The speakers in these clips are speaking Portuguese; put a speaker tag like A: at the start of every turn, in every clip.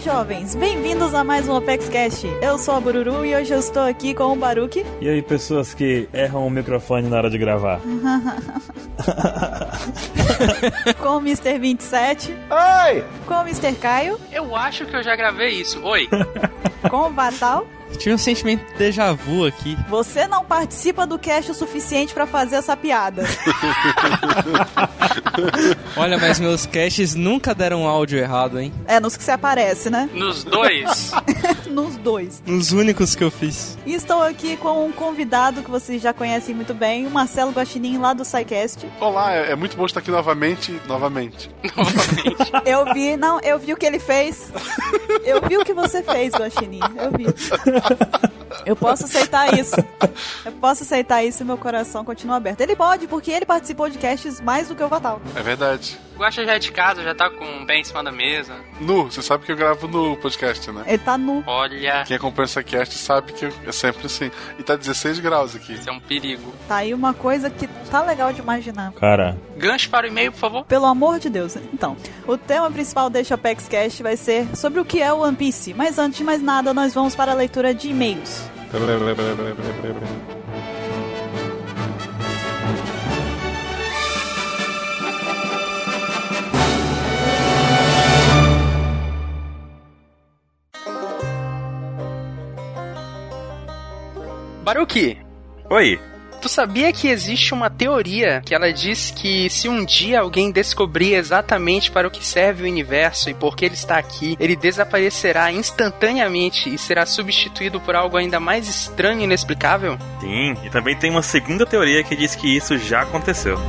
A: jovens! Bem-vindos a mais um Apex Cash. Eu sou a Bururu e hoje eu estou aqui com o Baruque.
B: E aí, pessoas que erram o microfone na hora de gravar?
A: com o Mr. 27.
C: Oi!
A: Com o Mr. Caio.
D: Eu acho que eu já gravei isso. Oi!
A: com o Batal.
E: Tinha um sentimento de déjà vu aqui.
A: Você não participa do cast o suficiente para fazer essa piada.
E: Olha, mas meus casts nunca deram áudio errado, hein?
A: É, nos que você aparece, né?
D: Nos dois.
A: nos dois.
E: Nos únicos que eu fiz.
A: E estou aqui com um convidado que vocês já conhecem muito bem, o Marcelo Guaxinim, lá do SciCast.
C: Olá, é, é muito bom estar aqui novamente, novamente.
D: Novamente.
A: eu vi, não, eu vi o que ele fez. Eu vi o que você fez, Guaxinim. Eu vi. Eu posso aceitar isso. Eu posso aceitar isso e meu coração continua aberto. Ele pode, porque ele participou de casts mais do que o Vatal.
C: É verdade.
D: O Guaxa já é de casa, já tá com um pé em cima da mesa.
C: Nu, você sabe que eu gravo no podcast, né?
A: Ele tá nu.
D: Olha.
C: Quem acompanha essa cast sabe que é sempre assim. E tá 16 graus aqui.
D: Isso é um perigo.
A: Tá aí uma coisa que tá legal de imaginar.
B: Cara.
D: Gancho para o e-mail, por favor.
A: Pelo amor de Deus. Então, o tema principal deste Apex Cast vai ser sobre o que é o One Piece. Mas antes de mais nada, nós vamos para a leitura de e-mails.
D: Baruki,
F: Oi.
D: tu sabia que existe uma teoria que ela diz que se um dia alguém descobrir exatamente para o que serve o universo e por que ele está aqui, ele desaparecerá instantaneamente e será substituído por algo ainda mais estranho e inexplicável?
F: Sim, e também tem uma segunda teoria que diz que isso já aconteceu.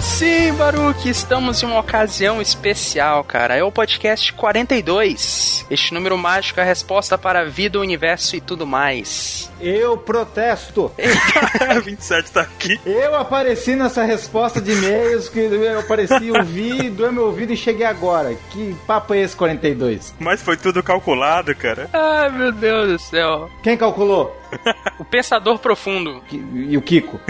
D: Sim, Baruque, estamos em uma ocasião especial, cara. É o podcast 42. Este número mágico é a resposta para a vida, o universo e tudo mais.
G: Eu protesto.
F: 27 tá aqui.
G: Eu apareci nessa resposta de e-mails que eu apareci, ouvi, doeu meu ouvido e cheguei agora. Que papo é esse 42?
F: Mas foi tudo calculado, cara.
D: Ai, meu Deus do céu.
G: Quem calculou?
D: O pensador profundo.
G: Que- E o Kiko?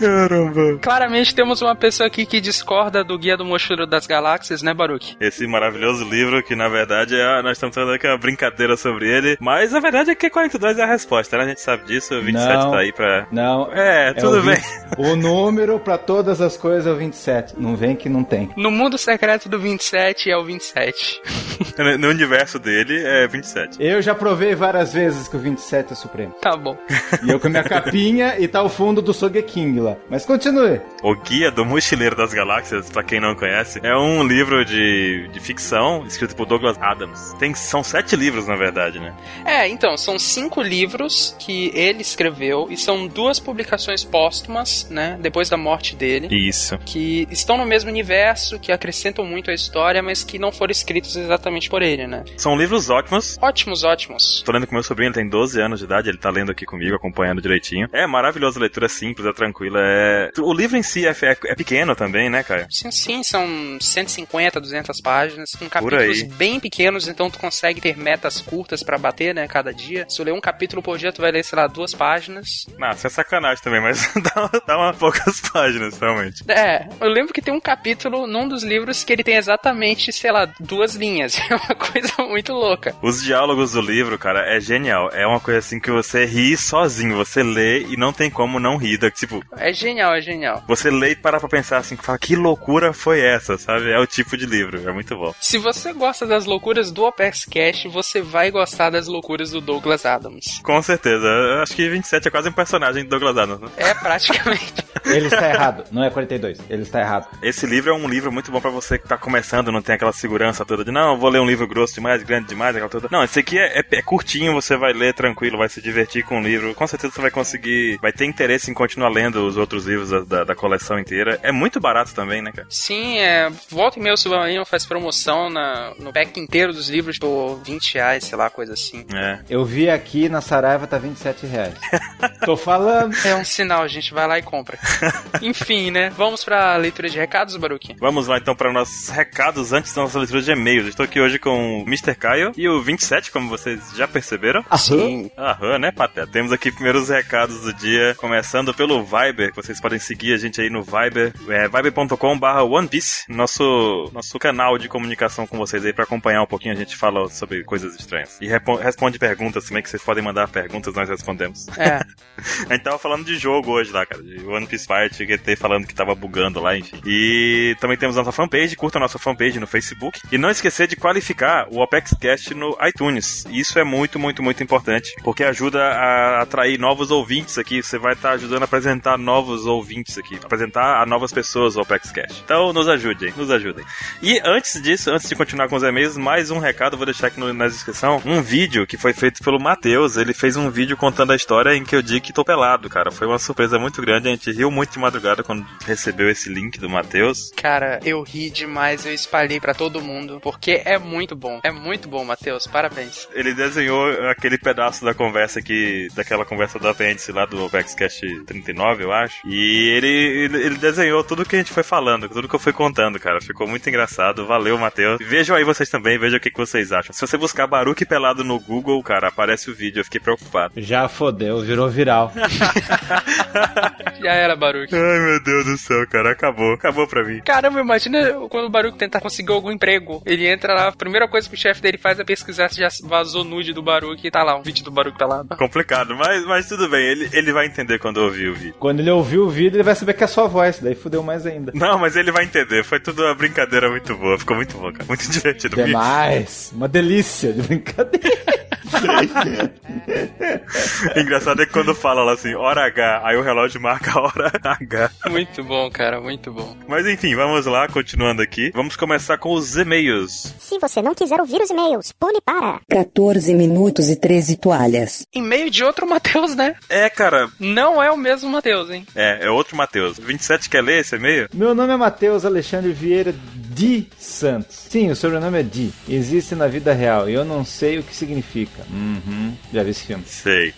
F: Caramba.
D: Claramente temos uma pessoa aqui que discorda do Guia do Mochileiro das Galáxias, né, Baruque?
F: Esse maravilhoso livro que, na verdade, é, nós estamos fazendo aqui uma brincadeira sobre ele. Mas a verdade é que 42 é a resposta, né? A gente sabe disso. O 27
G: Não.
F: tá aí pra.
G: Não.
F: É, tudo
G: o
F: bem.
G: 20 O número pra todas as coisas é o 27. Não vem que não tem.
D: No mundo secreto do 27 é o 27.
F: No- No universo dele é 27.
G: Eu já provei várias vezes que o 27 é supremo.
D: Tá bom.
G: E eu com a minha capinha e tá o fundo do Sogeking lá. Mas continue.
F: O Guia do Mochileiro das Galáxias, pra quem não conhece, é um livro de, de ficção escrito por Douglas Adams. Tem, são sete livros, na verdade, né?
D: É, então, são cinco livros que ele escreveu e são duas publicações póstumas, né, depois da morte dele.
F: Isso.
D: que estão no mesmo universo, que acrescentam muito à história, mas que não foram escritos exatamente por ele, né?
F: São livros ótimos.
D: Ótimos, ótimos.
F: Tô lendo com meu sobrinho, ele tem 12 anos de idade, ele tá lendo aqui comigo, acompanhando direitinho. É maravilhoso, a leitura é simples, é tranquila, é... O livro em si é, é- é pequeno também, né, cara?
D: Sim, sim, são 150, 200 páginas, com
F: Por
D: capítulos
F: aí.
D: bem pequenos, então tu consegue ter metas curtas pra bater, né, cada dia. Se tu ler um capítulo por dia, tu vai ler, sei lá, duas páginas.
F: Não, isso é sacanagem também, mas dá, uma- dá uma poucas páginas, realmente.
D: É, eu lembro que tem um capítulo num dos livros que ele tem exatamente, sei lá, duas linhas. É uma coisa muito louca.
F: Os diálogos do livro, cara, é genial. É uma coisa assim que você ri sozinho, você lê e não tem como não rir. Da- Tipo,
D: É genial, é genial.
F: você lê e para pra pensar assim, fala, que loucura foi essa, sabe? É o tipo de livro, é muito bom.
D: Se você gosta das loucuras do Opex Cash, você vai gostar das loucuras do Douglas Adams.
F: Com certeza, eu acho que 27 é quase um personagem do Douglas Adams, né?
D: É praticamente.
G: Ele está errado. Não é 42. Ele está errado.
F: Esse livro é um livro muito bom pra você que tá começando, não tem aquela segurança toda de não, eu vou ler um livro grosso demais, grande demais, aquela toda. Não, esse aqui é, é- é curtinho, você vai ler tranquilo, vai se divertir com o livro. Com certeza você vai conseguir, vai ter interesse em continuar lendo os outros livros da, da- da coleção inteira. É muito barato também, né, cara?
D: Sim, é. Volta e meia o Submarino faz promoção na, no pack inteiro dos livros por 20 reais, sei lá, coisa assim.
F: É.
G: Eu vi aqui na Saraiva tá 27 reais. Tô falando.
D: É um sinal, gente. Vai lá e compra. Enfim, né? Vamos pra leitura de recados, Baruque?
F: Vamos lá então para nossos recados antes da nossa leitura de e-mails. Estou aqui hoje com o Mr. Caio e o 27, como vocês já perceberam. Gostaram?
H: Sim.
F: Aham, né, Pateta? Temos aqui primeiros recados do dia, começando pelo Viber. Vocês podem seguir a gente aí no Viber, é, viber.com barra One Piece, nosso, nosso canal de comunicação com vocês aí pra acompanhar um pouquinho. A gente fala sobre coisas estranhas. E repo- responde perguntas também, que vocês podem mandar perguntas, nós respondemos.
D: É.
F: A gente tava falando de jogo hoje lá, cara. De One Piece Fight, GT falando que tava bugando lá, enfim. E também temos nossa fanpage, curta a nossa fanpage no Facebook. E não esquecer de qualificar o ApexCast no iTunes. Isso é muito, muito, muito importante. Porque ajuda a atrair novos ouvintes aqui. Você vai estar ajudando a apresentar novos ouvintes aqui. Apresentar a novas pessoas o ApexCast. Então nos ajudem, nos ajudem. E antes disso, antes de continuar com os e-mails, mais um recado, vou deixar aqui no- na descrição. Um vídeo que foi feito pelo Matheus. Ele fez um vídeo contando a história em que eu digo que tô pelado, cara. Foi uma surpresa muito grande. A gente riu muito de madrugada quando recebeu esse link do Matheus.
D: Cara, eu ri demais, eu espalhei pra todo mundo, porque é muito bom. É muito bom, Matheus, parabéns.
F: Ele desenhou aquele pedaço da conversa que. daquela conversa do apêndice lá do OpexCast 39, eu acho. E ele, ele, ele desenhou tudo que a gente foi falando, tudo que eu fui contando, cara. Ficou muito engraçado. Valeu, Matheus. Vejam aí vocês também, vejam o que, que vocês acham. Se você buscar Baruque Pelado no Google, cara, aparece o vídeo. Eu fiquei preocupado.
G: Já fodeu, virou viral.
D: Já era, Baruque.
F: Ai, meu Deus do céu, cara. Acabou. Acabou pra mim.
D: Caramba, imagina quando o Baruque tentar conseguir algum emprego. Ele entra lá, a primeira coisa que o chefe dele faz é pesquisar se já vazou nude do Baruque e tá lá, um vídeo do Baruque pelado.
F: Complicado, mas, mas tudo bem. Ele, ele vai entender quando ouvir o vídeo.
G: Quando ele ouvir o vídeo, ele vai saber que é sua voz, daí fodeu mais ainda.
F: Não, mas ele vai entender. Foi tudo uma brincadeira muito boa. Ficou muito bom, cara. Muito divertido.
G: Demais! Uma delícia de brincadeira.
F: Engraçado é que quando fala lá assim, hora H, aí o relógio marca a hora H.
D: Muito bom, cara, muito bom.
F: Mas enfim, vamos lá, continuando aqui. Vamos começar com os e-mails.
I: Se você não quiser ouvir os e-mails, pule para.
J: 14 minutos e 13 toalhas.
D: Em meio de outro Matheus, né?
F: É, cara,
D: Não é o mesmo Matheus, hein?
F: é, é outro Matheus. 27 quer ler esse e-mail?
G: Meu nome é Matheus Alexandre Vieira de Santos. Sim, o sobrenome é Di. Existe na vida real e eu não sei o que significa. Uhum, já vi esse filme.
F: Sei.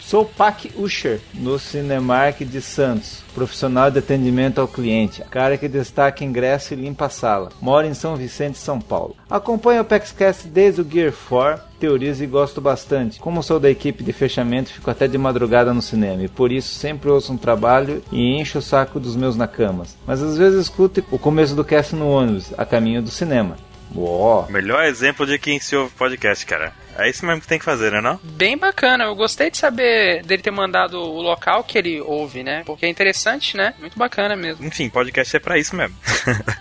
G: Sou Pac Usher, no Cinemark de Santos, profissional de atendimento ao cliente, cara que destaca ingresso e limpa a sala. Moro em São Vicente, São Paulo. Acompanho o PaxCast desde o Gear 4, teorizo e gosto bastante. Como sou da equipe de fechamento, fico até de madrugada no cinema e por isso sempre ouço um trabalho e encho o saco dos meus na camas. Mas às vezes escuto o começo do cast no ônibus, a caminho do cinema. Uó.
F: Melhor exemplo de quem se ouve podcast, cara. É isso mesmo que tem que fazer, né não?
D: Bem bacana, eu gostei de saber dele ter mandado o local que ele ouve, né? Porque é interessante, né? Muito bacana mesmo.
F: Enfim, podcast é pra isso mesmo.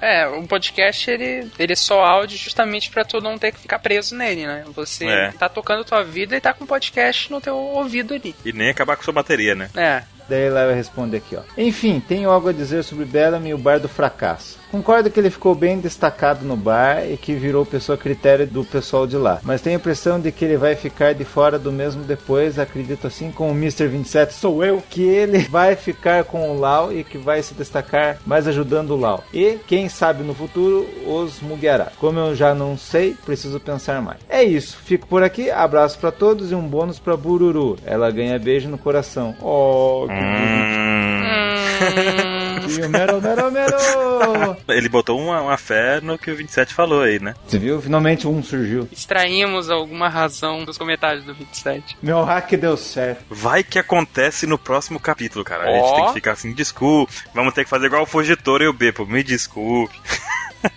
D: É, um podcast ele, ele é só áudio justamente pra tu não ter que ficar preso nele, né? Você
F: É.
D: tá tocando tua vida e tá com o podcast no teu ouvido ali.
F: E nem acabar com sua bateria, né?
D: É.
G: Daí lá vai responder aqui, ó. Enfim, tenho algo a dizer sobre Bellamy e o bar do fracasso. Concordo que ele ficou bem destacado no bar e que virou pessoa critério do pessoal de lá. Mas tenho a impressão de que ele vai ficar de fora do mesmo depois. Acredito assim com o Mr. 27, sou eu, que ele vai ficar com o Lau e que vai se destacar mais ajudando o Lau. E, quem sabe no futuro, os Mugiará. Como eu já não sei, preciso pensar mais. É isso, fico por aqui. Abraço pra todos e um bônus pra Bururu. Ela ganha beijo no coração. Oh, que bonito.
F: Hum.
D: Hum,
G: E o Mero, Mero, Mero!
F: Ele botou uma, uma fé no que o 27 falou aí, né?
G: Você viu? Finalmente um surgiu.
D: extraímos alguma razão dos comentários do 27.
G: Meu hack deu certo.
F: Vai que acontece no próximo capítulo, cara. A gente
D: Ó.
F: tem que ficar assim, desculpe. Vamos ter que fazer igual o Fugitor e o Bepo. Me desculpe.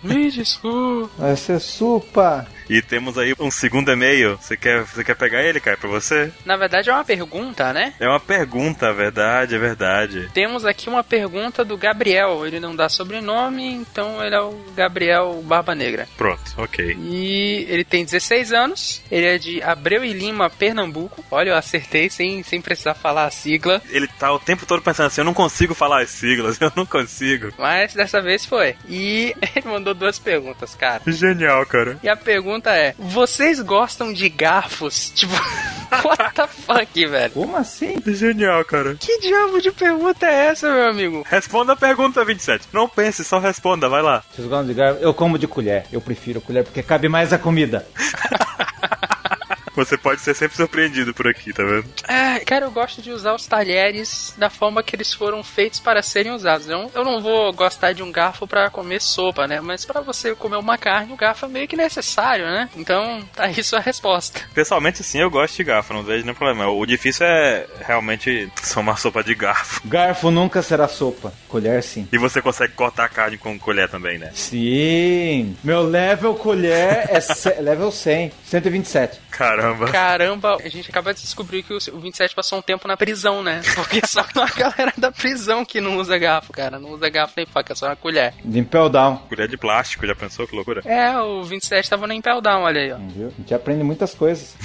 D: Me desculpa.
G: Vai ser supa.
F: E temos aí um segundo e-mail. Você quer, você quer pegar ele, Caio, pra você?
D: Na verdade é uma pergunta, né?
F: É uma pergunta, é verdade, é verdade.
D: Temos aqui uma pergunta do Gabriel. Ele não dá sobrenome, então ele é o Gabriel Barba Negra.
F: Pronto, ok.
D: E ele tem 16 anos, ele é de Abreu e Lima, Pernambuco. Olha, eu acertei sem, sem precisar falar a sigla,
F: Ele tá o tempo todo pensando assim, eu não consigo falar as siglas, eu não consigo.
D: mas dessa vez foi. E ele mandou duas perguntas, cara.
F: Genial, cara.
D: E a pergunta é: vocês gostam de garfos? Tipo, what the fuck, velho?
G: Como assim?
F: Genial, cara.
D: Que diabo de pergunta é essa, meu amigo?
F: Responda a pergunta 27. Não pense, só responda, vai lá.
G: Vocês gostam de garfo? Eu como de colher. Eu prefiro colher porque cabe mais a comida.
F: Você pode ser sempre surpreendido por aqui, tá vendo?
D: É, cara, eu gosto de usar os talheres da forma que eles foram feitos para serem usados. Eu, eu não vou gostar de um garfo para comer sopa, né? Mas para você comer uma carne, o garfo é meio que necessário, né? Então, tá aí sua resposta.
F: Pessoalmente, sim, eu gosto de garfo, não vejo nenhum problema. O difícil é realmente somar sopa de garfo.
G: Garfo nunca será sopa. Colher sim.
F: E você consegue cortar a carne com colher também, né?
G: Sim. Meu level colher é ce- level 100. 127.
F: Caramba.
D: Caramba, a gente acaba de descobrir que o 27 passou um tempo na prisão, né? Porque só a galera da prisão que não usa garfo, cara. Não usa garfo nem faca, é só na colher.
G: Limpel down.
F: Colher de plástico, já pensou? Que loucura.
D: É, o 27 tava no Impel Down, olha aí, ó.
G: Viu? A gente aprende muitas coisas.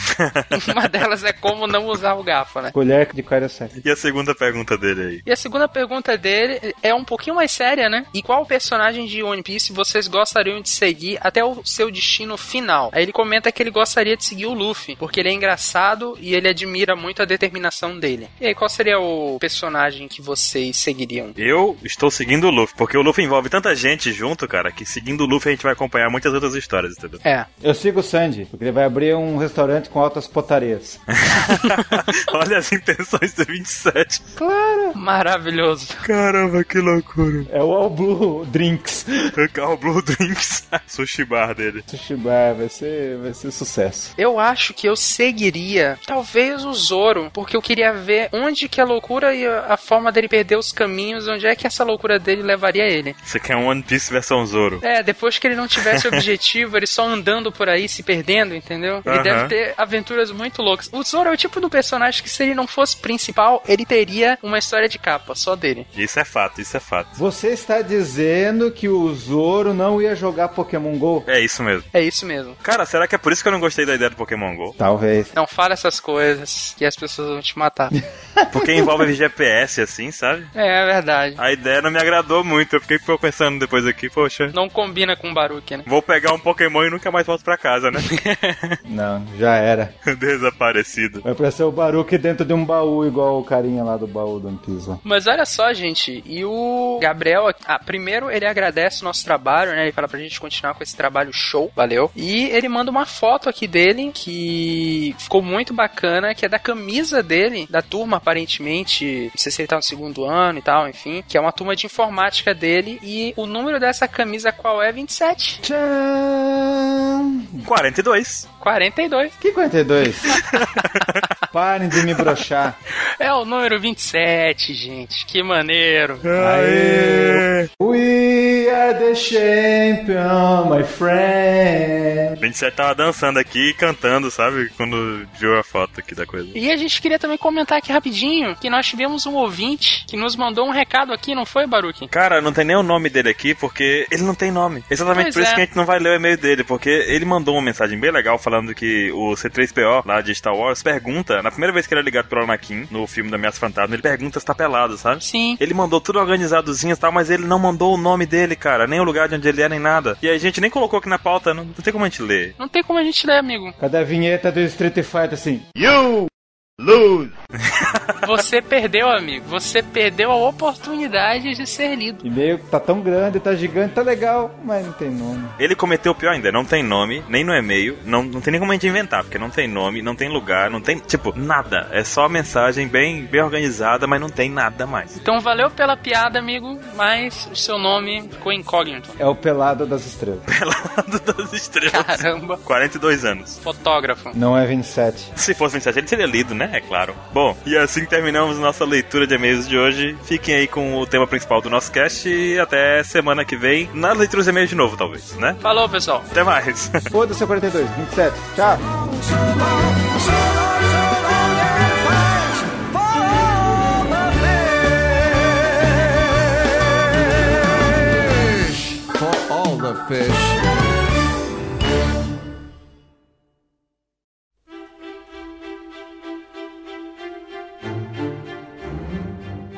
D: Uma delas é como não usar o garfo, né?
G: Colher de cara certa.
F: E a segunda pergunta dele aí?
D: E a segunda pergunta dele é um pouquinho mais séria, né? E qual personagem de One Piece vocês gostariam de seguir até o seu destino final? Aí ele comenta que ele gostaria de seguir o Luffy, porque ele é engraçado e ele admira muito a determinação dele. E aí, qual seria o personagem que vocês seguiriam?
F: Eu estou seguindo o Luffy, porque o Luffy envolve tanta gente junto, cara, que seguindo o Luffy a gente vai acompanhar muitas outras histórias, entendeu?
D: É,
G: Eu sigo o Sandy, porque ele vai abrir um restaurante com altas potarias.
F: Olha as intenções do 27.
D: maravilhoso.
F: Caramba, que loucura.
G: É o All Blue Drinks.
F: Carl Blue Drinks. Sushi bar dele.
G: Sushi Bar vai ser, vai ser sucesso.
D: Eu acho que eu seguiria, talvez, o Zoro, porque eu queria ver onde que a loucura e a a forma dele perder os caminhos, onde é que essa loucura dele levaria ele.
F: Você quer um One Piece versão Zoro?
D: É, depois que ele não tivesse objetivo, ele só andando por aí, se perdendo, entendeu? Ele
F: Aham.
D: deve ter aventuras muito loucas. O Zoro é o tipo do personagem que, se ele não fosse principal, ele teria uma história de capa, só dele.
F: Isso é fato, isso é fato.
G: Você está dizendo que o Zoro não ia jogar Pokémon GO?
F: É isso mesmo.
D: É isso mesmo.
F: Cara, será que é por isso que eu não gostei da ideia do Pokémon GO?
G: Talvez.
D: Não fala essas coisas que as pessoas vão te matar.
F: Porque envolve GPS assim, sabe?
D: é, é verdade.
F: A ideia não me agradou muito, eu fiquei pensando depois aqui, poxa,
D: Não combina com o Baruque, né?
F: vou pegar um Pokémon e nunca mais volto pra casa, né?
G: Não, já era.
F: Desaparecido.
G: Vai parecer o Baruque dentro de um baú, igual o carinha lá do baú do One Piece. lá.
D: Mas olha só, gente, e o Gabriel, ah, primeiro ele agradece o nosso trabalho, né? Ele fala pra gente continuar com esse trabalho show, valeu. E ele manda uma foto aqui dele que ficou muito bacana, que é da camisa dele, da turma aparentemente, não sei se ele tá no segundo ano e tal, enfim, que é uma turma de informática dele e o número dessa camisa qual é? 27.
G: Tcharam!
F: 42.
D: 42.
G: Que 42? Parem de me brochar.
D: É o número 27, gente. Que maneiro.
G: Aê! We are the champion, my friend.
F: 27 tava dançando aqui e cantando, sabe? Quando viu a foto aqui da coisa.
D: E a gente queria também comentar aqui rapidinho que nós tivemos um ouvinte que nos mandou um recado aqui, não foi, Baruque?
F: Cara, não tem nem o nome dele aqui, porque ele não tem nome. Exatamente
D: Pois
F: por isso
D: é.
F: que a gente não vai ler o e-mail dele, porque ele mandou uma mensagem bem legal falando que o C3PO, lá de Star Wars, pergunta, na primeira vez que ele é ligado pelo Anakin, no filme da Ameaça Fantasma, ele pergunta se tá pelado, sabe?
D: Sim.
F: Ele mandou tudo organizadozinho e tal, mas ele não mandou o nome dele, cara, nem o lugar de onde ele é, nem nada. E a gente nem colocou aqui na pauta, não, não tem como a gente ler.
D: Não tem como a gente ler, amigo.
G: Cadê a vinheta do Street Fighter assim?
D: Você perdeu, amigo. Você perdeu a oportunidade de ser lido.
G: E meio tá tão grande, tá gigante, tá legal, mas não tem nome.
F: Ele cometeu o pior ainda, não tem nome, nem no e-mail, não, não tem nem como a gente inventar, porque não tem nome, não tem lugar, não tem, tipo, nada. É só mensagem bem, bem organizada, mas não tem nada mais.
D: Então valeu pela piada, amigo, mas o seu nome ficou incógnito.
G: É o pelado das estrelas.
F: Pelado das estrelas.
D: Caramba.
F: 42 anos.
D: Fotógrafo.
G: Não é 27.
F: Se fosse 27, ele seria lido, né? É claro. Bom, e assim terminamos nossa leitura de e-mails de hoje. Fiquem aí com o tema principal do nosso cast e até semana que vem. Na leitura de e-mails de novo, talvez, né?
D: Falou, pessoal.
F: Até mais.
G: Foda-se é o 42, 27. Tchau.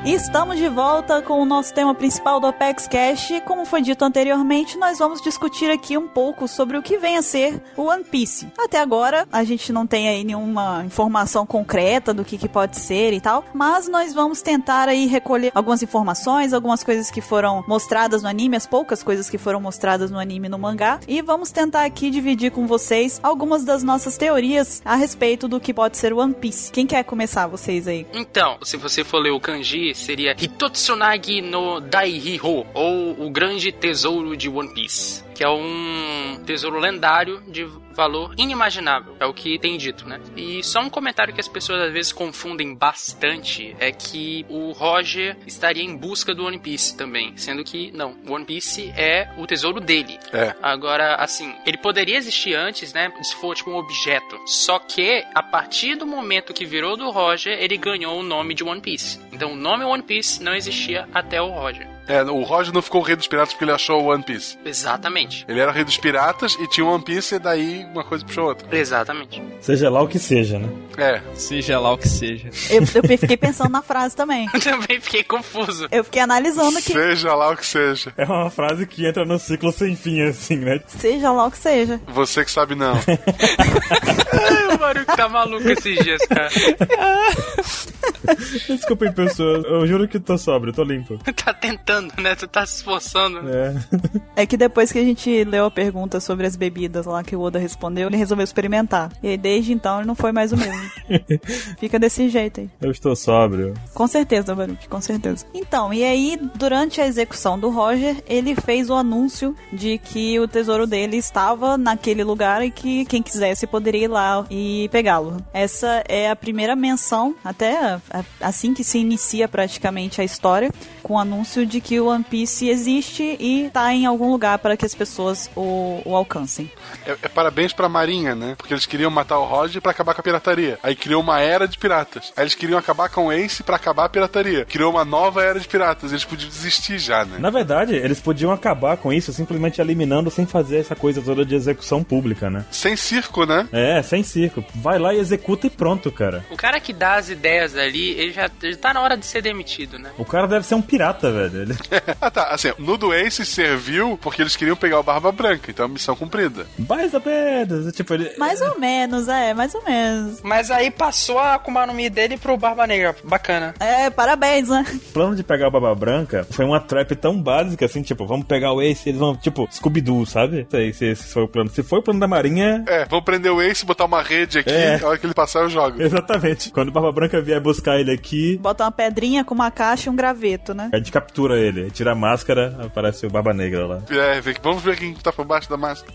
A: E estamos de volta com o nosso tema principal do Apex Cash. Como foi dito anteriormente, nós vamos discutir aqui um pouco sobre o que vem a ser o One Piece. Até agora, a gente não tem aí nenhuma informação concreta do que, que pode ser e tal, mas nós vamos tentar aí recolher algumas informações, algumas coisas que foram mostradas no anime, as poucas coisas que foram mostradas no anime e no mangá, e vamos tentar aqui dividir com vocês algumas das nossas teorias a respeito do que pode ser o One Piece. Quem quer começar vocês aí?
D: Então, se você for ler o kanji, seria Hitotsunagi no Daihiro, ou o grande tesouro de One Piece, que é um tesouro lendário de valor inimaginável, é o que tem dito, né? E só um comentário que as pessoas às vezes confundem bastante é que o Roger estaria em busca do One Piece também, sendo que não, o One Piece é o tesouro dele.
C: É.
D: Agora, assim, ele poderia existir antes, né? Se for tipo um objeto. Só que, a partir do momento que virou do Roger, ele ganhou o nome de One Piece. Então, o nome One Piece não existia até o Roger.
C: É, o Roger não ficou o rei dos piratas porque ele achou o One Piece.
D: Exatamente.
C: Ele era o rei dos piratas e tinha o One Piece e daí uma coisa puxou a outra.
D: Exatamente.
F: Seja lá o que seja, né?
C: É.
E: Seja lá o que seja.
A: Eu, eu fiquei pensando na frase também.
D: Eu também fiquei confuso.
A: Eu fiquei analisando que
C: Seja lá o que seja.
F: É uma frase que entra no ciclo sem fim, assim, né?
A: seja lá o que seja.
C: Você que sabe não.
D: Ai, o Baruco tá maluco esses dias, cara.
F: Desculpem, pessoas. Eu juro que tô sóbrio, tô limpo.
D: Tá tentando, né? Tu tá se esforçando.
F: É.
A: É que depois que a gente leu a pergunta sobre as bebidas lá que o Oda respondeu, ele resolveu experimentar. E aí, desde então ele não foi mais o mesmo. Fica desse jeito aí.
F: Eu estou sóbrio.
A: Com certeza, Baruch, com certeza. Então, e aí, durante a execução do Roger, ele fez o anúncio de que o tesouro dele estava naquele lugar e que quem quisesse poderia ir lá e pegá-lo. Essa é a primeira menção, até a- a- assim que se inicia praticamente a história, com o anúncio de que o One Piece existe e está em algum lugar para que as pessoas o, o alcancem.
C: É, é parabéns pra Marinha, né? Porque eles queriam matar o Roger pra acabar com a pirataria. Aí criou uma era de piratas. Aí eles queriam acabar com o Ace pra acabar a pirataria. Criou uma nova era de piratas. Eles podiam desistir já, né?
F: Na verdade, eles podiam acabar com isso simplesmente eliminando sem fazer essa coisa toda de execução pública, né?
C: Sem circo, né?
F: É, sem circo. Vai lá e executa e pronto, cara.
D: O cara que dá as ideias ali, ele já, ele tá na hora de ser demitido, né?
F: O cara deve ser um pirata, velho. Ele-
C: ah, tá. Assim, no do Ace serviu porque eles queriam pegar o Barba Branca. Então, missão cumprida.
F: Mais ou menos. Tipo, ele.
A: Mais ou menos, é, mais ou menos.
D: Mas aí passou a Akuma no Mi dele pro Barba Negra. Bacana.
A: É, parabéns, né?
F: O plano de pegar o Baba Branca foi uma trap tão básica assim, tipo, vamos pegar o Ace, eles vão, tipo, Scooby-Doo, sabe? Não sei se esse foi o plano. Se foi o plano da Marinha.
C: É, vou prender o Ace, botar uma rede aqui.
F: É.
C: A hora que ele passar, eu jogo.
F: Exatamente. Quando o Barba Branca vier buscar ele aqui,
A: Bota uma pedrinha com uma caixa e um graveto, né?
F: a gente captura ele. Tira a máscara, aparece o Barba Negra lá.
C: É, vê- vamos ver quem tá por baixo da máscara.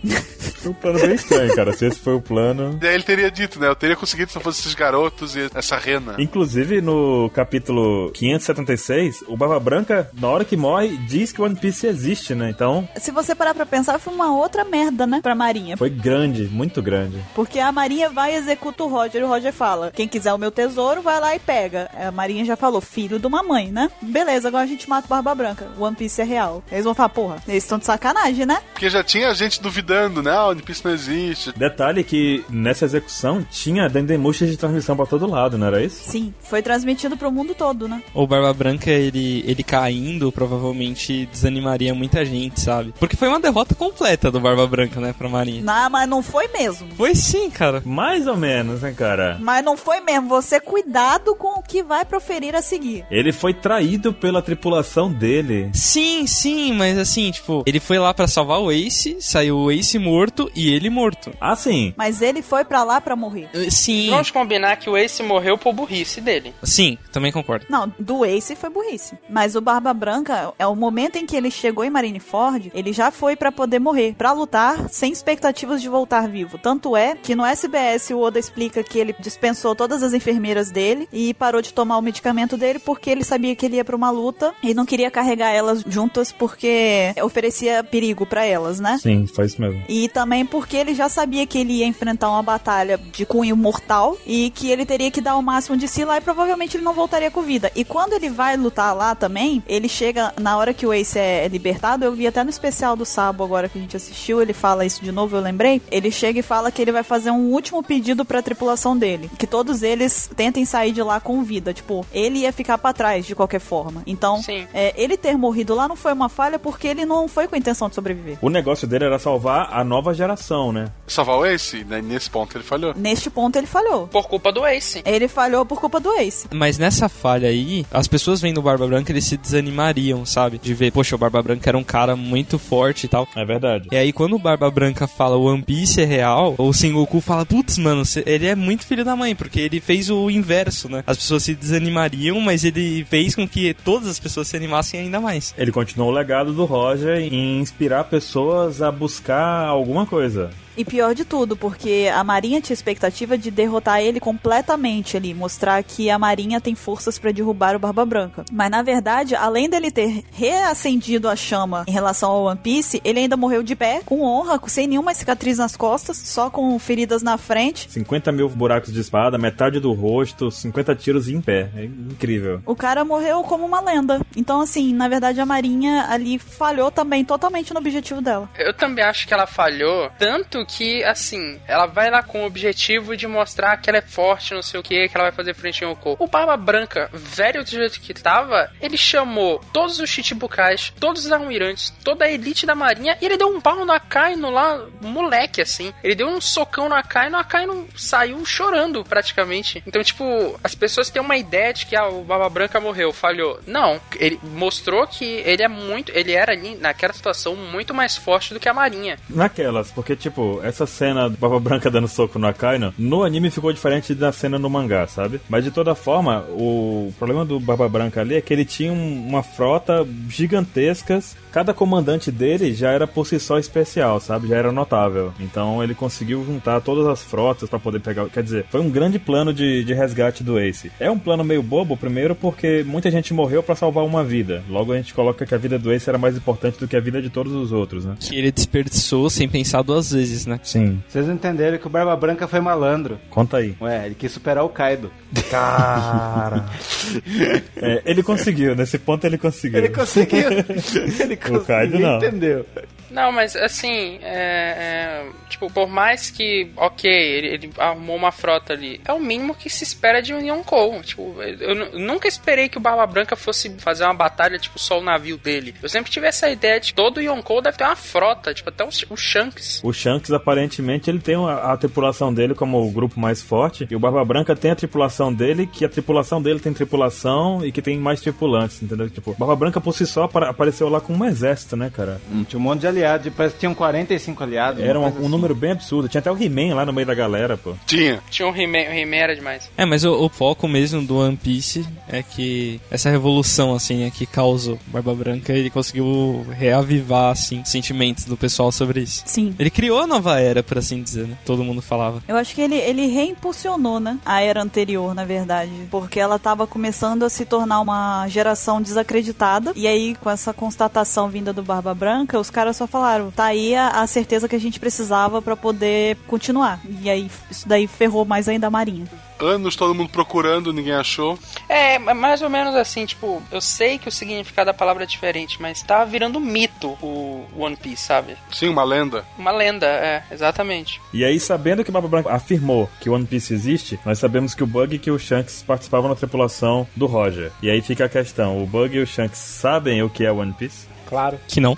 F: Foi um plano bem estranho, cara. Se esse foi o plano.
C: E aí ele teria dito, né? Eu teria conseguido se não fosse esses garotos e essa rena.
F: Inclusive, no capítulo 576, o Barba Branca, na hora que morre, diz que o One Piece existe, né? Então,
A: Se você parar pra pensar, foi uma outra merda, né? Pra Marinha.
F: foi grande, muito grande.
A: Porque a Marinha vai e executa o Roger. E o Roger fala: Quem quiser o meu tesouro, vai lá e pega. É, A Marinha já falou: Filho de uma mãe, né? Beleza, agora a gente mata o Barba Branca. O One Piece é real. Eles vão falar: Porra, eles estão de sacanagem, né?
C: Porque já tinha gente duvidando, né? Ah, o One Piece não existe.
F: Detalhe que nessa execução tinha dendemuxas de transmissão pra todo lado, não era isso?
A: Sim, foi transmitido pro mundo todo, né?
E: O Barba Branca, ele, ele caindo, provavelmente desanimaria muita gente, sabe? Porque foi uma derrota completa do Barba Branca, né, pra Marinha.
A: Não, mas não foi mesmo.
E: Foi sim, cara.
F: Mais ou menos, né, cara?
A: Mas não foi mesmo. Você cuidado com o que vai proferir a seguir.
F: Ele foi traído pela tripulação dele.
E: Sim, sim, mas assim, tipo, ele foi lá pra salvar o Ace, saiu o Ace morto e ele morto.
F: Ah, sim.
A: Mas ele foi pra lá pra morrer.
E: Eh, Sim,
D: Vamos combinar que o Ace morreu por burrice dele.
E: sim, também concordo.
A: Não, do Ace foi burrice. Mas o Barba Branca, é o momento em que ele chegou em Marineford, ele já foi pra poder morrer, pra lutar sem expectativas de voltar vivo. Tanto é que no SBS o Oda explica que ele dispensou todas as enfermeiras dele e parou de tomar o medicamento dele porque ele sabia que ele ia pra uma luta e não queria carregar elas juntas porque oferecia perigo pra elas, né?
F: Sim, foi isso mesmo.
A: E também porque ele já sabia que ele ia enfrentar uma batalha de cunho mortal e que ele teria que dar o máximo de si lá e provavelmente ele não voltaria com vida. E quando ele vai lutar lá também, ele chega na hora que o Ace é libertado. Eu vi até no especial do Sabo agora que a gente assistiu, ele fala isso de novo, eu lembrei. Ele chega e fala que ele vai fazer um último pedido pra tripulação dele, que todos eles tentem sair de lá com com vida. Tipo, ele ia ficar pra trás de qualquer forma. Então,
D: Sim.
A: é, ele ter morrido lá não foi uma falha porque ele não foi com a intenção de sobreviver.
F: O negócio dele era salvar a nova geração, né?
C: Salvar o Ace, né? Nesse ponto ele falhou.
A: Neste ponto ele falhou.
D: Por culpa do Ace.
A: Ele falhou por culpa do Ace.
E: Mas nessa falha aí, as pessoas vendo o Barba Branca, eles se desanimariam, sabe? De ver, poxa, o Barba Branca era um cara muito forte e tal.
F: É verdade.
E: E aí, quando o Barba Branca fala o One Piece é real, o Sengoku fala, putz, mano, cê- ele é muito filho da mãe, porque ele fez o inverso, né? As pessoas se desanimariam, mas ele fez com que todas as pessoas se animassem ainda mais.
F: Ele continuou o legado do Roger em inspirar pessoas a buscar alguma coisa.
A: E pior de tudo, porque a Marinha tinha expectativa de derrotar ele completamente ali, mostrar que a Marinha tem forças pra derrubar o Barba Branca. Mas na verdade, além dele ter reacendido a chama em relação ao One Piece, ele ainda morreu de pé, com honra, sem nenhuma cicatriz nas costas, só com feridas na frente.
F: 50 mil buracos de espada, metade do rosto, 50 tiros em pé. É incrível.
A: O cara morreu como uma lenda. Então, assim, na verdade, a Marinha ali falhou também totalmente no objetivo dela.
D: Eu também acho que ela falhou, tanto que, assim, ela vai lá com o objetivo de mostrar que ela é forte, não sei o que, que ela vai fazer frente ao Yoko. O Barba Branca, velho do jeito que tava, ele chamou todos os Chichibukais, todos os almirantes, toda a elite da marinha, e ele deu um pau no Akainu lá, moleque, assim. Ele deu um socão no Akainu, o Akainu saiu chorando, praticamente. Então, tipo, as pessoas têm uma ideia de que ah, o Barba Branca morreu, falhou. Não, ele mostrou que ele é muito, ele era ali, naquela situação, muito mais forte do que a marinha.
F: Naquelas, porque, tipo, essa cena do Barba Branca dando soco no Akainu, no anime ficou diferente da cena no mangá, sabe? Mas de toda forma, o problema do Barba Branca ali é que ele tinha um- uma frota gigantescas. Cada comandante dele já era por si só especial, sabe? Já era notável. Então ele conseguiu juntar todas as frotas pra poder pegar. Quer dizer, foi um grande plano de, de resgate do Ace. É um plano meio bobo, primeiro, porque muita gente morreu pra salvar uma vida. Logo a gente coloca que a vida do Ace era mais importante do que a vida de todos os outros, né?
E: Que ele desperdiçou sem pensar duas vezes, né?
F: Sim.
G: Vocês não entenderam que o Barba Branca foi malandro.
F: Conta aí.
G: Ué, ele quis superar o Kaido.
F: Cara. É, ele conseguiu, nesse ponto ele conseguiu.
G: Ele conseguiu. ele conseguiu.
F: Kaido
G: ninguém
F: não.
G: entendeu.
D: Não, mas assim, é, é, tipo, por mais que, ok, ele, ele arrumou uma frota ali, é o mínimo que se espera de um Yonkou. Tipo, eu nu- nunca esperei que o Barba Branca fosse fazer uma batalha, tipo, só o navio dele. Eu sempre tive essa ideia de que todo Yonkou deve ter uma frota, tipo, até o, Sh- o Shanks.
F: O Shanks, aparentemente, ele tem a, a tripulação dele como o grupo mais forte. E o Barba Branca tem a tripulação dele, que a tripulação dele tem tripulação e que tem mais tripulantes, entendeu? Tipo, Barba Branca por si só apara- apareceu lá com um exército, né, cara?
G: Hum, Tinha um monte de aliados. e Parece que tinham 45 aliados.
F: Era um,
G: uma
F: um
G: coisa assim.
F: número bem absurdo. Tinha até o He-Man lá no meio da galera, pô.
C: Tinha.
D: Tinha um He-Man, o He-Man era demais.
E: É, mas o, o foco mesmo do One Piece é que essa revolução, assim, né, que causou Barba Branca, ele conseguiu reavivar, assim, os sentimentos do pessoal sobre isso.
A: Sim.
E: Ele criou a nova era, por assim dizer, né? Todo mundo falava.
A: Eu acho que ele, ele reimpulsionou, né? A era anterior, na verdade. Porque ela tava começando a se tornar uma geração desacreditada. E aí, com essa constatação vinda do Barba Branca, os caras só falaram: tá aí a, a certeza que a gente precisava pra poder continuar. E aí, isso daí ferrou mais ainda a Marinha.
C: Anos todo mundo procurando, ninguém achou.
D: É, ma- mais ou menos assim, tipo, eu sei que o significado da palavra é diferente, mas tá virando um mito o One Piece, sabe?
C: Sim, uma lenda.
D: Uma lenda, é, exatamente.
F: E aí, sabendo que Barba Branca afirmou que o One Piece existe, nós sabemos que o Bug e o Shanks participavam na tripulação do Roger. E aí fica a questão: o Bug e o Shanks sabem o que é One Piece?
E: Que não.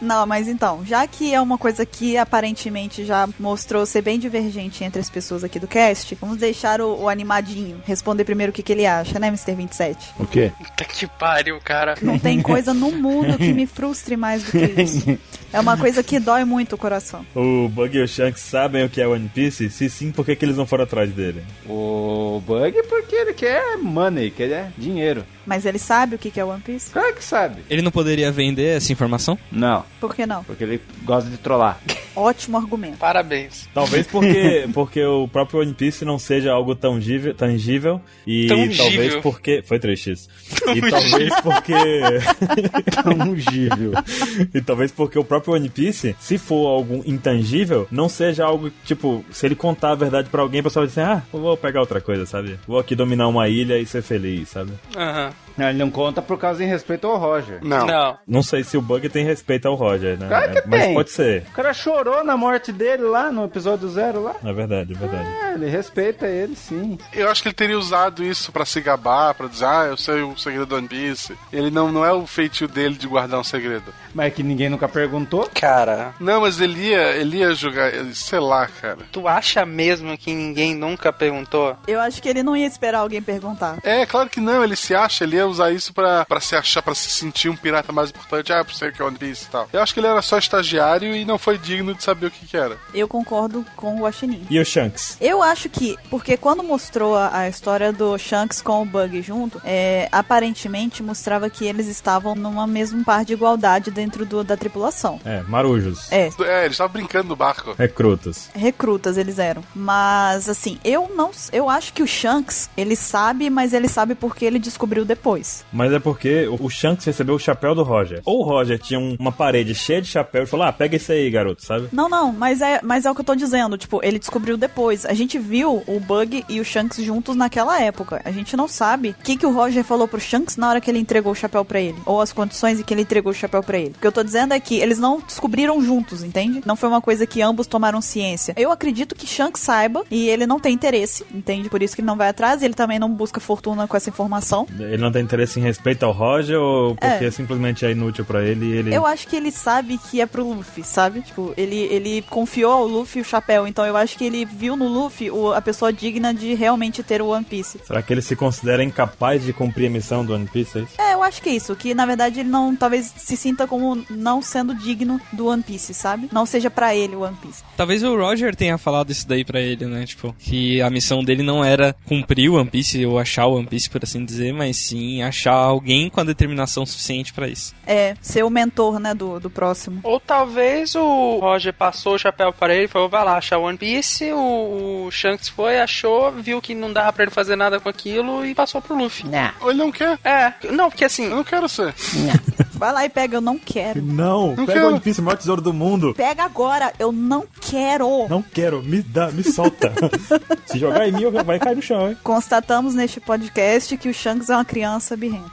A: Não, mas então, já que é uma coisa que aparentemente já mostrou ser bem divergente entre as pessoas aqui do cast, vamos deixar o, o animadinho responder primeiro o que, que ele acha, né, Mr. 27?
G: O quê?
D: Puta que pariu, cara.
A: Não tem coisa no mundo que me frustre mais do que isso. É uma coisa que dói muito o coração.
F: O Bug e o Shanks sabem o que é One Piece? Se sim, por que, que eles não foram atrás dele?
G: O Bug porque ele quer money, que ele é dinheiro.
A: Mas ele sabe o que que é One Piece?
G: Claro que sabe.
E: Ele não poderia vender essa informação?
G: Não,
A: Por que não?
G: porque ele gosta de trollar.
A: Ótimo argumento.
D: Parabéns.
F: Talvez porque, porque o próprio One Piece não seja algo tangível, tangível e
D: Tangível.
F: talvez porque... Foi 3x. E talvez porque...
G: Tangível.
F: E talvez porque o próprio One Piece, se for algo intangível, não seja algo tipo, se ele contar a verdade pra alguém, o pessoal vai dizer, ah, eu vou pegar outra coisa, sabe? Vou aqui dominar uma ilha e ser feliz, sabe?
D: Aham.
G: Não, ele não conta por causa em respeito ao Roger.
C: Não.
D: Não.
F: Não sei se o Bug tem respeito ao Roger, né?
G: Claro que
F: Mas
G: tem.
F: pode ser.
G: O cara chorou na morte dele lá no episódio zero lá.
F: É verdade, é verdade.
G: É, ele respeita ele, sim.
C: Eu acho que ele teria usado isso pra se gabar, pra dizer, ah, eu sei o segredo do One Piece. Ele não, não é o feitio dele de guardar um segredo.
G: Mas é que ninguém nunca perguntou.
D: Cara,
C: Não, mas ele ia, ele ia jogar, sei lá, cara.
D: tu acha mesmo que ninguém nunca perguntou?
A: Eu acho que ele não ia esperar alguém perguntar.
C: É, claro que não, ele se acha, ele ia usar isso pra, pra se achar, pra se sentir um pirata mais importante. Ah, por sei que é One Piece e tal. Eu acho que ele era só estagiário e não foi digno de saber o que, que era.
A: Eu concordo com o Guaxinim.
F: E o Shanks?
A: Eu acho que, porque quando mostrou a, a história do Shanks com o Bug junto, é, aparentemente mostrava que eles estavam numa mesma par de igualdade dentro do- da tripulação.
F: É, marujos. É
A: É,
C: É, ele estava brincando no barco.
F: Recrutas.
A: recrutas eles eram. Mas assim, eu não, eu acho que o Shanks, ele sabe, mas ele sabe porque ele descobriu depois.
F: Mas é porque o o Shanks recebeu o chapéu do Roger. Ou o Roger tinha um- uma parede cheia de chapéu e falou: Ah, pega esse aí, garoto, sabe?
A: Não, não, mas é, mas é o que eu tô dizendo, tipo, ele descobriu depois. A gente viu o Bug e o Shanks juntos naquela época. A gente não sabe o que que o Roger falou pro Shanks na hora que ele entregou o chapéu pra ele, ou as condições em que ele entregou o chapéu pra ele. O que eu tô dizendo é que eles não descobriram juntos, entende? Não foi uma coisa que ambos tomaram ciência. Eu acredito que Shanks saiba e ele não tem interesse, entende? Por isso que ele não vai atrás, e ele também não busca fortuna com essa informação.
F: Ele não tem interesse em respeito ao Roger ou porque
A: É.
F: simplesmente é inútil pra ele e ele.
A: Eu acho que ele sabe que é pro Luffy, sabe? Tipo, ele, ele confiou ao Luffy o chapéu, então eu acho que ele viu no Luffy o- a pessoa digna de realmente ter o One Piece.
F: Será que ele se considera incapaz de cumprir a missão do One Piece? É isso?
A: É, eu acho que é isso, que na verdade ele não, talvez se sinta como não sendo digno do One Piece, sabe? Não seja pra ele o One Piece.
E: Talvez o Roger tenha falado isso daí pra ele, né? Tipo, que a missão dele não era cumprir o One Piece ou achar o One Piece, por assim dizer, mas sim achar alguém com a determinação suficiente pra isso.
A: É, ser o mentor, né, do, do próximo.
D: Ou talvez o Roger passou o chapéu para ele e falou, vai lá achar o One Piece, o, o Shanks foi, achou, viu que não dava pra ele fazer nada com aquilo e passou pro Luffy.
C: Ou ele não quer.
D: É, não, porque assim,
C: Eu não quero ser.
A: Vai lá e pega, eu não quero.
F: Não!
C: Não
F: pega
C: quero.
F: o One Piece, o maior tesouro do mundo!
A: Pega agora, eu não quero.
F: Não quero, me dá, me solta. se jogar em mim, eu- vai cair no chão, hein?
A: Constatamos neste podcast que o Shanks é uma criança birrenta.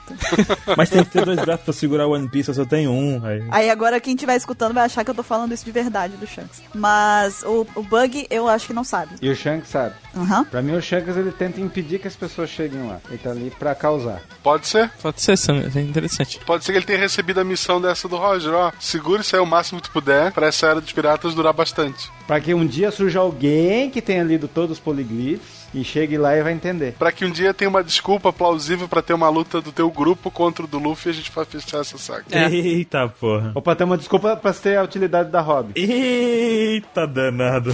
F: Mas tem que ter dois braços pra segurar o One Piece, eu só tenho um. Aí.
A: Aí agora quem estiver escutando vai achar que eu tô falando isso de verdade do Shanks. Mas o, o Bug eu acho que não sabe.
G: E o Shanks sabe.
A: Aham.
G: Pra mim, o Shanks ele tenta impedir que as pessoas cheguem lá. Ele tá ali pra causar.
C: Pode ser.
E: Pode ser, Sam, é interessante.
C: Pode ser que ele tenha recebido a missão dessa do Roger, ó. Segura isso aí o máximo que tu puder pra essa era dos piratas durar bastante.
G: Pra que um dia surja alguém que tenha lido todos os poliglifes e chegue lá e vai entender.
C: Pra que um dia tenha uma desculpa plausível pra ter uma luta do teu grupo contra o do Luffy e a gente vai fechar essa saga.
F: É.
A: É.
F: Eita porra.
G: Ou pra ter uma desculpa pra ter a utilidade da Robin.
F: Eita danado.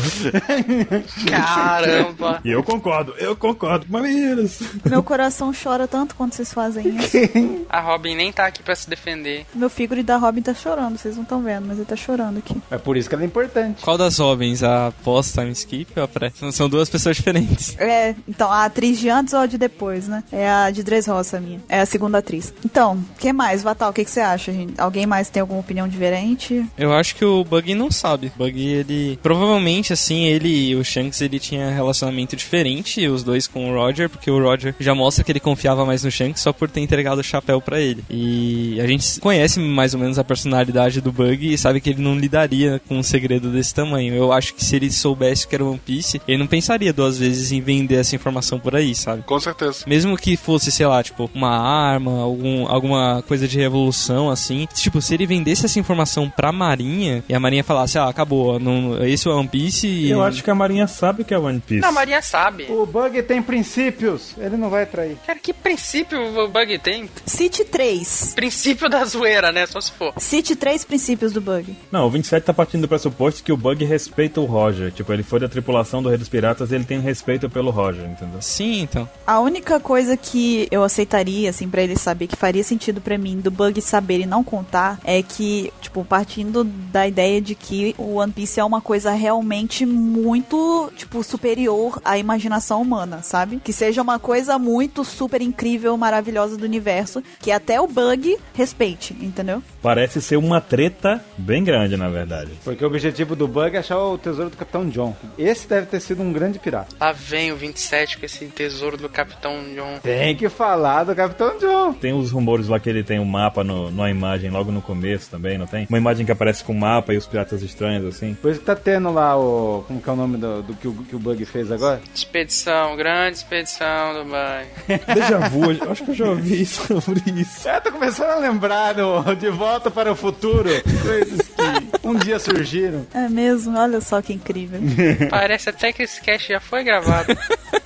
D: caramba.
F: E eu concordo, eu concordo. Maneiras.
A: Meu coração chora tanto quando vocês fazem isso.
D: A Robin nem tá aqui pra se defender.
A: Meu figure da Robin tá chorando, vocês não estão vendo, mas ele tá chorando aqui.
G: É por isso que ela é importante.
E: Qual das Robins? A pós-time skip ou a pré? São- São duas pessoas diferentes.
A: É, então, a atriz de antes ou a de depois, né? É a de Dres Roça, minha. É a segunda atriz. Então, o que mais, Vatal? O que, que você acha, gente? Alguém mais tem alguma opinião diferente?
E: Eu acho que o Buggy não sabe. O Buggy, ele. Provavelmente, assim, ele e o Shanks ele tinha relacionamento diferente, os dois com o Roger, porque o Roger já mostra que ele confiava mais no Shanks só por ter entregado o chapéu pra ele. E a gente conhece mais ou menos a personalidade do Buggy e sabe que ele não lidaria com um segredo desse tamanho. Eu acho que se ele soubesse que era One Piece, ele não pensaria duas vezes em vender essa informação por aí, sabe?
C: Com certeza.
E: Mesmo que fosse, sei lá, tipo, uma arma, algum, alguma coisa de revolução, assim. Tipo, se ele vendesse essa informação pra Marinha, e a Marinha falasse, ah, acabou, não, esse é o One Piece e...
F: Eu acho que a Marinha sabe que é One Piece.
D: Não, a Marinha sabe.
G: O Bug tem princípios. Ele não vai trair.
D: Cara, que princípio o Bug tem?
A: Cite três.
D: Princípio da zoeira, né? Só se for.
A: Cite três princípios do Bug.
F: Não, o 27 tá partindo do pressuposto que o Bug respeita o Roger. Tipo, ele foi da tripulação do Rei dos Piratas e ele tem respeito pelo Roger, entendeu?
E: Sim, então.
A: A única coisa que eu aceitaria, assim, pra ele saber, que faria sentido pra mim, do Bug saber e não contar, é que, tipo, partindo da ideia de que o One Piece é uma coisa realmente muito, tipo, superior à imaginação humana, sabe? Que seja uma coisa muito super incrível, maravilhosa do universo, que até o Bug respeite, entendeu?
F: Parece ser uma treta bem grande, na verdade.
G: Porque o objetivo do Bug é achar o tesouro do Capitão John. Esse deve ter sido um grande pirata.
D: Lá vem o 27 com esse tesouro do Capitão John.
G: Tem que falar do Capitão John.
F: Tem os rumores lá que ele tem um mapa no, numa imagem logo no começo também, não tem? Uma imagem que aparece com o mapa e os piratas estranhos, assim.
G: Por isso que tá tendo lá o. Como que é o nome do, do que, o, que o Bug fez agora?
D: Expedição, grande expedição do banho.
F: Deja vu, eu acho que eu já ouvi sobre isso.
G: É, tô começando a lembrar do De Volta para o Futuro. Coisas que um dia surgiram.
A: É mesmo? Olha só que incrível.
D: Parece até que esse cast já foi gravado.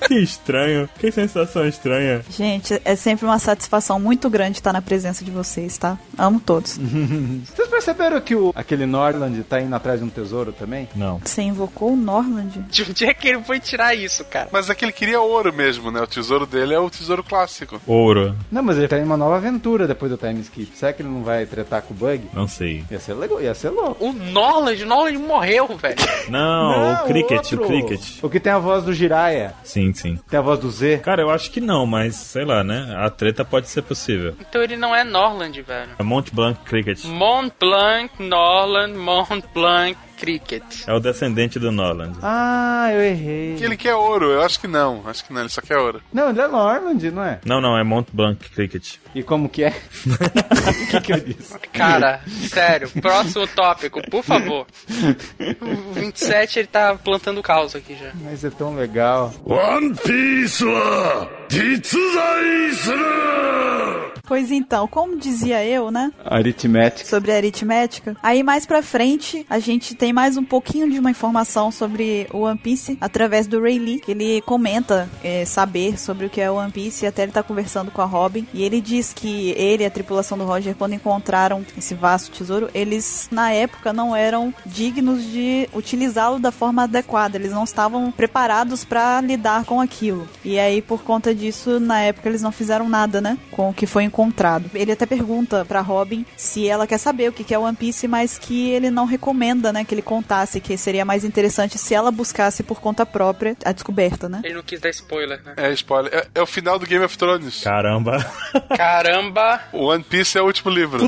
F: Que estranho, que sensação estranha.
A: Gente, é sempre uma satisfação muito grande estar na presença de vocês, tá? Amo todos.
G: Vocês perceberam que o, aquele Norland tá indo atrás de um tesouro também?
F: Não.
A: Você invocou o Norland?
D: De onde é que ele foi tirar isso, cara?
C: Mas é que ele queria ouro mesmo, né? O tesouro dele é o tesouro clássico.
F: Ouro,
G: Não, mas ele tá em uma nova aventura depois do time skip. Será que ele não vai tretar com o bug?
F: não sei.
G: Ia ser legal, ia ser louco.
D: O Norland, o Norland morreu, velho.
F: Não,
G: Não,
F: o cricket,
G: outro.
F: o cricket.
G: O que tem a voz do Jiraya,
F: Sim, sim.
G: tem a voz do Z.
F: Cara, eu acho que não, mas sei lá, né? A treta pode ser possível.
D: Então ele não é Norland, velho.
F: É Mont Blanc Cricket.
D: Mont Blanc, Norland, Mont Blanc, Cricket.
F: É o descendente do Norland.
G: Ah, eu errei.
C: Que ele quer ouro, eu acho que não. Acho que não, ele só quer ouro.
G: Não, ele é Normand, não é?
F: Não, não, é Mont Blanc Cricket.
G: E como que é? O que, que eu disse?
D: Cara, sério, próximo tópico, por favor. O 27 ele tá plantando caos aqui já.
G: Mas é tão legal.
K: One Piece は実在する
A: Pois então, como dizia eu, né?
G: Aritmética.
A: sobre a aritmética. Aí mais pra frente, a gente tem mais um pouquinho de uma informação sobre o One Piece através do Ray Lee, que ele comenta é, saber sobre o que é o One Piece e até ele tá conversando com a Robin. E ele diz que ele e a tripulação do Roger, quando encontraram esse vasto tesouro, eles na época não eram dignos de utilizá-lo da forma adequada, eles não estavam preparados pra lidar com aquilo. E aí, por conta disso, na época eles não fizeram nada, né? Com o que foi encontrado. Ele até pergunta pra Robin se ela quer saber o que que é One Piece, mas que ele não recomenda, né? Que ele contasse, que seria mais interessante se ela buscasse por conta própria a descoberta, né?
D: Ele não quis dar spoiler, né?
C: É spoiler. É, é o final do Game of Thrones.
F: Caramba.
D: Caramba!
C: O One Piece é o último livro.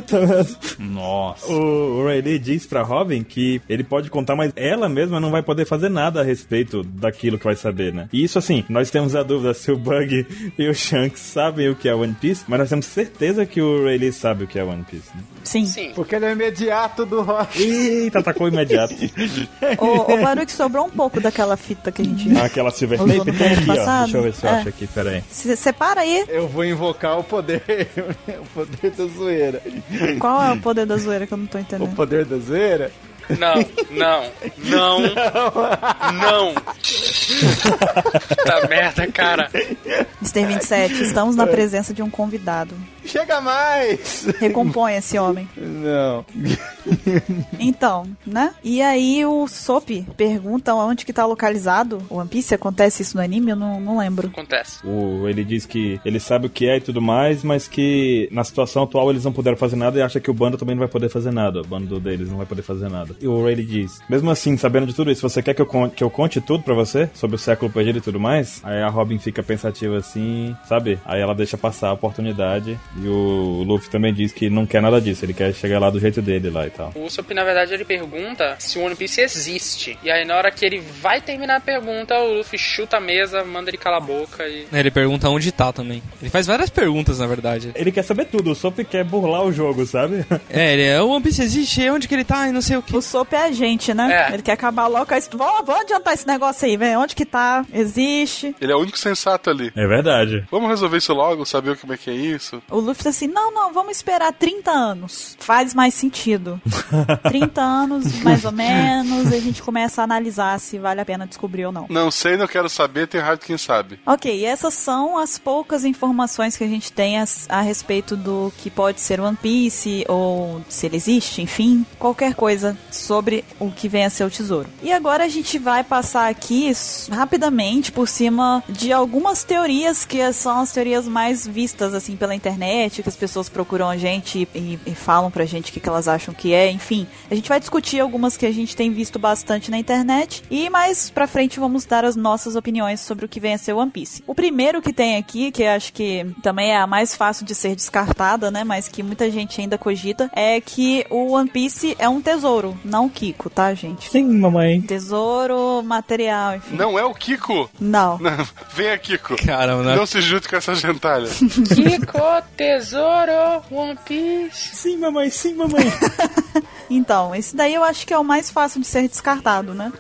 G: Nossa.
F: O Ray Lee diz pra Robin que ele pode contar, mas ela mesma não vai poder fazer nada a respeito daquilo que vai saber, né? E isso, assim, nós temos a dúvida se o Bug e o Shanks sabem o que é One Piece, mas nós temos certeza que o Ray Lee sabe o que é One Piece, né?
A: Sim.
D: Sim.
G: Porque ele é imediato do rock.
F: Eita, atacou imediato.
A: O, o Baruch sobrou um pouco daquela fita que a gente.
F: Aquela Silver
A: Usou no
F: Tape tem aqui, ó.
A: passado.
F: Deixa eu ver se eu
A: É.
F: acho aqui, peraí.
A: Se separa aí
G: Eu vou invocar o poder. o poder da zoeira.
A: qual é o poder da zoeira que eu não tô
G: O
A: entendendo.
G: poder da zoeira?
D: Não, não, não, não. Tá merda, cara.
A: Mr. 27, estamos na presença de um convidado.
G: Chega mais!
A: Recompõe esse homem.
G: Não.
A: Então, né? E aí o Sop pergunta onde que tá localizado o One Piece. Acontece isso no anime? Eu não, não lembro.
D: Acontece.
F: O, ele diz que ele sabe o que é e tudo mais, mas que na situação atual eles não puderam fazer nada e acha que o bando também não vai poder fazer nada. O bando deles não vai poder fazer nada. E o Rayleigh diz: Mesmo assim, sabendo de tudo isso, você quer que eu, con- que eu conte tudo pra você? Sobre o século perdido e tudo mais? Aí a Robin fica pensativa assim, sabe? Aí ela deixa passar a oportunidade. E o Luffy também diz que não quer nada disso, ele quer chegar lá do jeito dele lá e tal.
D: O Usopp, na verdade, ele pergunta se o One Piece existe. E aí, na hora que ele vai terminar a pergunta, o Luffy chuta a mesa, manda ele calar a boca e...
E: Ele pergunta onde tá também. Ele faz várias perguntas, na verdade.
F: Ele quer saber tudo, o Sop quer burlar o jogo, sabe?
E: É, ele é, o One Piece existe, onde que ele tá e não sei o que.
A: O Sop é a gente, né?
D: É.
A: Ele quer acabar logo com isso. Vou, vou adiantar esse negócio aí, velho. Onde que tá? Existe.
C: Ele é o único sensato ali.
F: É verdade.
C: Vamos resolver isso logo, saber como é que é isso.
A: O Luffy tá assim: não, não, vamos esperar 30 anos. Faz mais sentido. 30 anos, mais ou menos, e a gente começa a analisar se vale a pena descobrir ou não.
C: Não sei, não quero saber, tem rádio quem sabe.
A: Ok, e essas são as poucas informações que a gente tem as- a, respeito do que pode ser One Piece ou se ele existe, enfim, qualquer coisa sobre o que vem a ser o tesouro. E agora a gente vai passar aqui s- rapidamente por cima de algumas teorias que são as teorias mais vistas assim pela internet internet, que as pessoas procuram a gente e, e falam pra gente o que, que elas acham que é, enfim. A gente vai discutir algumas que a gente tem visto bastante na internet e mais pra frente vamos dar as nossas opiniões sobre o que vem a ser One Piece. O primeiro que tem aqui, que eu acho que também é a mais fácil de ser descartada, né, mas que muita gente ainda cogita, é que o One Piece é um tesouro, não o Kiko, tá, gente?
L: Sim, mamãe.
A: Tesouro, material, enfim.
C: Não é o Kiko?
A: Não.
C: Não, Venha, Kiko.
E: Caramba,
C: Não
E: né?
C: se junte com essa gentalha.
D: Kiko, tesouro, One Piece.
L: Sim, mamãe, sim, mamãe.
A: Então, esse daí eu acho que é o mais fácil de ser descartado, né?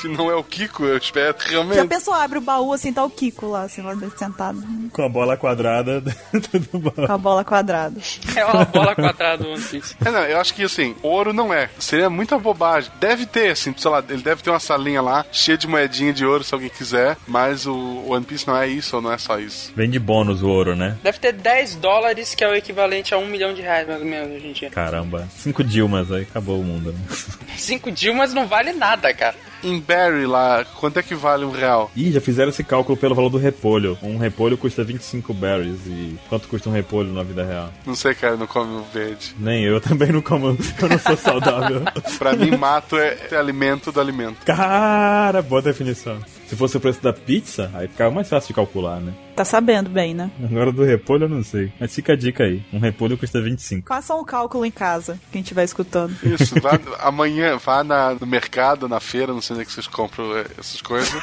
C: Que não é o Kiko, eu espero
A: Já
C: realmente.
A: pensou, abre o baú assim, tá o Kiko lá, assim, lá dentro, sentado, né,
F: Com a bola quadrada dentro do baú.
A: com a bola quadrada.
D: É uma bola quadrada do One Piece.
C: É, não, eu acho que assim, ouro não é. Seria muita bobagem. Deve ter, assim, sei lá, ele deve ter uma salinha lá, cheia de moedinha de ouro, se alguém quiser. Mas o One Piece não é isso, ou não é só isso.
F: Vem de bônus o ouro, né?
D: Deve ter 10 dólares, que é o equivalente a 1 milhão de reais, mais ou menos, hoje em dia.
F: Caramba. Cinco Dilmas, aí acabou o mundo. Né?
D: 5 Dilmas não vale nada, cara.
C: Em Barry lá, quanto é que vale um real?
F: Ih, já fizeram esse cálculo pelo valor do repolho. Um repolho custa 25 berries. E quanto custa um repolho na vida real?
C: Não sei, cara, não come o verde.
F: Nem eu também não como, eu não sou saudável.
C: Pra mim, mato é, é alimento do alimento.
F: Cara, boa definição. Se fosse o preço da pizza, aí ficava mais fácil de calcular, né?
A: Tá sabendo bem, né?
F: Agora do repolho eu não sei. Mas fica a dica aí. Um repolho custa 25.
A: Façam o um cálculo em casa, quem estiver escutando.
C: Isso, vá, amanhã vá na- no mercado, na feira, não sei onde é que vocês compram é, essas coisas.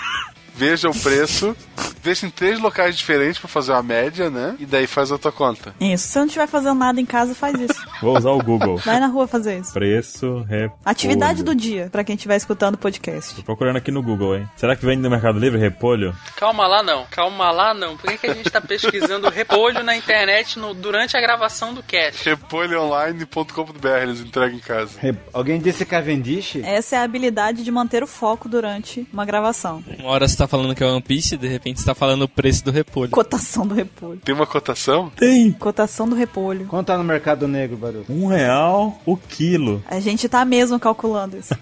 C: Veja o preço, veja em três locais diferentes pra fazer uma média, né? E daí faz a tua conta.
A: Isso, se você não estiver fazendo nada em casa, faz isso.
F: Vou usar o Google.
A: Vai na rua fazer isso.
F: Preço, repolho.
A: Atividade do dia, pra quem estiver escutando o podcast.
F: Tô procurando aqui no Google, hein? Será que vende no Mercado Livre repolho?
D: Calma lá não, calma lá não. Por que, que a gente tá pesquisando repolho na internet no- durante a gravação do cast?
C: Repolhoonline.com.br, eles entregam em casa.
G: Re- Alguém disse Cavendish?
A: Essa é a habilidade de manter o foco durante uma gravação.
E: Uma hora você tá falando que é One Piece, de repente você tá falando o preço do repolho.
A: Cotação do repolho.
C: Tem uma cotação?
F: Tem!
A: Cotação do repolho.
G: Quanto tá no mercado negro, Baru?
F: Um real o quilo.
A: A gente tá mesmo calculando isso.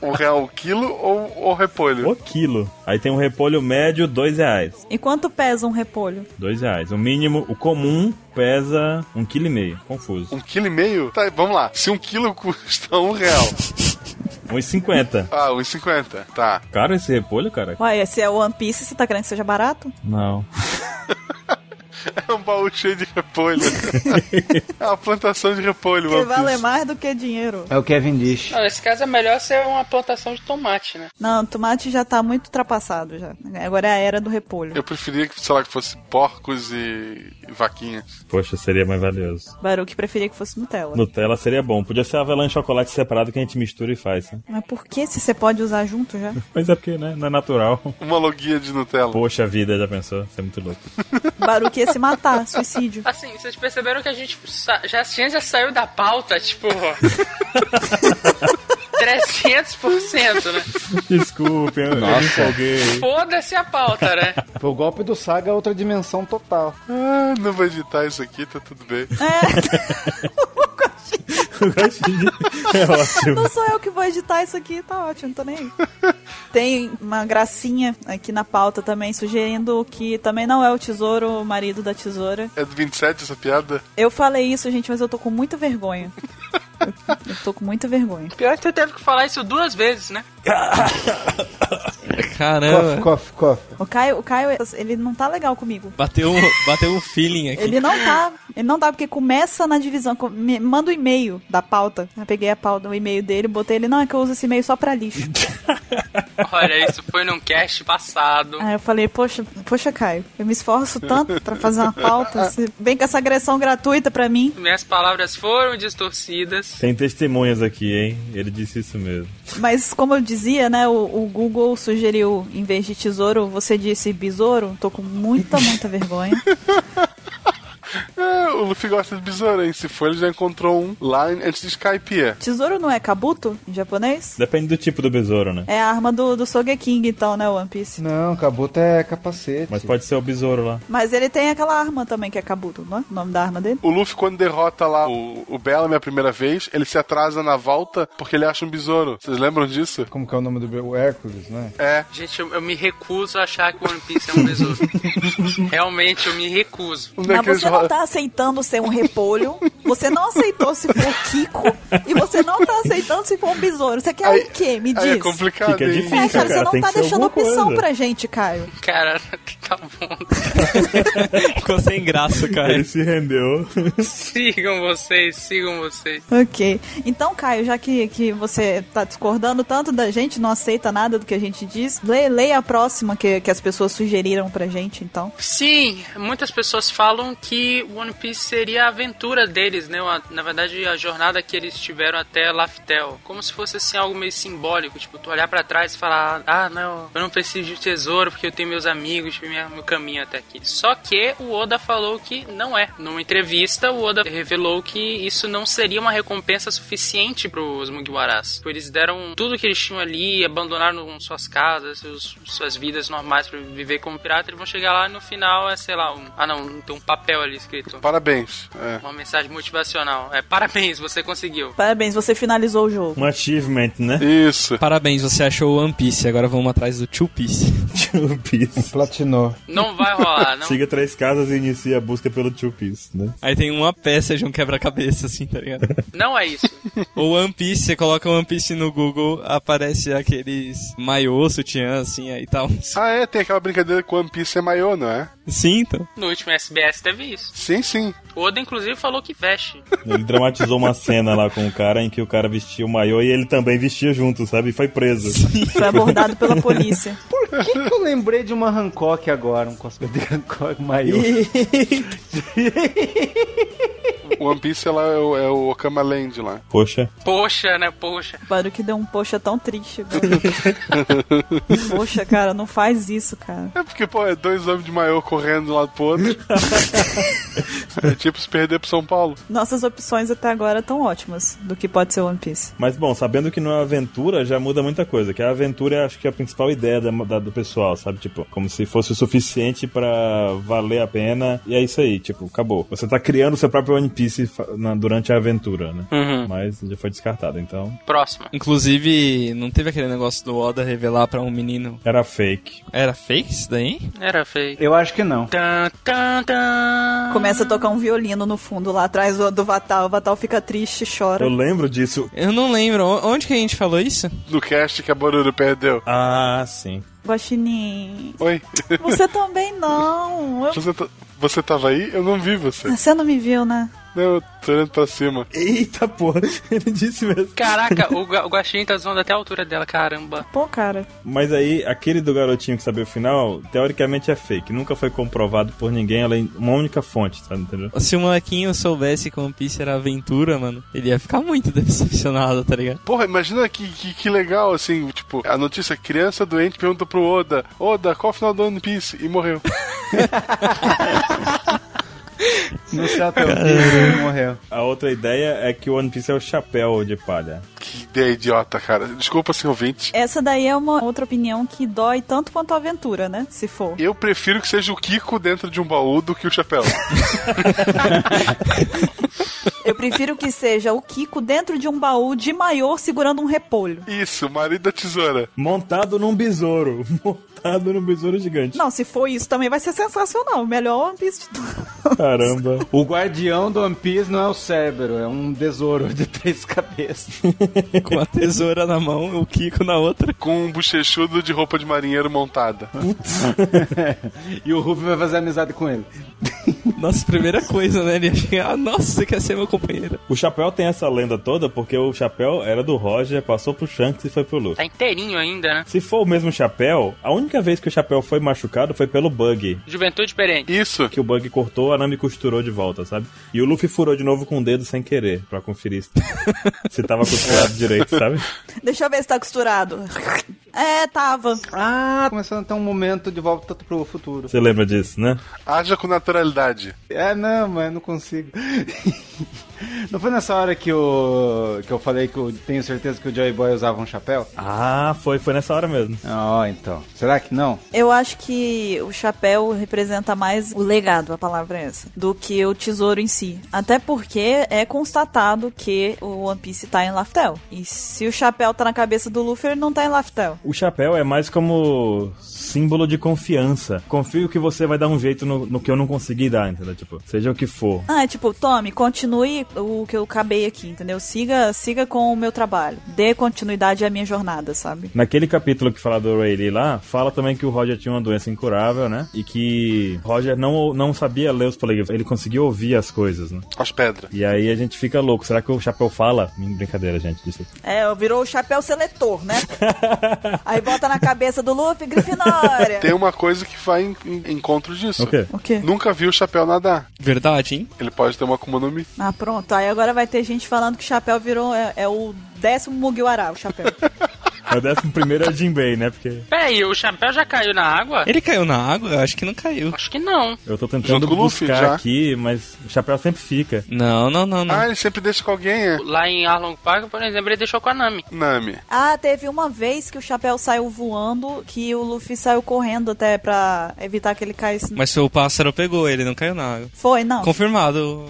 C: Um real o quilo ou o repolho?
F: O quilo. Aí tem um repolho médio, dois reais.
A: E quanto pesa um repolho?
F: Dois reais. O mínimo, o comum, pesa um quilo e meio. Confuso.
C: Um quilo e meio? Tá, vamos lá. Se um quilo custa um real.
F: Uns 50.
C: Ah, 1,50. Tá.
F: Caro esse repolho, cara?
A: Uai, se é One Piece, você tá querendo que seja barato?
F: Não.
C: É um baú cheio de repolho. é uma plantação de repolho,
A: Que
C: mano.
A: vale mais do que dinheiro.
G: É o Kevin Dish.
D: Não, nesse caso é melhor ser uma plantação de tomate, né?
A: Não, tomate já tá muito ultrapassado já. Agora é a era do repolho.
C: Eu preferia que, sei lá, que fosse porcos e, e vaquinhas.
F: Poxa, seria mais valioso.
A: Baruque preferia que fosse Nutella.
F: Nutella seria bom. Podia ser avelã e chocolate separado que a gente mistura e faz. Né?
A: Mas por que se você pode usar junto já?
F: Mas é porque, né? Não é natural.
C: Uma loguia de Nutella.
F: Poxa vida, já pensou? Isso é muito louco.
A: Baruque ia se matar, suicídio.
D: Assim, vocês perceberam que a gente sa- já, a gente já saiu da pauta, tipo... 300%, né?
F: Desculpe, eu, eu me empolguei.
D: Foda-se a pauta, né?
G: Foi o golpe do Saga outra dimensão total.
C: Ah, não vou editar isso aqui, tá tudo bem.
F: Eu gostei. É ótimo.
A: Não sou eu que vou editar isso aqui, tá ótimo, não tô nem aí. Tem uma gracinha aqui na pauta também, sugerindo que também não é o tesouro, o marido da tesoura.
C: É do 27 essa piada?
A: Eu falei isso, gente, mas eu tô com muita vergonha. Eu, eu tô com muita vergonha.
D: Pior que tu teve que falar isso duas vezes, né?
E: Caramba,
G: Cof, cof, cof.
A: O Caio, o Caio, ele não tá legal comigo.
E: bateu, bateu o feeling aqui.
A: Ele não tá. Ele não tá, porque começa na divisão. com- me- manda o e-mail da pauta. Eu peguei a pauta, o e-mail dele, botei ele. Não, é que eu uso esse e-mail só pra lixo.
D: Olha, isso foi num cast passado.
A: Aí eu falei, poxa, poxa, Caio, eu me esforço tanto pra fazer uma pauta. Você vem com essa agressão gratuita pra mim.
D: Minhas palavras foram distorcidas.
F: Tem testemunhas aqui, hein? Ele disse isso mesmo.
A: Mas como eu dizia, né, o, o Google sugeriu, em vez de tesouro, você disse besouro. Tô com muita, muita vergonha.
C: Ah, o Luffy gosta de besouro, hein? Se for, ele já encontrou um lá antes de Skype. é.
A: Tesouro não é kabuto em japonês?
F: Depende do tipo do besouro, né?
A: É a arma do, do Sogeking, então, né, One Piece?
G: Não, Kabuto é capacete.
F: Mas pode ser o besouro lá.
A: Mas ele tem aquela arma também que é kabuto, não é? O nome da arma dele?
C: O Luffy, quando derrota lá o, o Bellamy a primeira vez, ele se atrasa na volta porque ele acha um besouro. Vocês lembram disso?
G: Como que é o nome do be- o Hércules, né?
C: É.
D: Gente, eu, eu me recuso a achar que One Piece é um besouro. Realmente, eu me recuso.
C: Um
A: Mas
C: daqueles
A: você não
C: ro-
A: tá aceitando aceitando ser um repolho, você não aceitou se for o Kiko, e você não tá aceitando se for um besouro. Você quer
C: Aí-
A: o quê? Me diz.
C: Aí é complicado.
F: Fica
C: hein?
A: É,
F: difícil.
A: cara,
F: Cara,
A: você não
F: tem
A: tá
F: que ser
A: deixando
F: alguma
A: opção
F: coisa.
A: pra gente, Caio.
D: Cara, tá bom.
E: Ficou sem graça, cara.
F: Ele se rendeu.
D: Sigam vocês, sigam vocês.
A: Ok. Então, Caio, já que, que você tá discordando tanto da gente, não aceita nada do que a gente diz, lê, leia a próxima que, que as pessoas sugeriram pra gente, então.
D: Sim, muitas pessoas falam que One Piece seria a aventura deles, né? Uma- na verdade, a jornada que eles tiveram até Laftel. Como se fosse assim algo meio simbólico, tipo, tu olhar pra trás e falar: "Ah, não, eu não preciso de tesouro porque eu tenho meus amigos, tive minha- meu caminho até aqui". Só que o Oda falou que não é. Numa entrevista, o Oda revelou que isso não seria uma recompensa suficiente para os Mugiwaras. Tipo, Eles deram tudo que eles tinham ali, abandonaram suas casas, seus- suas vidas normais para viver como pirata. Eles vão chegar lá e no final é, sei lá, um, ah não, tem um papel ali escrito.
C: Parabéns. É.
D: Uma mensagem motivacional. É, parabéns, você conseguiu.
A: Parabéns, você finalizou o jogo.
F: Um achievement, né?
C: Isso.
E: Parabéns, você achou o One Piece, agora vamos atrás do Two Piece.
F: Two Piece.
G: Platinou.
D: Não vai rolar, não.
F: Siga três casas e inicia a busca pelo Two Piece, né?
E: Aí tem uma peça de um quebra-cabeça, assim, tá ligado?
D: Não é isso.
E: O One Piece, você coloca One Piece no Google, aparece aqueles maiô, sutiã, assim, aí tal.
C: Ah, é, tem aquela brincadeira com One Piece é maior, não é?
E: Sim, então.
D: No último SBS teve isso.
C: Sim, sim.
D: O Oda, inclusive, falou que veste.
F: Ele dramatizou uma cena lá com o cara em que o cara vestia o maiô e ele também vestia junto, sabe? E foi preso.
A: Foi abordado pela polícia.
G: Por que, que eu lembrei de uma Hancock agora? Um cosplay de Hancock maior.
C: O One Piece é, lá, é, o, é o Okama Land lá.
F: Poxa.
D: Poxa, né? Poxa.
A: Barulho que deu um poxa tão triste agora. poxa, cara, não faz isso, cara.
C: É porque, pô, é dois homens de maior correndo de um lado pro outro. é tipo se perder pro São Paulo.
A: Nossas opções até agora estão ótimas do que pode ser One Piece.
F: Mas bom, sabendo que não é aventura, já muda muita coisa. Que a aventura acho que é a principal ideia da, da- do pessoal, sabe? Tipo, como se fosse o suficiente pra valer a pena. E é isso aí, tipo, acabou. Você tá criando seu próprio One Piece fa- na- durante a aventura, né? Mas já foi descartado, então
D: Próxima.
E: Inclusive, não teve aquele negócio do Oda revelar pra um menino.
F: era fake.
E: Era fake isso daí?
D: Era feio.
G: Eu acho que não.
D: Tan, tan, tan.
A: Começa a tocar um violino no fundo lá atrás do, do Vatal. O Vatal fica triste, chora.
F: Eu lembro disso.
E: Eu não lembro. O- Onde que a gente falou isso?
C: No cast que a Boruru perdeu.
F: Ah, sim.
A: Guaxinim,
C: Oi.
A: você também não. Eu-
C: Você, tá- você tava aí? Eu não vi você.
A: Você não me viu, né?
C: Não, eu tô olhando pra cima.
F: Eita porra, ele disse mesmo.
D: Caraca, o, Gua- o Guaxinim tá zoando até a altura dela, caramba.
A: Pô, cara.
F: Mas aí, aquele do garotinho que sabia o final, teoricamente é fake. Nunca foi comprovado por ninguém, além uma única fonte, sabe? Entendeu?
E: Se o molequinho soubesse que One Piece era aventura, mano, ele ia ficar muito decepcionado, tá ligado?
C: Porra, imagina que, que, que legal, assim, tipo, a notícia, criança doente pergunta pro Oda, Oda, qual é o final do One Piece? E morreu.
G: No céu teu filho morreu.
F: A outra ideia é que o One Piece é o chapéu de palha.
C: que ideia idiota, cara. Desculpa, senhor ouvinte.
A: Essa daí é uma outra opinião que dói tanto quanto a aventura, né? Se for.
C: Eu prefiro que seja o Kiko dentro de um baú do que o chapéu.
A: Eu prefiro que seja o Kiko dentro de um baú de maior segurando um repolho.
C: Isso, marido da tesoura.
F: Montado num besouro. Montado num besouro gigante.
A: Não, se for isso também vai ser sensacional. Melhor One Piece de tudo.
F: Caramba.
G: O guardião do One Piece não é o Cérebro, é um besouro de três cabeças.
E: Com a tesoura na mão, o Kiko na outra.
C: Com um bochechudo de roupa de marinheiro montada.
G: e o Ruffy vai fazer amizade com ele.
E: Nossa, primeira coisa, né? Ele ia chegar, ah, nossa, você quer ser meu companheiro.
F: O chapéu tem essa lenda toda porque o chapéu era do Roger, passou pro Shanks e foi pro Luffy.
D: Tá inteirinho ainda, né?
F: Se for o mesmo chapéu, a única vez que o chapéu foi machucado foi pelo Bug.
D: Juventude perene.
C: Isso.
F: Que o Bug cortou, a Nami costurou de volta, sabe? E o Luffy furou de novo com o dedo sem querer, pra conferir se, se tava costurado direito, sabe?
A: Deixa eu ver se tá costurado. É, tava.
G: Ah, começando a ter um momento de volta pro futuro.
F: Você lembra disso, né?
C: Haja com naturalidade.
G: É, não, mas não consigo. não foi nessa hora que, o, que eu falei que eu tenho certeza que o Joy Boy usava um chapéu?
F: Ah, foi, foi nessa hora mesmo.
G: Ah, ó, então. Será que não?
A: Eu acho que o chapéu representa mais o legado, a palavra é essa, do que o tesouro em si. Até porque é constatado que o One Piece tá em Laftel. E se o chapéu tá na cabeça do Luffy, ele não tá em Laftel.
F: O chapéu é mais como símbolo de confiança. Confio que você vai dar um jeito no, no que eu não consegui dar, entendeu? Tipo, seja o que for.
A: Ah, é tipo, tome, continue o que eu acabei aqui, entendeu? Siga, siga com o meu trabalho. Dê continuidade à minha jornada, sabe?
F: Naquele capítulo que fala do Rayleigh lá, fala também que o Roger tinha uma doença incurável, né? E que Roger não, não sabia ler os polígrafos. Ele conseguiu ouvir as coisas, né?
C: As pedras.
F: E aí a gente fica louco. Será que o chapéu fala? Hum, Brincadeira, gente. Isso aqui.
A: É, virou o chapéu seletor, né? Aí bota na cabeça do Luffy, Grifinória.
C: Tem uma coisa que vai em, em encontro disso.
F: O quê?
A: O quê?
C: Nunca vi o chapéu nadar.
E: Verdade, hein?
C: Ele pode ter uma Akuma no Mi.
A: Ah, pronto. Aí agora vai ter gente falando que o chapéu virou. É, é o décimo Mugiwara, o chapéu.
F: É O décimo primeiro é o Jinbei, né? Porque
D: Peraí, o chapéu já caiu na água?
E: Ele caiu na água? Eu acho que não caiu.
D: Acho que não.
F: eu tô tentando
C: Junto com o Luffy,
F: buscar
C: já.
F: aqui, mas o chapéu sempre fica.
E: Não, não, não, não.
C: Ah, ele sempre deixa com alguém, é?
D: Lá em Arlong Park, por exemplo, ele deixou com a Nami.
C: Nami.
A: Ah, teve uma vez que o chapéu saiu voando, que o Luffy saiu correndo até pra evitar que ele caísse.
E: Mas o pássaro pegou ele, não caiu na água.
A: Foi, não.
E: Confirmado.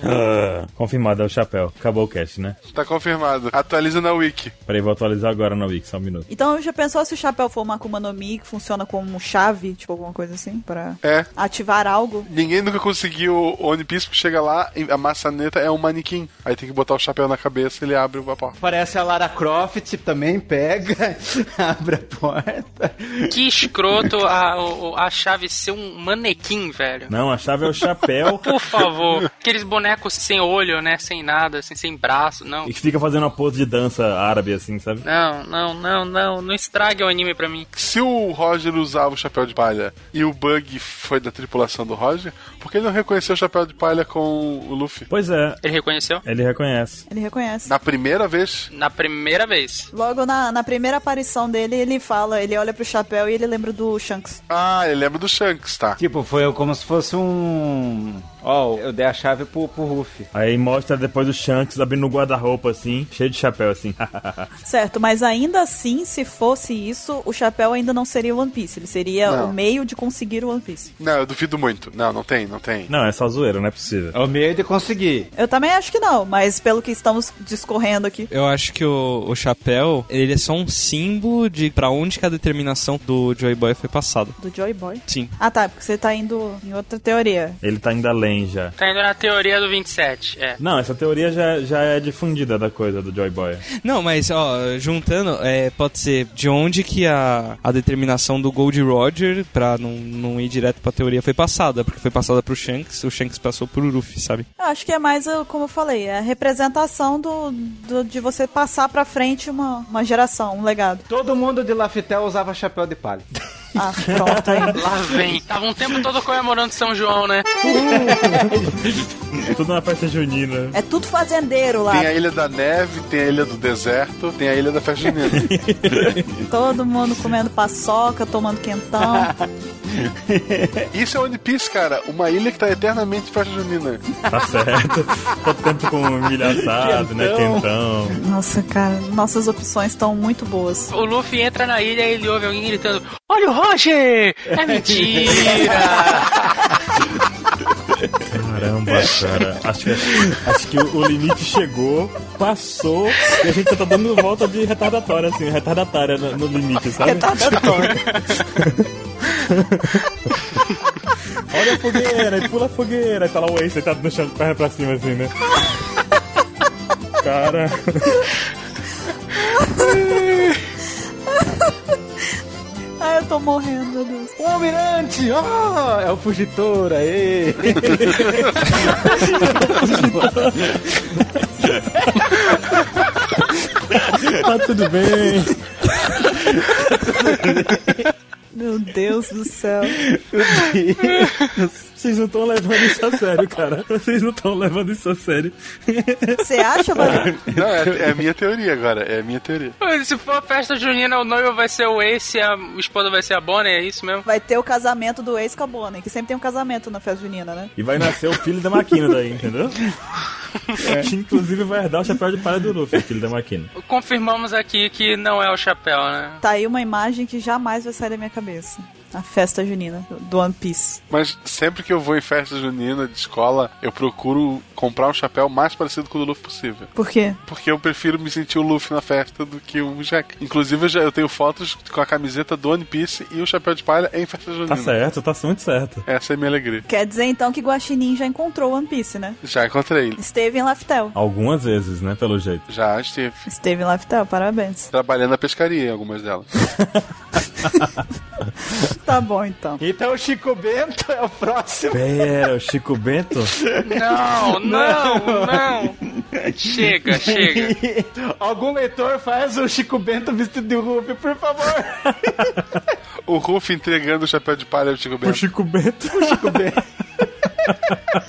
F: Confirmado, é o chapéu. Acabou o cast, né?
C: Tá confirmado. Atualiza na wiki.
F: Peraí, vou atualizar agora na Wiki, só um minuto.
A: Então já pensou se o chapéu for uma Akuma no Mi que funciona como chave, tipo alguma coisa assim, pra
C: É.
A: ativar algo?
C: Ninguém nunca conseguiu o One Piece, porque chega lá, e a maçaneta é um manequim. Aí tem que botar o chapéu na cabeça, ele abre uma porta.
G: Parece a Lara Croft tipo, também, pega, abre a porta.
D: Que escroto a, o- a chave ser um manequim, velho.
F: Não, a chave é o chapéu
D: Por favor. Aqueles bonecos sem olho, né? Sem nada, assim, sem braço. Não.
F: e que fica fazendo uma pose de dança árabe, assim, sabe?
D: Não, não, não, não. Não estrague o anime pra mim.
C: Se o Roger usava o chapéu de palha e o Bug foi da tripulação do Roger, por que ele não reconheceu o chapéu de palha com o Luffy?
F: Pois é,
D: Ele reconheceu?
F: ele reconhece.
A: Ele reconhece.
C: Na primeira vez,
D: Na primeira vez.
A: Logo na, na primeira aparição dele, ele fala, ele olha pro chapéu e ele lembra do Shanks.
C: ah, ele lembra do Shanks, tá?
G: Tipo, foi como se fosse um. Ó, eu dei a chave pro, pro Ruff.
F: Aí mostra depois o Shanks abrindo o guarda-roupa, assim, cheio de chapéu, assim.
A: Certo, mas ainda assim, se fosse isso, o chapéu ainda não seria o One Piece. Ele seria
C: Não.
A: o meio de conseguir o One Piece.
C: Não, eu duvido muito. Não, não tem, não tem.
F: não, é só zoeira, não é possível.
G: É o meio de conseguir.
A: Eu também acho que não, mas pelo que estamos discorrendo aqui.
E: Eu acho que o, o chapéu, ele é só um símbolo de pra onde que a determinação do Joy Boy foi passada.
A: Do Joy Boy?
E: Sim.
A: Ah tá, porque você tá indo em outra teoria.
F: Ele tá ainda além já.
D: Tá indo na teoria do 27, é.
F: Não, essa teoria já, já é difundida da coisa do Joy Boy.
E: Não, mas ó, juntando, é, pode ser de onde que a, a determinação do Gold Roger, pra não, não ir direto pra teoria, foi passada. Porque foi passada pro Shanks, o Shanks passou pro Luffy, sabe?
A: Eu acho que é mais, eu- como eu falei, é a representação do, do- de você passar pra frente uma, uma geração, um legado.
G: Todo mundo de Laftel usava chapéu de palha.
A: Ah, pronto aí.
D: Lá vem. Tava um tempo todo comemorando São João, né?
F: É tudo na festa junina.
A: É tudo fazendeiro lá.
C: Tem a Ilha da Neve, tem a Ilha do Deserto, tem a Ilha da Festa Junina.
A: Todo mundo comendo paçoca, tomando quentão.
C: Isso é One Piece, cara. Uma ilha que tá eternamente em Festa Junina.
F: Tá certo. Todo tempo com milho assado, né? Quentão.
A: Nossa, cara, nossas opções estão muito boas.
D: O Luffy entra na ilha e ele ouve alguém gritando: Olha o Roger! É mentira!
F: Caramba, cara. Acho que, acho que o, o limite chegou, passou, e a gente tá dando volta de retardatória, assim, retardatária no, no limite, sabe?
A: Retardatório.
F: Olha a fogueira, e pula a fogueira, e tá lá o Ace, tá no chão de perna pra cima, assim, né? Cara,
A: Ai, Ah, eu tô morrendo, meu Deus.
G: O almirante! ó, É o fugitor, aê!
F: tá tudo bem.
A: Meu Deus do céu.
F: Vocês não estão levando isso a sério, cara. Vocês não estão levando isso a sério.
A: Você acha, mano?
C: Não, é, é a minha teoria agora. É a minha teoria.
D: Se for a festa junina, o noivo vai ser o Ace e a esposa vai ser a Bonnie, é isso mesmo?
A: Vai ter o casamento do ex com a Bonnie, que sempre tem um casamento na festa junina, né?
F: E vai nascer o filho da Maquina daí, entendeu? Que inclusive vai herdar o chapéu de palha do Luffy, o filho da Maquina.
D: Confirmamos aqui que não é o chapéu, né?
A: Tá aí uma imagem que jamais vai sair da minha cabeça. A festa junina do One Piece.
C: Mas sempre que eu vou em festa junina de escola, eu procuro comprar um chapéu mais parecido com o do Luffy possível.
A: Por quê?
C: Porque eu prefiro me sentir o Luffy na festa do que o Jack. Inclusive, eu, já, eu tenho fotos com a camiseta do One Piece e o chapéu de palha em festa
F: Tá
C: junina.
F: certo, tá muito certo.
C: Essa é a minha alegria.
A: Quer dizer então que Guaxinim já encontrou One Piece, né?
C: Já encontrei ele.
A: Esteve em Laftel.
F: Algumas vezes, né, pelo jeito.
C: Já esteve.
A: Esteve em Laftel, parabéns.
C: Trabalhando na pescaria em algumas delas.
A: Tá bom então.
G: Então o Chico Bento é o próximo.
F: Pera, o Chico Bento?
D: Não, não, não. Chega, chega.
G: Algum leitor faz o Chico Bento vestido de Luffy, por favor.
C: O Ruff entregando o chapéu de palha ao Chico
F: O
C: Bento.
F: Chico Bento.
G: Chico Bento.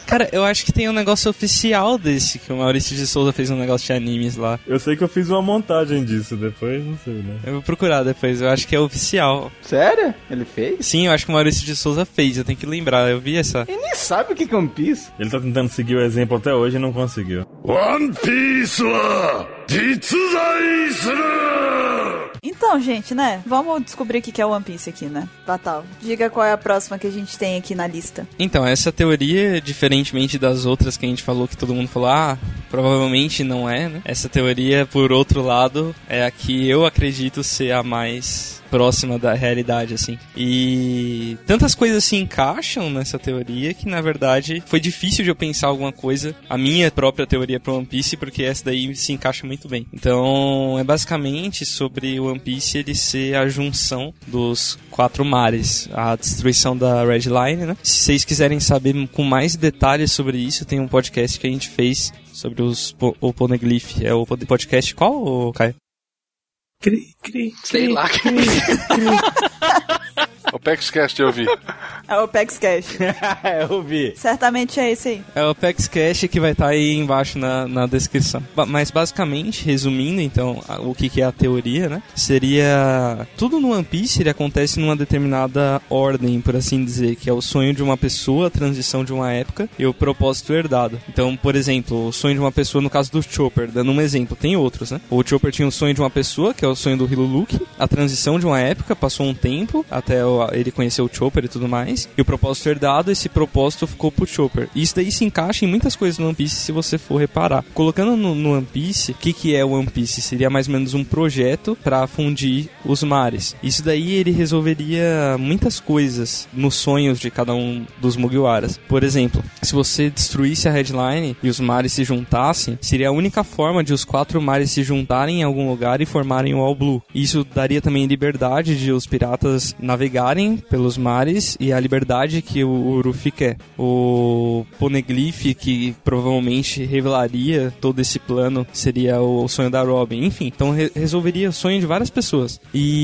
E: Cara, eu acho que tem um negócio oficial desse, que o Maurício de Souza fez um negócio de animes lá.
F: Eu sei que eu fiz uma montagem disso depois, não sei, né?
E: Eu vou procurar depois, eu acho que é oficial.
G: Sério? Ele fez?
E: Sim, eu acho que o Maurício de Souza fez, eu tenho que lembrar, eu vi essa.
G: Ele nem sabe o que é One Piece.
F: Ele tá tentando seguir o exemplo até hoje e não conseguiu.
K: ワンピースは実在する
A: Então, gente, né? Vamos descobrir o que que é One Piece aqui, né? Natal. Diga qual é a próxima que a gente tem aqui na lista.
E: Então, essa teoria, diferentemente das outras que a gente falou, que todo mundo falou, ah, provavelmente não é, né? Essa teoria, por outro lado, é a que eu acredito ser a mais próxima da realidade, assim. E tantas coisas se encaixam nessa teoria que, na verdade, foi difícil de eu pensar alguma coisa, a minha própria teoria para One Piece, porque essa daí se encaixa muito bem. Então, é basicamente sobre o One Piece ele ser a junção dos quatro mares, a destruição da Red Line, né? Se vocês quiserem saber com mais detalhes sobre isso, tem um podcast que a gente fez sobre os po- o Poneglyph. É o pod- podcast qual, ô, Caio?
L: Cri, cri,
D: Sei lá.
C: O PaxCast eu vi.
A: É o Pex Cash.
G: É, eu vi.
A: Certamente é esse aí.
E: É o Apex Cash que vai estar aí embaixo na, na descrição. Ba- Mas basicamente, resumindo então a- o que, que é a teoria, né? Seria. Tudo no One Piece ele acontece numa determinada ordem, por assim dizer, que é o sonho de uma pessoa, a transição de uma época e o propósito herdado. Então, por exemplo, o sonho de uma pessoa, no caso do Chopper, dando um exemplo, tem outros, né? O Chopper tinha o sonho de uma pessoa, que é o sonho do Hiluluki, a transição de uma época, passou um tempo até o- ele conhecer o Chopper e tudo mais, e o propósito herdado, esse propósito ficou pro Chopper. E isso daí se encaixa em muitas coisas no One Piece, se você for reparar. Colocando no, no One Piece, o que, que é o One Piece? Seria mais ou menos um projeto para fundir os mares. Isso daí ele resolveria muitas coisas nos sonhos de cada um dos Mugiwaras. Por exemplo, se você destruísse a Headline e os mares se juntassem, seria a única forma de os quatro mares se juntarem em algum lugar e formarem o All Blue. Isso daria também liberdade de os piratas navegarem pelos mares e a liberdade que o Uruf quer. O Poneglyph, que provavelmente revelaria todo esse plano, seria o sonho da Robin. Enfim, então re- resolveria o sonho de várias pessoas.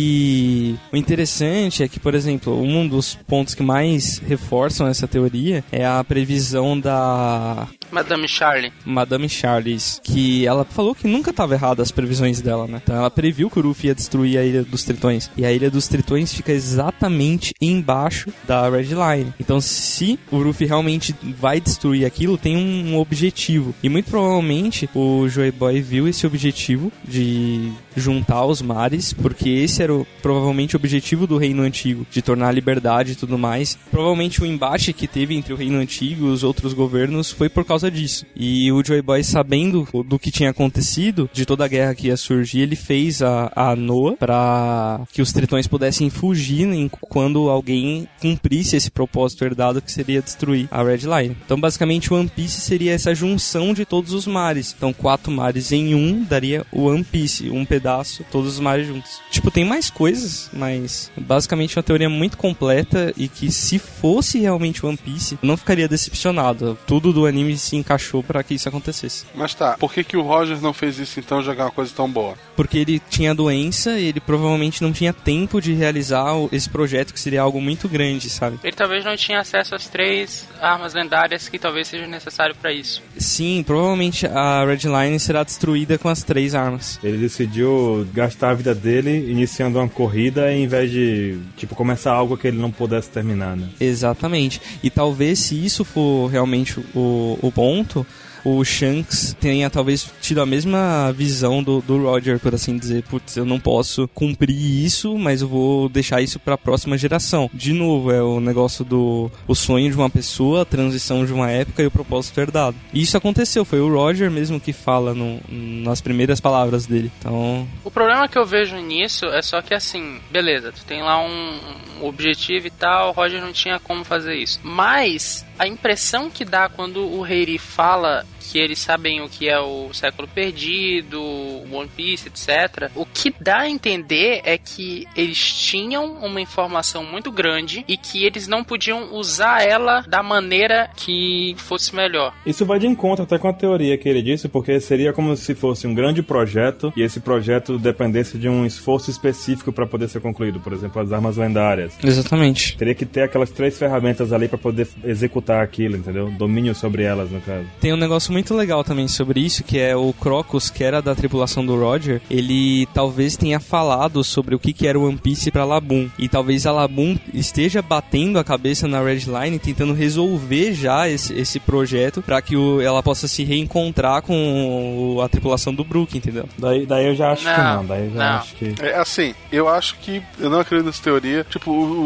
E: E o interessante é que, por exemplo, um dos pontos que mais reforçam essa teoria é a previsão da
D: Madame Charlie.
E: Madame Charles, que ela falou que nunca estava errada as previsões dela, né? Então ela previu que o Ruffy ia destruir a Ilha dos Tritões. E a Ilha dos Tritões fica exatamente embaixo da Red Line. Então se o Ruffy realmente vai destruir aquilo, tem um objetivo. E muito provavelmente o Joy Boy viu esse objetivo de juntar os mares, porque esse era o, provavelmente o objetivo do Reino Antigo, de tornar a liberdade e tudo mais. Provavelmente o embate que teve entre o Reino Antigo e os outros governos foi por causa disso. E o Joy Boy, sabendo o- do que tinha acontecido, de toda a guerra que ia surgir, ele fez a, a Noa para que os tritões pudessem fugir em- quando alguém cumprisse esse propósito herdado que seria destruir a Red Line. Então, basicamente, o One Piece seria essa junção de todos os mares. Então, quatro mares em um daria o One Piece, um pedaço, todos os mares juntos. Tipo, tem mais coisas, mas basicamente é uma teoria muito completa e que se fosse realmente One Piece, eu não ficaria decepcionado. Tudo do anime se encaixou para que isso acontecesse.
C: Mas tá, por que, que o Roger não fez isso então jogar uma coisa tão boa?
E: Porque ele tinha doença e ele provavelmente não tinha tempo de realizar o- esse projeto que seria algo muito grande, sabe?
D: Ele talvez não tinha acesso às três armas lendárias que talvez seja necessário pra isso.
E: Sim, provavelmente a Red Line será destruída com as três armas.
F: Ele decidiu gastar a vida dele iniciando uma corrida em vez de, tipo, começar algo que ele não pudesse terminar, né?
E: Exatamente. E talvez se isso for realmente o, o ponto, o Shanks tenha talvez tido a mesma visão do, do Roger, por assim dizer. Putz, eu não posso cumprir isso, mas eu vou deixar isso pra próxima geração. De novo, é o negócio do o sonho de uma pessoa, a transição de uma época e o propósito herdado. E isso aconteceu, foi o Roger mesmo que fala no- nas primeiras palavras dele. Então,
D: O problema que eu vejo nisso é só que assim, beleza, tu tem lá um, um objetivo e tal, o Roger não tinha como fazer isso. Mas a impressão que dá quando o Heiri fala que eles sabem o que é o século perdido, o One Piece, etc. O que dá a entender é que eles tinham uma informação muito grande e que eles não podiam usar ela da maneira que fosse melhor.
F: Isso vai de encontro até com a teoria que ele disse, porque seria como se fosse um grande projeto e esse projeto dependesse de um esforço específico para poder ser concluído, por exemplo, as armas lendárias.
E: Exatamente.
F: Teria que ter aquelas três ferramentas ali para poder executar aquilo, entendeu? Domínio sobre elas, no caso.
E: Tem um negócio muito legal também sobre isso, que é o Crocus, que era da tripulação do Roger, ele talvez tenha falado sobre o que, que era o One Piece pra Labum. E talvez a Labum esteja batendo a cabeça na Red Line, tentando resolver já esse, esse projeto pra que o- ela possa se reencontrar com o- a tripulação do Brook, entendeu?
F: Daí, daí eu já acho
D: que Não, não,
F: daí eu
D: já não. acho
F: que...
C: É assim, eu acho que. Eu não acredito nessa teoria. Tipo, o,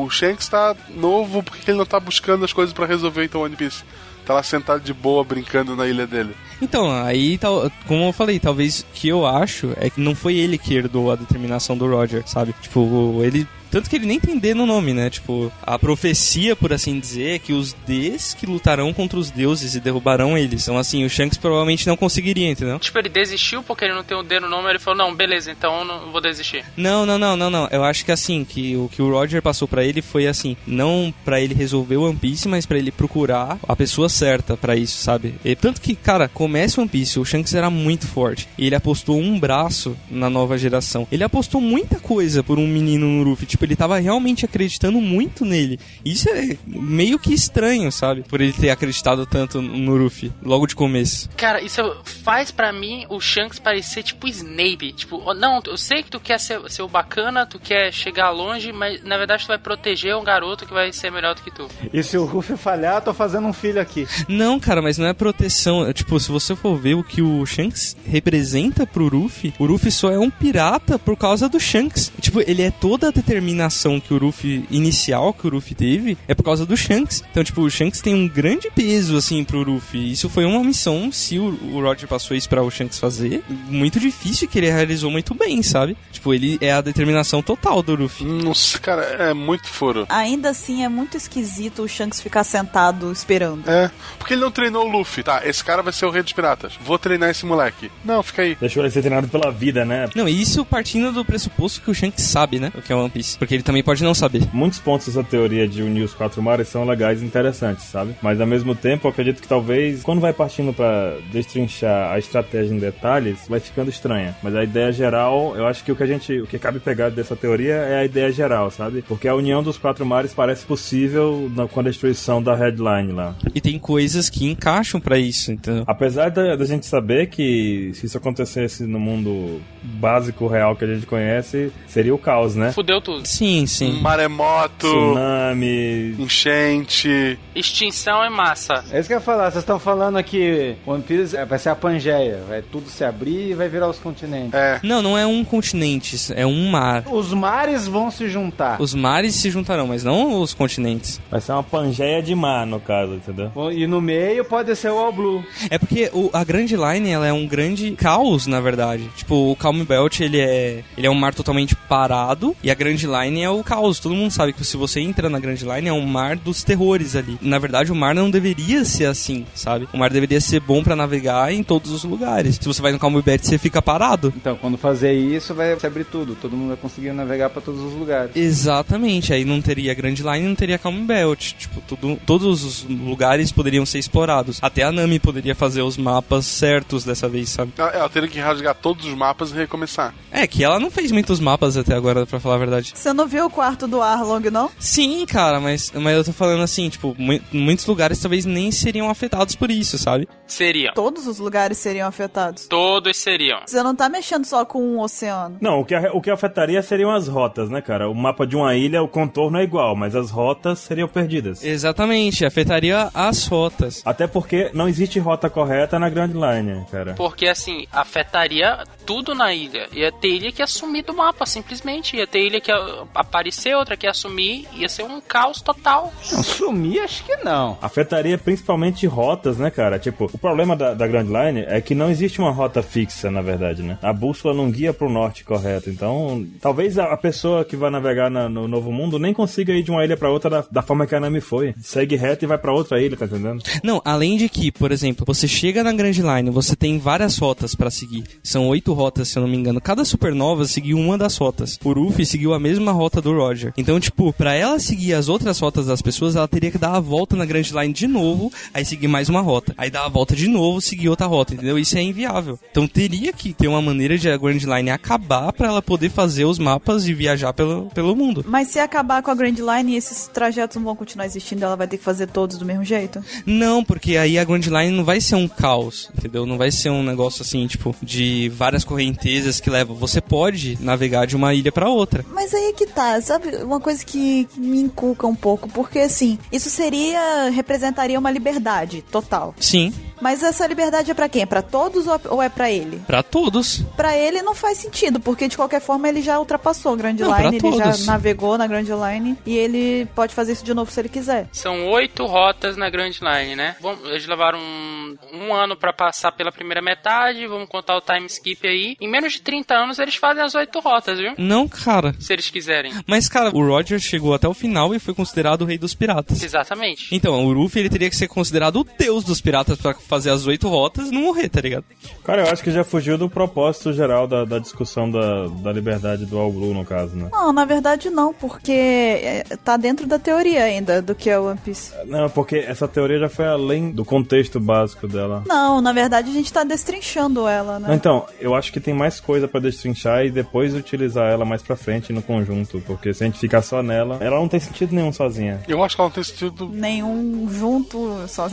C: o- o Shanks tá novo porque ele não tá buscando as coisas pra resolver então o One Piece. Tá lá sentado de boa brincando na ilha dele.
E: Então, aí, tal, como eu falei, talvez o que eu acho é que não foi ele que herdou a determinação do Roger, sabe? Tipo, ele. Tanto que ele nem tem D no nome, né? Tipo, a profecia, por assim dizer, é que os Ds que lutarão contra os deuses e derrubarão eles. Então, assim, o Shanks provavelmente não conseguiria, entendeu?
D: Tipo, ele desistiu porque ele não tem o D no nome, ele falou, não, beleza, então eu não vou desistir.
E: Não, não, não, não, não. Eu acho que assim, que o que o Roger passou pra ele foi assim, não pra ele resolver o One Piece, mas pra ele procurar a pessoa certa pra isso, sabe? E tanto que, cara, começa o One Piece, o Shanks era muito forte. E ele apostou um braço na nova geração. Ele apostou muita coisa por um menino no Luffy, tipo, ele tava realmente acreditando muito nele. Isso é meio que estranho, sabe? Por ele ter acreditado tanto no Luffy logo de começo.
D: Cara, isso faz pra mim o Shanks parecer tipo Snape. Tipo, ó, não, eu sei que tu quer ser, ser o bacana, tu quer chegar longe, mas na verdade tu vai proteger um garoto que vai ser melhor do que tu.
G: E se o Ruffy falhar, tô fazendo um filho aqui.
E: Não, cara, mas não é proteção. É, Tipo, se você for ver o que o Shanks representa pro Ruffy, o Ruffy só é um pirata por causa do Shanks. Tipo, ele é toda a determinação que o Ruffy inicial que o Ruffy teve é por causa do Shanks. Então, tipo, o Shanks tem um grande peso assim pro Ruffy. Isso foi uma missão, se o, o Roger passou isso pra o Shanks fazer, muito difícil que ele realizou muito bem, sabe? Tipo, ele é a determinação total do Ruffy.
C: Nossa, cara, é muito furo.
A: Ainda assim, é muito esquisito o Shanks ficar sentado esperando.
C: É, porque ele não treinou o Luffy. Tá, esse cara vai ser o rei dos piratas. Vou treinar esse moleque. Não, fica aí.
F: Deixou ele ser treinado pela vida, né?
E: Não, e isso partindo do pressuposto que o Shanks sabe, né? O que é One Piece. Porque ele também pode não saber.
F: Muitos pontos dessa teoria de unir os quatro mares são legais e interessantes, sabe? Mas ao mesmo tempo, eu acredito que talvez, quando vai partindo pra destrinchar a estratégia em detalhes, vai ficando estranha. Mas a ideia geral, eu acho que o que a gente, o que cabe pegar dessa teoria é a ideia geral, sabe? Porque a união dos quatro mares parece possível na- com a destruição da headline lá.
E: E tem coisas que encaixam pra isso, entendeu?
F: Apesar da, da gente saber que se isso acontecesse no mundo básico real que a gente conhece, seria o caos, né?
D: Fudeu tudo.
E: Sim,
C: Hum.
E: sim.
C: Um Maremoto,
F: Tsunami,
C: enchente.
D: Extinção é massa.
G: É isso que eu ia falar, vocês estão falando que One Piece é- vai ser a Pangeia, vai tudo se abrir e vai virar os continentes.
C: É.
E: Não, não é um continente, é um mar.
G: Os mares vão se juntar.
E: Os mares se juntarão, mas não os continentes.
F: Vai ser uma pangeia de mar, no caso, entendeu?
G: E no meio pode ser o All Blue.
E: É porque o- a Grand Line, ela é um grande caos, na verdade. Tipo, o Calm Belt, ele é, ele é um mar totalmente parado, e a Grand Line é o caos. Todo mundo sabe que se você entra na Grand Line, é um mar dos terrores ali. Na verdade, o mar não deveria ser assim, sabe? O mar deveria ser bom pra navegar em todos os lugares. Se você vai no Calm Belt, você fica parado.
G: Então, quando fazer isso, vai se abrir tudo. Todo mundo vai conseguir navegar pra todos os lugares.
E: Exatamente, aí não teria Grand Line, não teria Calm Belt. Tipo, tudo, todos os lugares poderiam ser explorados. Até a Nami poderia fazer os mapas certos dessa vez, sabe?
C: É, Ela, ela teria que rasgar todos os mapas e recomeçar.
E: É que ela não fez muitos mapas até agora, pra falar a verdade.
A: Você não viu o quarto do Arlong, não?
E: Sim, cara, mas, mas eu tô falando assim, tipo, mu- muitos lugares talvez nem seriam afetados por isso, sabe?
D: Seriam.
A: Todos os lugares seriam afetados.
D: Todos seriam.
A: Você não tá mexendo só com um oceano.
F: Não, o que, a- o que afetaria seriam as rotas, né, cara? O mapa de uma ilha, o contorno é igual, mas as rotas seriam perdidas.
E: Exatamente, afetaria as rotas.
F: Até porque não existe rota correta na Grand Line, cara.
D: Porque assim, afetaria tudo na ilha. Ia ter ilha que ia sumir do mapa, simplesmente. Ia ter ilha que ia aparecer, outra que ia sumir. Ia ser um caos total.
F: Sumir, acho que não. Afetaria principalmente rotas, né, cara? Tipo, o problema da, da Grand Line é que não existe uma rota fixa, na verdade, né? A bússola não guia pro norte correto. Então, talvez a, a pessoa que vai navegar na- no Novo Mundo nem consiga ir de uma ilha pra outra da, da forma que a Nami foi. Segue reto e vai pra outra ilha, tá entendendo?
E: Não, além de que, por exemplo, você chega na Grand Line, você tem várias rotas pra seguir. São oito rotas, se eu não me engano. Cada supernova seguiu uma das rotas. O Ruffy seguiu a mesma rota do Roger. Então, tipo, pra ela seguir as outras rotas das pessoas, ela teria que dar a volta na Grand Line de novo, aí seguir mais uma rota. Aí dar a volta de novo, seguir outra rota, entendeu? Isso é inviável. Então teria que ter uma maneira de a Grand Line acabar pra ela poder fazer os mapas e viajar pelo, pelo mundo.
A: Mas se acabar com a Grand Line, esses trajetos não vão continuar existindo, ela vai ter que fazer todos do mesmo jeito?
E: Não, porque aí a Grand Line não vai ser um caos, entendeu? Não vai ser um negócio assim, tipo, de várias correntezas que levam. Você pode navegar de uma ilha pra outra.
A: Mas aí que tá, sabe? Uma coisa que que me inculca um pouco, porque assim, isso seria. representaria uma liberdade total.
E: Sim,
A: Mas essa liberdade é pra quem? É pra todos ou- ou é pra ele?
E: pra todos.
A: Pra ele não faz sentido, porque de qualquer forma ele já ultrapassou a Grand
E: Não, pra
A: Line, ele já
E: todos.
A: navegou na Grand Line e ele pode fazer isso de novo se ele quiser.
D: São oito rotas na Grand Line, né? Bom, eles levaram um, um ano pra passar pela primeira metade. Vamos contar o time skip aí. Em menos de 30 anos eles fazem as oito rotas, viu?
E: Não, cara.
D: Se eles quiserem.
E: Mas, cara, o Roger chegou até o final e foi considerado o rei dos piratas.
D: Exatamente.
E: Então, o Ruffy ele teria que ser considerado o deus dos piratas pra fazer as oito rotas e não morrer, tá ligado?
F: Cara, eu acho que já fugiu do propósito geral da, da discussão da, da liberdade do All Blue, no caso, né?
A: Não, na verdade não, porque é, tá dentro da teoria ainda do que é o One Piece.
F: Não, porque essa teoria já foi além do contexto básico dela.
A: Não, na verdade a gente tá destrinchando ela, né?
F: Então, eu acho que tem mais coisa pra destrinchar e depois utilizar ela mais pra frente no conjunto, porque se a gente ficar só nela, ela não tem sentido nenhum sozinha.
C: Eu acho que ela não tem sentido.
A: Nenhum junto só.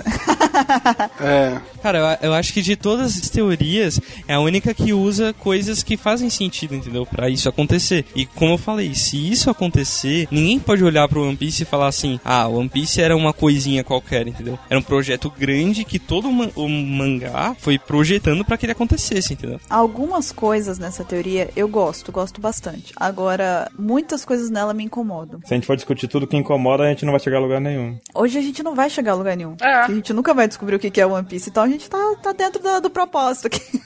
C: É.
E: Cara, eu, eu acho que de todas as teorias, é a única que usa coisas que fazem sentido, entendeu? Pra isso acontecer. E como eu falei, se isso acontecer, ninguém pode olhar pro One Piece e falar assim: ah, o One Piece era uma coisinha qualquer, entendeu? Era um projeto grande que todo ma- o mangá foi projetando pra que ele acontecesse, entendeu?
A: Algumas coisas nessa teoria eu gosto, gosto bastante. Agora, muitas coisas nela me incomodam.
F: Se a gente for discutir tudo que incomoda, a gente não vai chegar a lugar nenhum.
A: Hoje a gente não vai chegar a lugar nenhum. É. A gente nunca vai descobrir o que que é One Piece, então a gente tá, tá dentro do, do propósito aqui.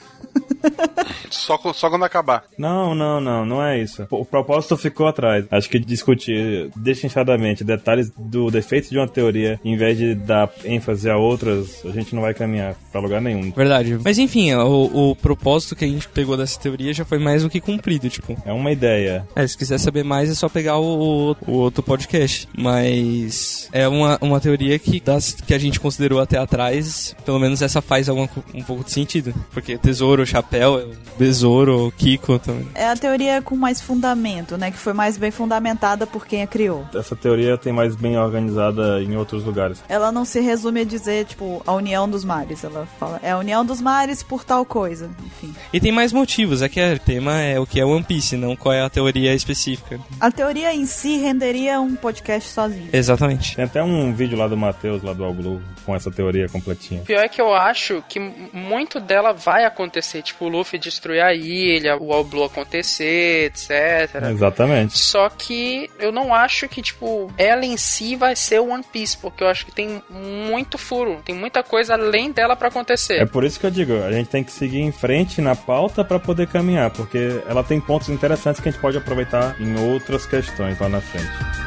C: Só, co- só quando acabar.
F: Não, não, não, não é isso. O propósito ficou atrás. Acho que discutir destrinchadamente detalhes do defeito de uma teoria, em vez de dar ênfase a outras, a gente não vai caminhar pra lugar nenhum. Então,
E: Verdade. Mas enfim, o, o propósito que a gente pegou dessa teoria já foi mais do que cumprido, tipo.
F: É uma ideia.
E: É, se quiser saber mais é só pegar o, o outro podcast. Mas é uma, uma teoria que das que a gente considerou até atrás, pelo menos essa faz alguma, co- um pouco de sentido. Porque tesouro, chapéu, é besouro, Kiko também.
A: É a teoria com mais fundamento, né? Que foi mais bem fundamentada por quem a criou.
F: Essa teoria tem mais bem organizada em outros lugares.
A: Ela não se resume a dizer, tipo, a união dos mares. Ela fala, é a união dos mares por tal coisa. Enfim.
E: E tem mais motivos, é que o tema é o que é One Piece, não qual é a teoria específica.
A: A teoria em si renderia um podcast sozinho.
E: Exatamente.
F: Tem até um vídeo lá do Matheus, lá do All Blue, com essa teoria completinha.
D: O pior é que eu acho que m- muito dela vai acontecer. Tipo, o Luffy destruir a ilha, o All Blue acontecer, etc.
F: Exatamente.
D: Só que eu não acho que, tipo, ela em si vai ser o One Piece, porque eu acho que tem muito furo, tem muita coisa além dela pra acontecer.
F: É por isso que eu digo, a gente tem que seguir em frente na pauta pra poder caminhar, porque ela tem pontos interessantes que a gente pode aproveitar em outras questões lá na frente.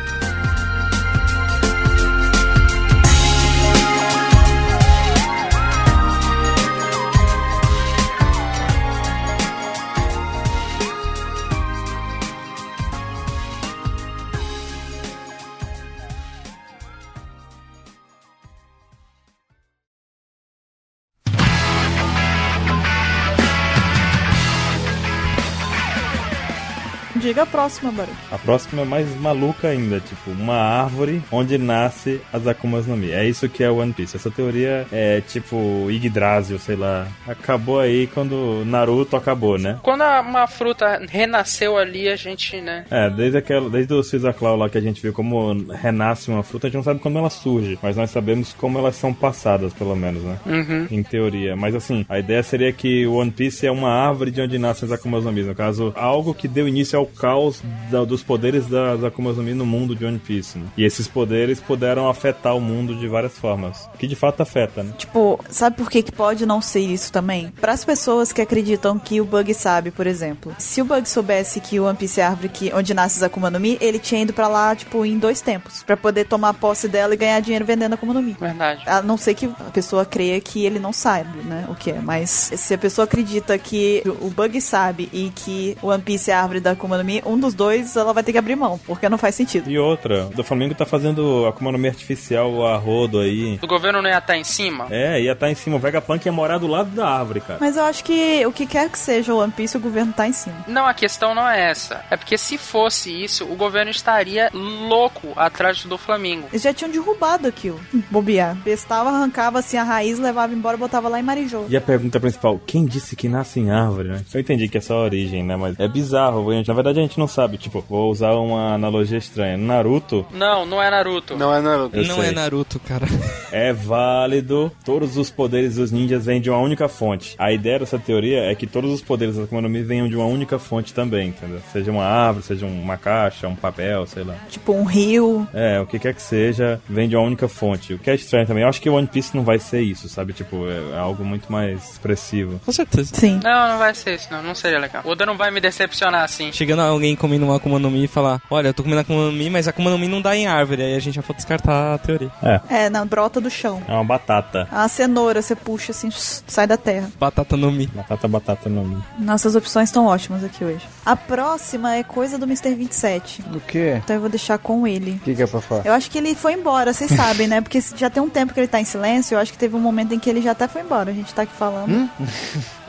A: De Diga a próxima, Baru.
F: A próxima é mais maluca ainda, tipo, uma árvore onde nasce as Akumas no Mi. É isso que é One Piece. Essa teoria é tipo Yggdrasil, sei lá. Acabou aí quando Naruto acabou, né?
D: Quando a- uma fruta renasceu ali, a gente, né?
F: É, desde, aquela, desde o Caesar Claw lá que a gente viu como renasce uma fruta, a gente não sabe como ela surge, mas nós sabemos como elas são passadas, pelo menos, né?
D: Uhum.
F: Em teoria. Mas assim, a ideia seria que o One Piece é uma árvore de onde nascem as Akumas no Mi. No caso, algo que deu início ao caos da- dos poderes das Akumas no Mi no mundo de One Piece. Né? E esses poderes puderam afetar o mundo de várias formas. Que de fato afeta, né?
A: Tipo, sabe por que, que pode não ser isso também? Para as pessoas que acreditam que o Bug sabe, por exemplo. Se o Bug soubesse que o One Piece é a árvore que, onde nasce a Akuma no Mi, ele tinha ido pra lá, tipo, em dois tempos. pra poder tomar posse dela e ganhar dinheiro vendendo a Akuma no Mi.
D: Verdade.
A: A não ser que a pessoa creia que ele não sabe, né? O que é. Mas se a pessoa acredita que o Bug sabe e que o One Piece é a árvore da Akuma no Mi, um dos dois ela vai ter que abrir mão, porque não faz sentido.
F: E outra, o Flamengo tá fazendo Akuma no Mi artificial a rodo aí.
D: O governo não ia estar em cima?
F: É, ia estar em cima. O Vegapunk ia morar do lado da árvore, cara.
A: Mas eu acho que o que quer que seja o One Piece, o governo tá em cima.
D: Não, a questão não é essa. É porque se fosse isso, o governo estaria louco atrás do Flamengo.
A: Eles já tinham derrubado aquilo. Bobear. Pestava, arrancava assim a raiz, levava embora, botava lá em Marijô.
F: E a pergunta principal, quem disse que nasce em árvore, né? Eu entendi que é só a origem, né? Mas é bizarro, porque a gente- na verdade a gente não sabe. Tipo, vou usar uma analogia estranha. Naruto
D: Não, não é Naruto.
C: Não é Naruto.
F: Eu sei.
E: Naruto, cara.
F: é válido, todos os poderes dos ninjas vêm de uma única fonte. A ideia dessa teoria é que todos os poderes da Akuma no Mi venham de uma única fonte também, entendeu? Seja uma árvore, seja uma caixa, um papel, sei lá.
A: Tipo um rio.
F: É, o que quer que seja, vem de uma única fonte. O que é estranho também. Eu acho que One Piece não vai ser isso, sabe? Tipo, é algo muito mais expressivo.
E: Com certeza.
A: Sim.
D: Não, não vai ser isso, não. Não seria legal. O Oda não vai me decepcionar assim.
E: Chegando alguém comendo uma Akuma no Mi e falar: Olha, eu tô comendo Akuma no Mi, mas Akuma no Mi não dá em árvore. Aí a gente já pode descartar a teoria.
F: É.
A: É, na brota do chão.
F: É uma batata.
A: A cenoura, você puxa assim, sai da terra.
E: Batata no Mi.
F: Batata, batata no Mi.
A: Nossas opções estão ótimas aqui hoje. A próxima é coisa do Mr. 27.
G: O quê?
A: Então eu vou deixar com ele.
G: O que, que é pra falar?
A: Eu acho que ele foi embora, vocês sabem, né? Porque já tem um tempo que ele tá em silêncio. Eu acho que teve um momento em que ele já até foi embora. A gente tá aqui falando.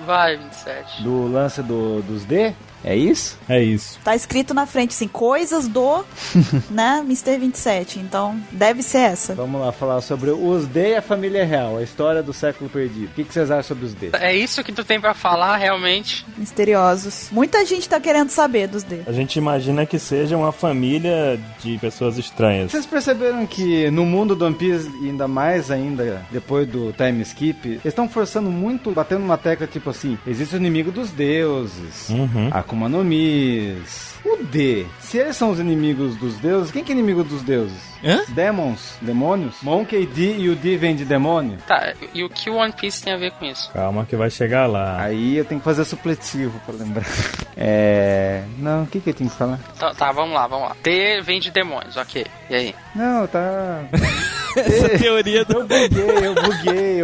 D: Vai, 27.
G: Do lance do, dos D? É isso?
F: É isso.
A: Tá escrito na frente, assim, coisas do, né, Mr. 27. Então, deve ser essa.
G: Vamos lá falar sobre os D e a família real, a história do século perdido. O que, que vocês acham sobre os D?
D: É isso que tu tem pra falar, realmente?
A: Misteriosos. Muita gente tá querendo saber dos D.
F: A gente imagina que seja uma família de pessoas estranhas.
G: Vocês perceberam que no mundo do One Piece, e ainda mais ainda depois do time skip, eles estão forçando muito, batendo uma tecla tipo assim, existe o inimigo dos deuses,
F: Uhum.
G: Akuma no Mis. O D. Se eles são os inimigos dos deuses, quem que é inimigo dos deuses?
E: Hã?
G: Demons? Demônios? Monkey D e o D vem de demônio?
D: Tá, e o que o One Piece tem a ver com isso?
F: Calma que vai chegar lá.
G: Aí eu tenho que fazer supletivo pra lembrar. É. Não, o que, que eu tenho que falar?
D: Tá, tá, vamos lá, vamos lá. D vem de demônios, ok. E aí?
G: Não, tá.
E: Essa teoria do.
G: Eu buguei, eu buguei, eu buguei,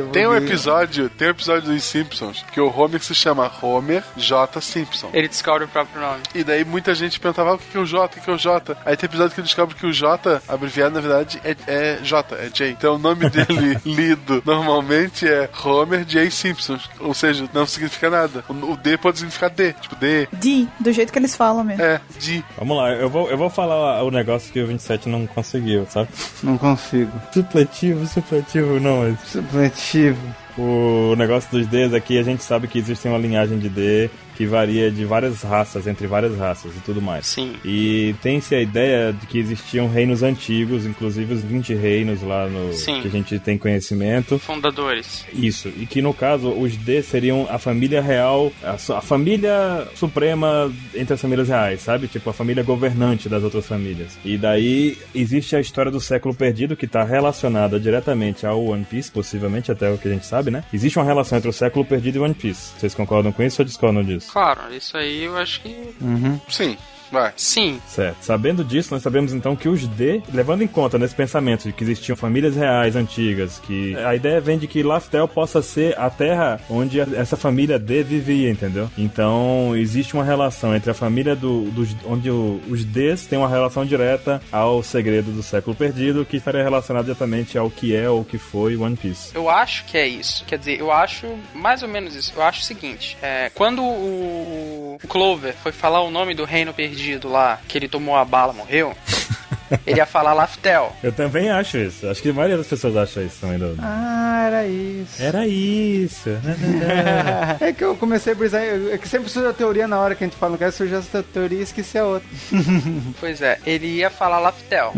G: eu buguei.
C: Tem um episódio, tem um episódio dos Simpsons, que o Homer se chama Homer J. Simpson.
D: Ele descobre o próprio nome.
C: E daí muita gente perguntava ah, o que que é o J, o que é o J. Aí tem episódio que ele descobre que o J, abreviado na verdade, é, é J, é J. Então o nome dele lido normalmente é Homer J. Simpson. Ou seja, não significa nada. O, o D pode significar D, tipo D,
A: D, do jeito que eles falam mesmo.
C: é, D.
F: Vamos lá, eu vou, eu vou falar o negócio que o 27 não conseguiu, sabe?
G: Não consigo.
F: Supletivo, supletivo, não, mas...
G: Supletivo.
F: O negócio dos Ds aqui, a gente sabe que existe uma linhagem de D que varia de várias raças, entre várias raças e tudo mais.
D: Sim.
F: E tem-se a ideia de que existiam reinos antigos, inclusive os 20 reinos lá no
D: Sim.
F: que a gente tem conhecimento.
D: Fundadores.
F: Isso, e que no caso os D seriam a família real, a, su- a família suprema entre as famílias reais, sabe? Tipo a família governante das outras famílias. E daí existe a história do século perdido que está relacionada diretamente ao One Piece, possivelmente até o que a gente sabe, né? Existe uma relação entre o século perdido e o One Piece. Vocês concordam com isso ou discordam disso?
D: Claro, isso aí eu acho que
C: Sim. Vai.
D: Sim.
F: Certo. Sabendo disso, nós sabemos então que os D, levando em conta nesse pensamento de que existiam famílias reais antigas, que a ideia vem de que Laftel possa ser a terra onde a- essa família D vivia, entendeu? Então existe uma relação entre a família do, dos onde o- os Ds têm uma relação direta ao segredo do século perdido, que estaria relacionado diretamente ao que é ou o que foi One Piece.
D: Eu acho que é isso. Quer dizer, eu acho mais ou menos isso. Eu acho o seguinte: é, quando o, o Clover foi falar o nome do reino perdido lá, que ele tomou a bala, morreu, ele ia falar Laftel.
F: Eu também acho isso. Acho que a maioria das pessoas acha isso também. Do...
G: Ah, era isso.
F: Era isso.
G: é que eu comecei a brisar. É que sempre surge a teoria na hora que a gente fala no caso, surge essa teoria e esqueci a outra.
D: Pois é, ele ia falar Laftel.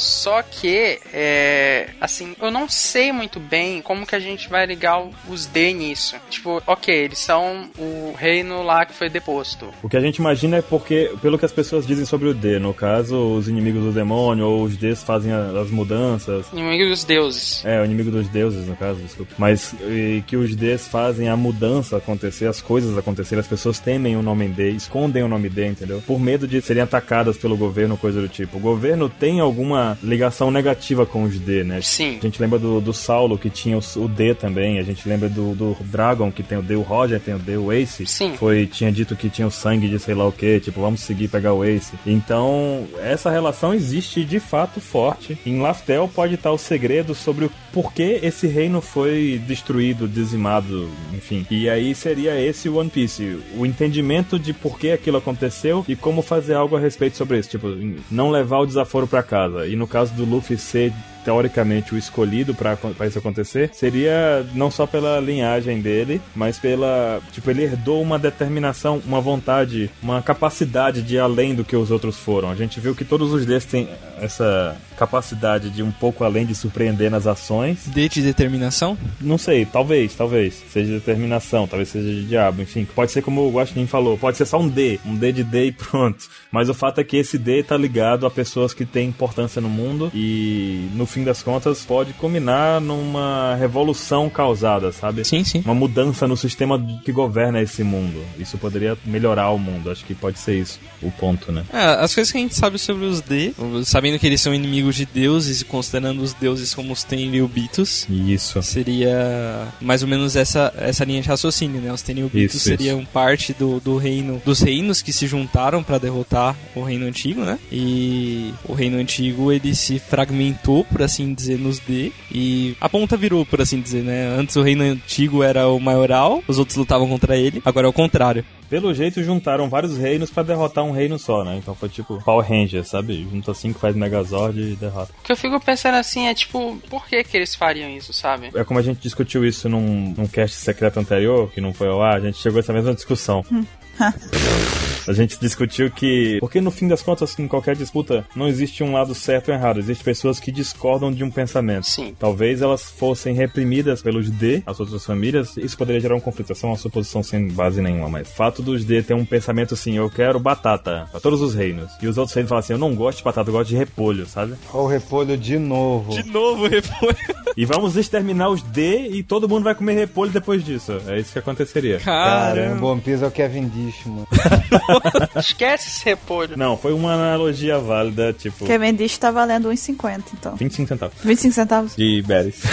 D: Só que, é, assim, eu não sei muito bem como que a gente vai ligar o- os D nisso. Tipo, ok, eles são o reino lá que foi deposto.
F: O que a gente imagina é porque, pelo que as pessoas dizem sobre o D, no caso, os inimigos do demônio ou os Ds fazem a- as mudanças.
D: Inimigo dos deuses.
F: É, o inimigo dos deuses, no caso, desculpa. Mas e, que os Ds fazem a mudança acontecer, as coisas acontecerem, as pessoas temem o nome D, escondem o nome D, entendeu? Por medo de serem atacadas pelo governo, coisa do tipo. O governo tem alguma ligação negativa com os D, né?
D: Sim.
F: A gente lembra do, do Saulo, que tinha o, o D também. A gente lembra do, do Dragon, que tem o D, o Roger tem o D, o Ace.
D: Sim.
F: Foi, tinha dito que tinha o sangue de sei lá o que, tipo, vamos seguir pegar o Ace. Então, essa relação existe de fato forte. Em Laftel pode estar o segredo sobre o porquê esse reino foi destruído, dizimado, enfim. E aí seria esse o One Piece, o entendimento de por que aquilo aconteceu e como fazer algo a respeito sobre isso, tipo, em- não levar o desaforo pra casa. E no caso do Luffy ser teoricamente o escolhido pra pra isso acontecer seria não só pela linhagem dele, mas pela tipo ele herdou uma determinação, uma vontade, uma capacidade de ir além do que os outros foram. A gente viu que todos os deles têm essa capacidade de ir um pouco além de surpreender nas ações.
E: D de determinação?
F: Não sei, talvez, talvez seja determinação, talvez seja de diabo, enfim, pode ser como o Guaxinim falou, pode ser só um D, um D de D e pronto. Mas o fato é que esse D tá ligado a pessoas que têm importância no mundo e no fim das contas pode culminar numa revolução causada, sabe?
E: Sim, sim.
F: Uma mudança no sistema que governa esse mundo. Isso poderia melhorar o mundo, acho que pode ser isso o ponto, né?
E: É, as coisas que a gente sabe sobre os D, sabendo que eles são inimigos de deuses e considerando os deuses como os Tenryubitos,
F: Isso.
E: seria mais ou menos essa, essa linha de raciocínio, né? Os
F: Isso,
E: Tenryubitos seriam parte do, do reino, dos reinos que se juntaram pra derrotar o reino antigo, né? E o reino antigo ele se fragmentou, por assim dizer, nos D e a ponta virou, por assim dizer, né? Antes o reino antigo era o maioral, os outros lutavam contra ele, agora é o contrário.
F: Pelo jeito, juntaram vários reinos pra derrotar um reino só, né? Então foi tipo Power Ranger, sabe? Junta cinco, faz Megazord e derrota.
D: O que eu fico pensando assim é tipo, por que que eles fariam isso, sabe?
F: É como a gente discutiu isso num, num cast secreto anterior, que não foi ao ar, a gente chegou a essa mesma discussão. A gente discutiu que. Porque no fim das contas, em qualquer disputa, não existe um lado certo ou errado. Existem pessoas que discordam de um pensamento.
D: Sim.
F: Talvez elas fossem reprimidas pelos D, as outras famílias. Isso poderia gerar um conflito. Essa é uma suposição sem base nenhuma, mas. o Fato dos D ter um pensamento assim: eu quero batata pra todos os reinos. E os outros reinos falam assim: eu não gosto de batata, eu gosto de repolho, sabe?
G: Olha o repolho de novo.
E: De novo o repolho.
F: E vamos exterminar os D e todo mundo vai comer repolho depois disso. É isso que aconteceria.
G: Caramba, One Piece é o Kevin Dish, mano.
D: Esquece esse repolho.
F: Não, foi uma analogia válida, tipo.
A: Porque a Mendish tá valendo 1,50, então.
F: 25 centavos.
A: 25 centavos.
F: De berries.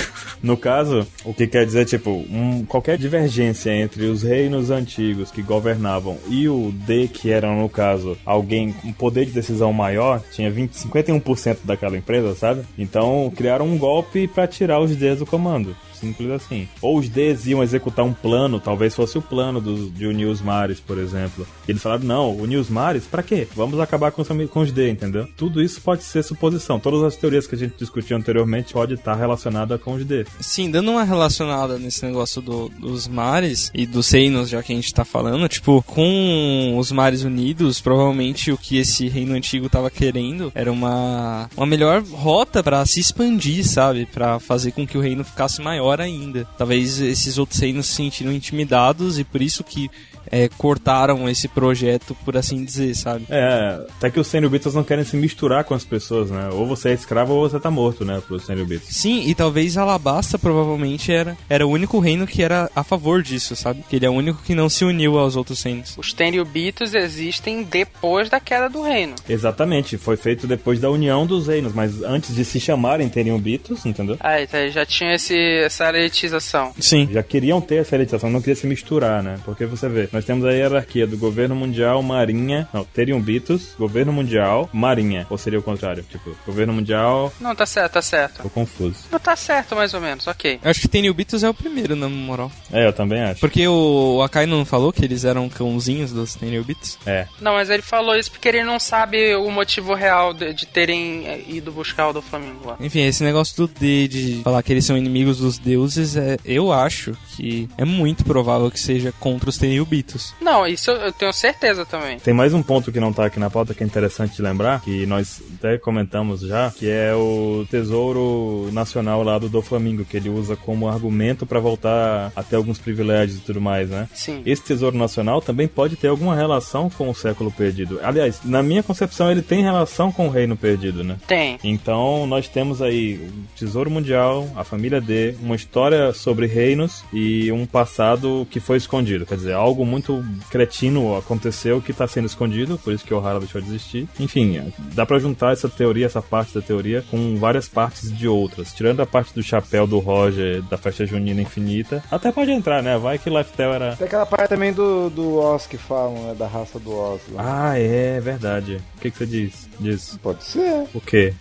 F: No caso, o que quer dizer, tipo, um- qualquer divergência entre os reinos antigos que governavam e o D, que eram, no caso, alguém com poder de decisão maior, tinha 20, 51% daquela empresa, sabe? Então, criaram um golpe pra tirar os Ds do comando. Simples assim. Ou os Ds iam executar um plano, talvez fosse o plano dos, de unir os mares, por exemplo. E eles falaram, não, unir os mares, pra quê? Vamos acabar com os, ami- com os D, entendeu? Tudo isso pode ser suposição. Todas as teorias que a gente discutiu anteriormente pode estar relacionada com os D.
E: Sim, dando uma relacionada nesse negócio do- dos mares e dos reinos, já que a gente tá falando, tipo, com os mares unidos, provavelmente o que esse reino antigo tava querendo era uma, uma melhor rota pra se expandir, sabe? Pra fazer com que o reino ficasse maior ainda. Talvez esses outros reinos se sentiram intimidados e por isso que é, cortaram esse projeto, por assim dizer, sabe?
F: É, até que os Cenobitas não querem se misturar com as pessoas, né? Ou você é escravo ou você tá morto, né? Pros Cenobitas.
E: Sim, e talvez Alabasta provavelmente era, era o único reino que era a favor disso, sabe? Que ele é o único que não se uniu aos outros reinos.
D: Os Tenryubitos existem depois da queda do reino.
F: Exatamente, foi feito depois da união dos reinos, mas antes de se chamarem Tenryubitos, entendeu?
D: Ah, então já tinha esse, essa elitização.
E: Sim.
F: Já queriam ter essa elitização, não queria se misturar, né? Porque você vê, nós temos a hierarquia do governo mundial, marinha, não, Tenryubitos, governo mundial, marinha, ou seria o contrário, tipo, governo mundial,
D: Não, tá certo, tá certo.
F: tô confuso.
D: Não tá certo, mais ou menos, ok.
E: Eu acho que Tenryubitos é o primeiro, na moral.
F: É, eu também acho.
E: Porque o Akai não falou que eles eram cãozinhos dos Tenryubitos?
F: É.
D: Não, mas ele falou isso porque ele não sabe o motivo real de, de terem eh, ido buscar o do Flamengo lá.
E: Enfim, esse negócio do D de falar que eles são inimigos dos deuses, é, eu acho que é muito provável que seja contra os Tenryubitos.
D: Não, isso eu eu tenho certeza também.
F: Tem mais um ponto que não tá aqui na pauta que é interessante de lembrar, que nós até comentamos já, que é o tesouro nacional lá do Flamengo, que ele usa como argumento pra voltar a ter alguns privilégios e tudo mais, né?
D: Sim.
F: Esse tesouro nacional também pode ter alguma relação com o século perdido. Aliás, na minha concepção, ele tem relação com o reino perdido, né?
D: Tem.
F: Então, nós temos aí o Tesouro Mundial, a família D, uma história sobre reinos e um passado que foi escondido. Quer dizer, algo muito cretino aconteceu que está sendo escondido, por isso que o O'Hara deixou de existir. Enfim, é, dá pra juntar essa teoria, essa parte da teoria, com várias partes de outras. Tirando a parte do chapéu do Roger, da festa junina infinita. Até pode entrar, né? Vai que Lifetel era.
G: Tem aquela parte também do, do Oz que falam, né? Da raça do Oz. lá.
F: Ah, é verdade. O que, que você diz? Diz.
G: Pode ser.
F: O quê?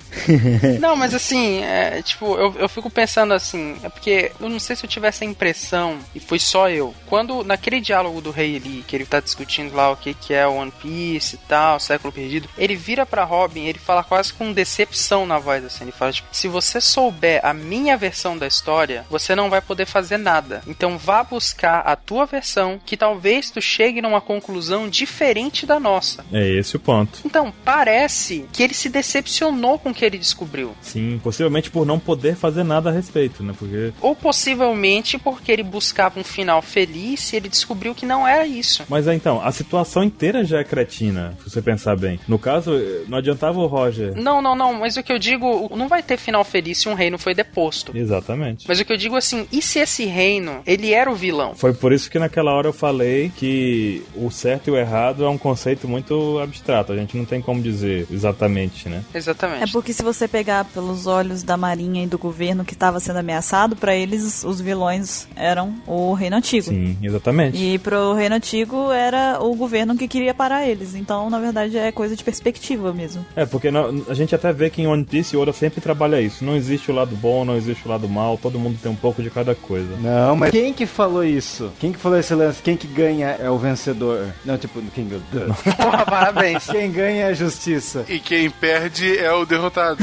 D: Não, mas assim, é, tipo, eu, eu fico pensando assim, é porque eu não sei se eu tive essa impressão, e foi só eu. Quando, naquele diálogo do Rei Lee, que ele tá discutindo lá o que que é One Piece e tal, Século Perdido, ele vira pra Robin, ele fala quase com decepção na voz, assim, ele fala, tipo, se você souber a minha versão da história, você não vai poder fazer nada. Então vá buscar a tua versão, que talvez tu chegue numa conclusão diferente da nossa.
F: É esse o ponto.
D: Então, parece que ele se decepcionou com o que ele descobriu.
F: Sim, possivelmente por não poder fazer nada a respeito, né? Porque.
D: Ou possivelmente porque ele buscava um final feliz e ele descobriu que não era isso.
F: Mas é, então, a situação inteira já é cretina, se você pensar bem. No caso, não adiantava o Roger.
D: Não, não, não, mas o que eu digo, o- não vai ter final feliz se um reino foi deposto.
F: Exatamente.
D: Mas o que eu digo assim, e se esse reino, ele era o vilão?
F: Foi por isso que naquela hora eu falei que o certo e o errado é um conceito muito abstrato. A gente não tem como dizer exatamente, né?
A: É
D: Exatamente.
A: porque se você pegar pelos olhos da marinha e do governo que estava sendo ameaçado, pra eles os vilões eram o reino antigo.
F: Sim, exatamente.
A: E pro reino antigo era o governo que queria parar eles. Então, na verdade, é coisa de perspectiva mesmo.
F: É, porque no- a gente até vê que em One Piece o Oda sempre trabalha isso. Não existe o lado bom, não existe o lado mal, todo mundo tem um pouco de cada coisa.
G: Não, mas quem que falou isso? Quem que falou esse lance? Quem que ganha é o vencedor? Não, tipo, quem ganha?
D: Porra, Ah, parabéns.
G: Quem ganha é a justiça.
C: E quem perde é o derrotado.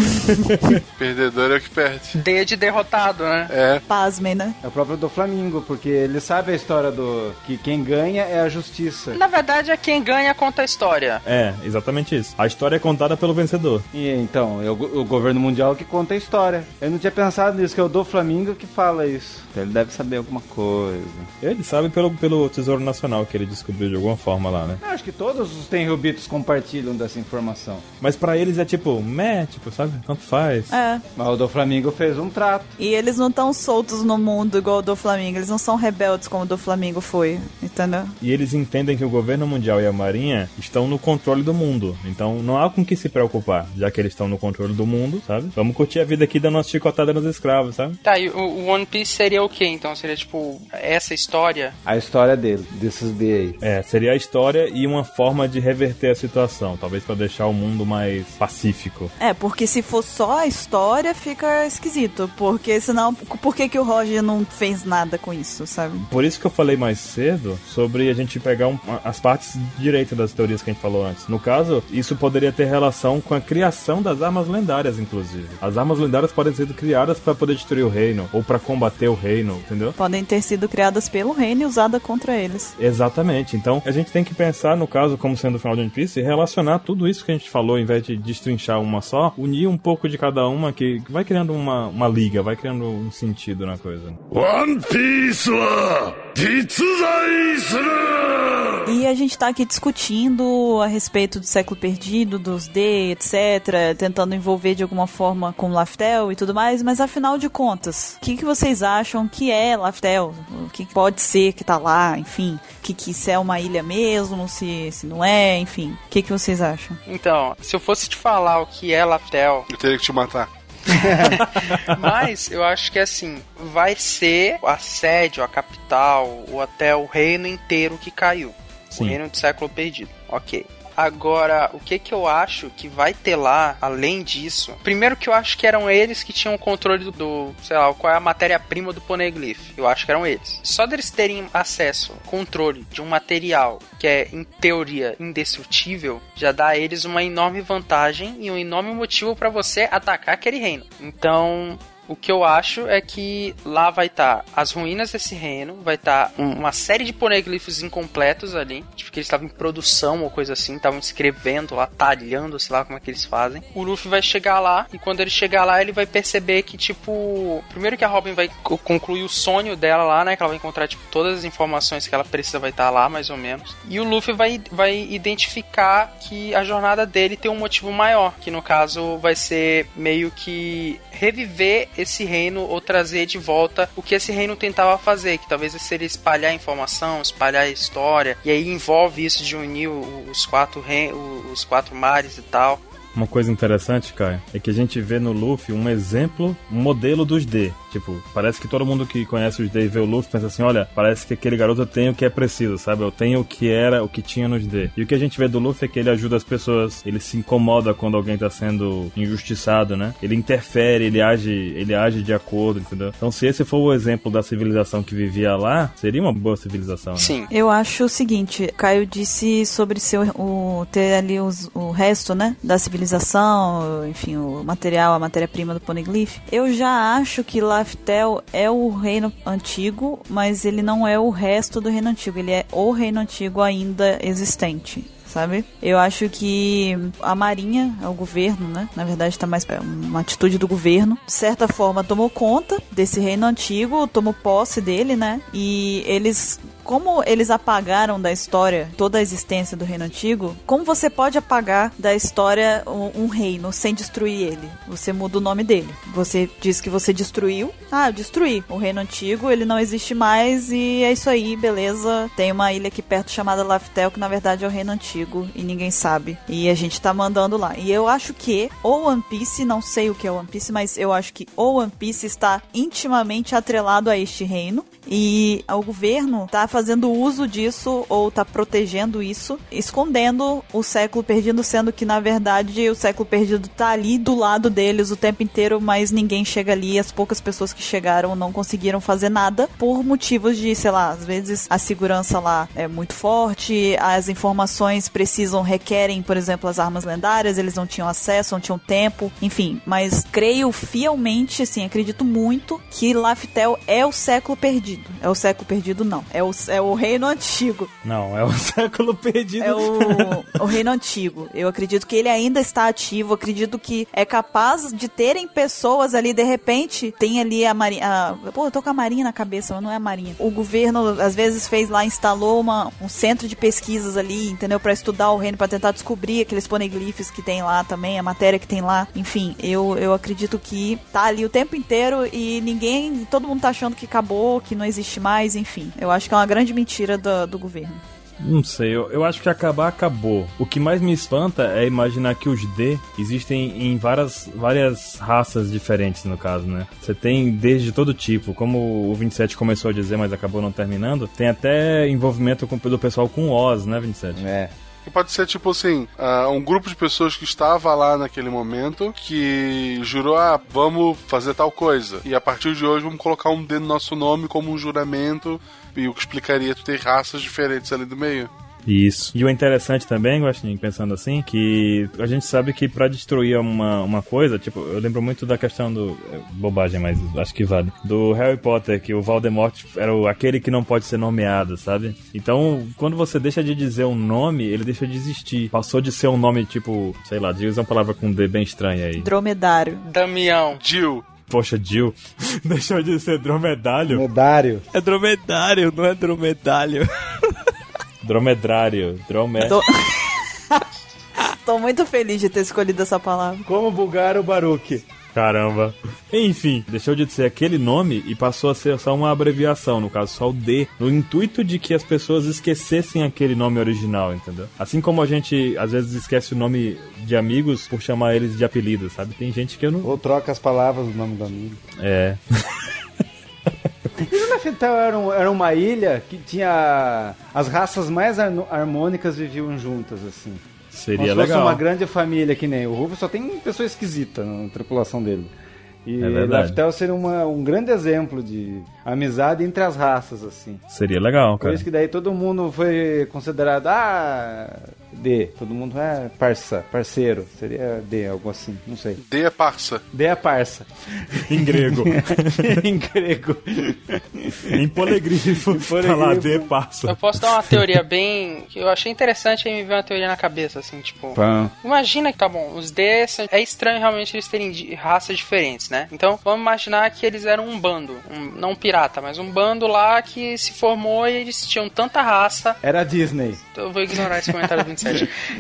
C: Perdedor é o que perde.
D: D de derrotado, né?
C: É.
A: Pasmem, né?
G: É o próprio do Flamengo, porque ele sabe a história do que quem ganha é a justiça.
D: Na verdade, é quem ganha conta a história.
F: É, exatamente isso. A história é contada pelo vencedor.
G: E então, é o, go- o governo mundial que conta a história. Eu não tinha pensado nisso, que é o do Flamengo que fala isso. Então ele deve saber alguma coisa.
F: Ele sabe pelo, pelo Tesouro Nacional que ele descobriu de alguma forma lá, né?
G: Eu acho que todos os tenrubitos compartilham dessa informação.
F: Mas pra eles é tipo, meh, tipo, sabe? Tanto faz.
A: É.
G: Mas o do Flamengo fez um trato.
A: E eles não estão soltos no mundo igual o do Flamengo. Eles não são rebeldes como o do Flamengo foi, entendeu?
F: E eles entendem que o governo mundial e a marinha estão no controle do mundo. Então não há com que se preocupar, já que eles estão no controle do mundo, sabe? Vamos curtir a vida aqui dando uma chicotada nos escravos, sabe?
D: Tá, e o- o One Piece seria o quê, então? Seria, tipo, essa história?
G: A história dele, desses D aí.
F: É, seria a história e uma forma de reverter a situação, talvez pra deixar o mundo mais pacífico.
A: É, porque se for só a história, fica esquisito. Porque senão, por que, que o Roger não fez nada com isso, sabe?
F: Por isso que eu falei mais cedo sobre a gente pegar um- as partes direitas das teorias que a gente falou antes. No caso, isso poderia ter relação com a criação das armas lendárias, inclusive. As armas lendárias podem ser criadas para poder destruir o reino ou para combater o reino, entendeu?
A: Podem ter sido criadas pelo reino e usadas contra eles.
F: Exatamente. Então, a gente tem que pensar no caso como sendo o final de One Piece e relacionar tudo isso que a gente falou, em vez de destrinchar uma só, unir um pouco de cada uma que que vai criando uma, uma liga, vai criando um sentido na coisa.
K: ワンピースは
A: E a gente tá aqui discutindo a respeito do século perdido, dos D, etc., tentando envolver de alguma forma com Laftel e tudo mais, mas afinal de contas, o que, que vocês acham que é Laftel? O que que pode ser que tá lá, enfim? O que, que se é uma ilha mesmo, se, se não é, enfim. O que, que vocês acham?
D: Então, se eu fosse te falar o que é Laftel,
C: Eu teria que te matar.
D: Mas eu acho que assim, vai ser a sede, ou a capital, ou até o reino inteiro que caiu.
F: Sim.
D: O reino do século perdido. Ok. Agora, o que que eu acho que vai ter lá, além disso? Primeiro que eu acho que eram eles que tinham o controle do, do sei lá, qual é a matéria-prima do Poneglyph. Eu acho que eram eles. Só deles terem acesso, controle de um material que é, em teoria, indestrutível, já dá a eles uma enorme vantagem e um enorme motivo pra você atacar aquele reino. Então, o que eu acho é que lá vai estar as ruínas desse reino, vai estar uma série de poneglyphos incompletos ali, tipo que eles estavam em produção ou coisa assim, estavam escrevendo lá, talhando, sei lá como é que eles fazem. O Luffy vai chegar lá e quando ele chegar lá, ele vai perceber que tipo, primeiro que a Robin vai co- concluir o sonho dela lá, né, que ela vai encontrar tipo todas as informações que ela precisa vai estar lá mais ou menos. E o Luffy vai vai identificar que a jornada dele tem um motivo maior, que no caso vai ser meio que reviver esse reino ou trazer de volta o que esse reino tentava fazer, que talvez seria espalhar informação, espalhar história, e aí envolve isso de unir o- os quatro rei- o- os quatro mares e tal.
F: Uma coisa interessante, Caio, é que a gente vê no Luffy um exemplo, um modelo dos D. Tipo, parece que todo mundo que conhece os D e vê o Luffy pensa assim, olha, parece que aquele garoto tem o que é preciso, sabe? Eu tenho o que era, o que tinha nos D. E o que a gente vê do Luffy é que ele ajuda as pessoas, ele se incomoda quando alguém tá sendo injustiçado, né? Ele interfere, ele age, ele age de acordo, entendeu? Então se esse for o exemplo da civilização que vivia lá, seria uma boa civilização, né?
D: Sim.
A: Eu acho o seguinte, o Caio disse sobre seu, o, ter ali os- o resto, né, da civilização, enfim, o material, a matéria-prima do Poneglyph. Eu já acho que Laftel é o reino antigo, mas ele não é o resto do reino antigo, ele é o reino antigo ainda existente sabe? Eu acho que a Marinha, o governo, né? Na verdade, tá mais é uma atitude do governo. De certa forma, tomou conta desse reino antigo, tomou posse dele, né? E eles. Como eles apagaram da história toda a existência do reino antigo, como você pode apagar da história um, um reino sem destruir ele? Você muda o nome dele. Você diz que você destruiu. Ah, eu destruí. O reino antigo, ele não existe mais e é isso aí, beleza. Tem uma ilha aqui perto chamada Laftel, que na verdade é o reino antigo e ninguém sabe. E a gente tá mandando lá. E eu acho que ou One Piece, não sei o que é One Piece, mas eu acho que ou One Piece está intimamente atrelado a este reino e o governo tá fazendo uso disso ou tá protegendo isso, escondendo o século perdido, sendo que na verdade o século perdido tá ali do lado deles o tempo inteiro, mas ninguém chega ali, as poucas pessoas que chegaram não conseguiram fazer nada por motivos de, sei lá, às vezes a segurança lá é muito forte, as informações precisam, requerem, por exemplo, as armas lendárias, eles não tinham acesso, não tinham tempo, enfim, mas creio fielmente, assim, acredito muito que Laftel é o século perdido. É o século perdido não, é o, é o reino antigo.
F: Não, é o século perdido.
A: É o, o reino antigo. Eu acredito que ele ainda está ativo. Acredito que é capaz de terem pessoas ali, de repente, tem ali a marinha. a- Pô, eu tô com a marinha na cabeça, mas não é a marinha. O governo, às vezes, fez lá, instalou uma, um centro de pesquisas ali, entendeu? Pra estudar o reino, pra tentar descobrir aqueles poneglyphs que tem lá também, a matéria que tem lá. Enfim, eu, eu acredito que tá ali o tempo inteiro e ninguém. Todo mundo tá achando que acabou, que não existe mais, enfim. Eu acho que é uma grande mentira do, do governo.
F: Não sei, eu, eu acho que acabar acabou. O que mais me espanta é imaginar que os D existem em várias, várias raças diferentes, no caso, né? Você tem desde todo tipo, como o 27 começou a dizer, mas acabou não terminando, tem até envolvimento com, do pessoal com Oz, né, 27?
G: É.
C: Que pode ser tipo assim, ah, um grupo de pessoas que estava lá naquele momento que jurou, ah, vamos fazer tal coisa. E a partir de hoje vamos colocar um D no nosso nome como um juramento. E o que explicaria tu ter raças diferentes ali do meio.
F: Isso. E o interessante também, Guaxinim, pensando assim, que a gente sabe que pra destruir uma, uma coisa, tipo, eu lembro muito da questão do. é, bobagem, mas acho que vale. Do Harry Potter, que o Voldemort era o- aquele que não pode ser nomeado, sabe? Então, quando você deixa de dizer um nome, ele deixa de existir. Passou de ser um nome, tipo, sei lá, de usar uma palavra com D bem um estranha aí.
A: Dromedário.
D: Damião.
C: Jill.
F: Poxa, Jill. Deixou de ser dromedário.
G: Dromedário.
E: É dromedário, não é dromedário.
F: Dromedário. Dromé.
A: Tô... Tô muito feliz de ter escolhido essa palavra.
G: Como bugar o Baruque?
F: Caramba. Enfim, deixou de ser aquele nome e passou a ser só uma abreviação, no caso só o D, no intuito de que as pessoas esquecessem aquele nome original, entendeu? Assim como a gente às vezes esquece o nome de amigos por chamar eles de apelido, sabe? Tem gente que eu não.
G: Ou troca as palavras do nome do amigo.
F: É.
G: Ilha Fitel era, um- era uma ilha que tinha. As raças mais harno- harmônicas viviam juntas, assim. Como
F: Seria
G: se fosse
F: legal.
G: uma grande família que nem o Rufus, só tem pessoa esquisita na tripulação dele. E
F: É
G: o
F: verdade.
G: Laftel seria uma- um grande exemplo de amizade entre as raças, assim.
F: Seria legal,
G: Por
F: cara.
G: isso que daí todo mundo foi considerado, ah, D. Todo mundo é parça, parceiro. Seria D, algo assim, não sei.
C: D é parça.
G: D é parça.
F: Em grego.
G: em grego.
F: em poligrifo. Tá lá, D passa.
D: Eu posso dar uma teoria bem. que eu achei interessante e me veio uma teoria na cabeça, assim, tipo. Imagina que, tá bom, os D são- é estranho realmente eles terem de- raças diferentes, né? Então vamos imaginar que eles eram um bando, um- não um pirata, mas um bando lá que se formou e eles tinham tanta raça. então
G: Era Disney.
D: Eu vou ignorar esse comentário 27.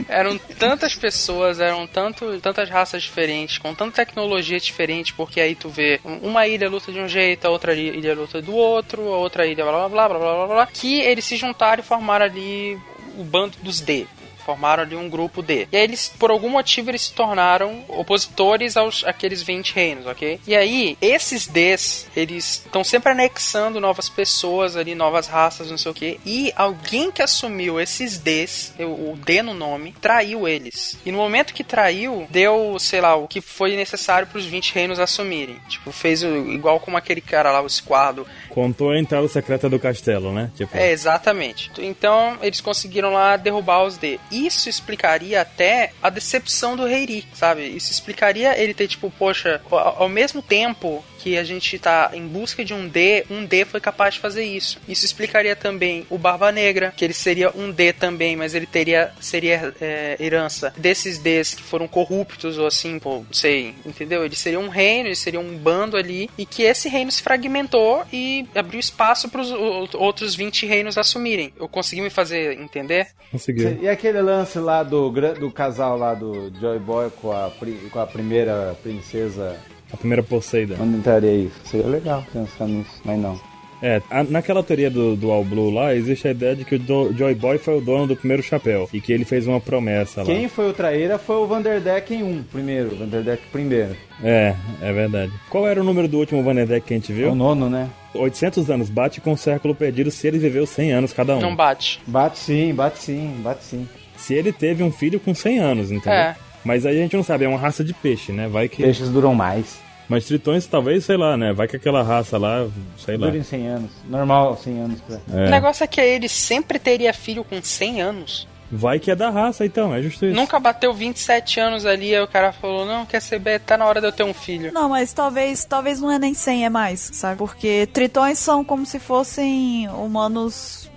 D: Eram tantas pessoas, eram tanto, tantas raças diferentes, com tanta tecnologia diferente, porque aí tu vê um- uma ilha luta de um jeito, a outra ilha ilha luta do outro, a outra ilha blá blá blá blá blá blá, blá que eles se juntaram e formaram ali o bando dos D. Formaram ali um grupo D. E aí eles, por algum motivo, eles se tornaram opositores aos aqueles 20 reinos, ok? E aí, esses Ds, eles estão sempre anexando novas pessoas ali, novas raças, não sei o quê. E alguém que assumiu esses Ds, o o D no nome, traiu eles. E no momento que traiu, deu, sei lá, o que foi necessário para os 20 reinos assumirem. Tipo, fez o- igual como aquele cara lá, o Squardo,
F: Contou a entrada secreta do castelo, né? Tipo.
D: é, exatamente. Então, eles conseguiram lá derrubar os D. Isso explicaria até a decepção do Reiri, sabe? Isso explicaria ele ter, tipo, poxa, ao ao mesmo tempo que a gente tá em busca de um D, um D foi capaz de fazer isso. Isso explicaria também o Barba Negra, que ele seria um D também, mas ele teria seria é, herança desses Ds que foram corruptos ou assim, pô, não sei, entendeu? Ele seria um reino, ele seria um bando ali, e que esse reino se fragmentou e abriu espaço para os outros 20 reinos assumirem. Eu consegui me fazer entender?
F: Conseguiu.
G: E aquele lance lá do, gran- do casal lá do Joy Boy com a, pri- com a primeira princesa.
F: A primeira Poseida.
G: Onde entraria isso? Seria legal pensar nisso, mas não.
F: É, a- naquela teoria do, do All Blue lá, existe a ideia de que o do, Joy Boy foi o dono do primeiro chapéu e que ele fez uma promessa Tá lá.
G: Quem foi o traíra foi o Vanderdeck em 1, primeiro. Vanderdeck primeiro.
F: É, é verdade. Qual era o número do último Vanedec que a gente viu?
G: O nono, né?
F: 800 anos. Bate com o século perdido se ele viveu 100 anos cada um.
D: Não bate.
G: Bate sim, bate sim, bate sim.
F: Se ele teve um filho com 100 anos, entendeu?
D: É.
F: Mas aí a gente não sabe, é uma raça de peixe, né? Vai que.
G: Peixes duram mais.
F: Mas tritões, talvez, sei lá, né? Vai que aquela raça lá, sei lá.
G: Durem 100 anos. Normal, 100 anos. Pra...
F: É.
D: O negócio é que ele sempre teria filho com 100 anos.
F: Vai que é da raça, então, é justo isso.
D: Nunca bateu 27 anos ali, aí o cara falou: Não, quer saber? Tá na hora de eu ter um filho.
A: Não, mas talvez, talvez não é nem 100 é mais, sabe? Porque tritões são como se fossem humanos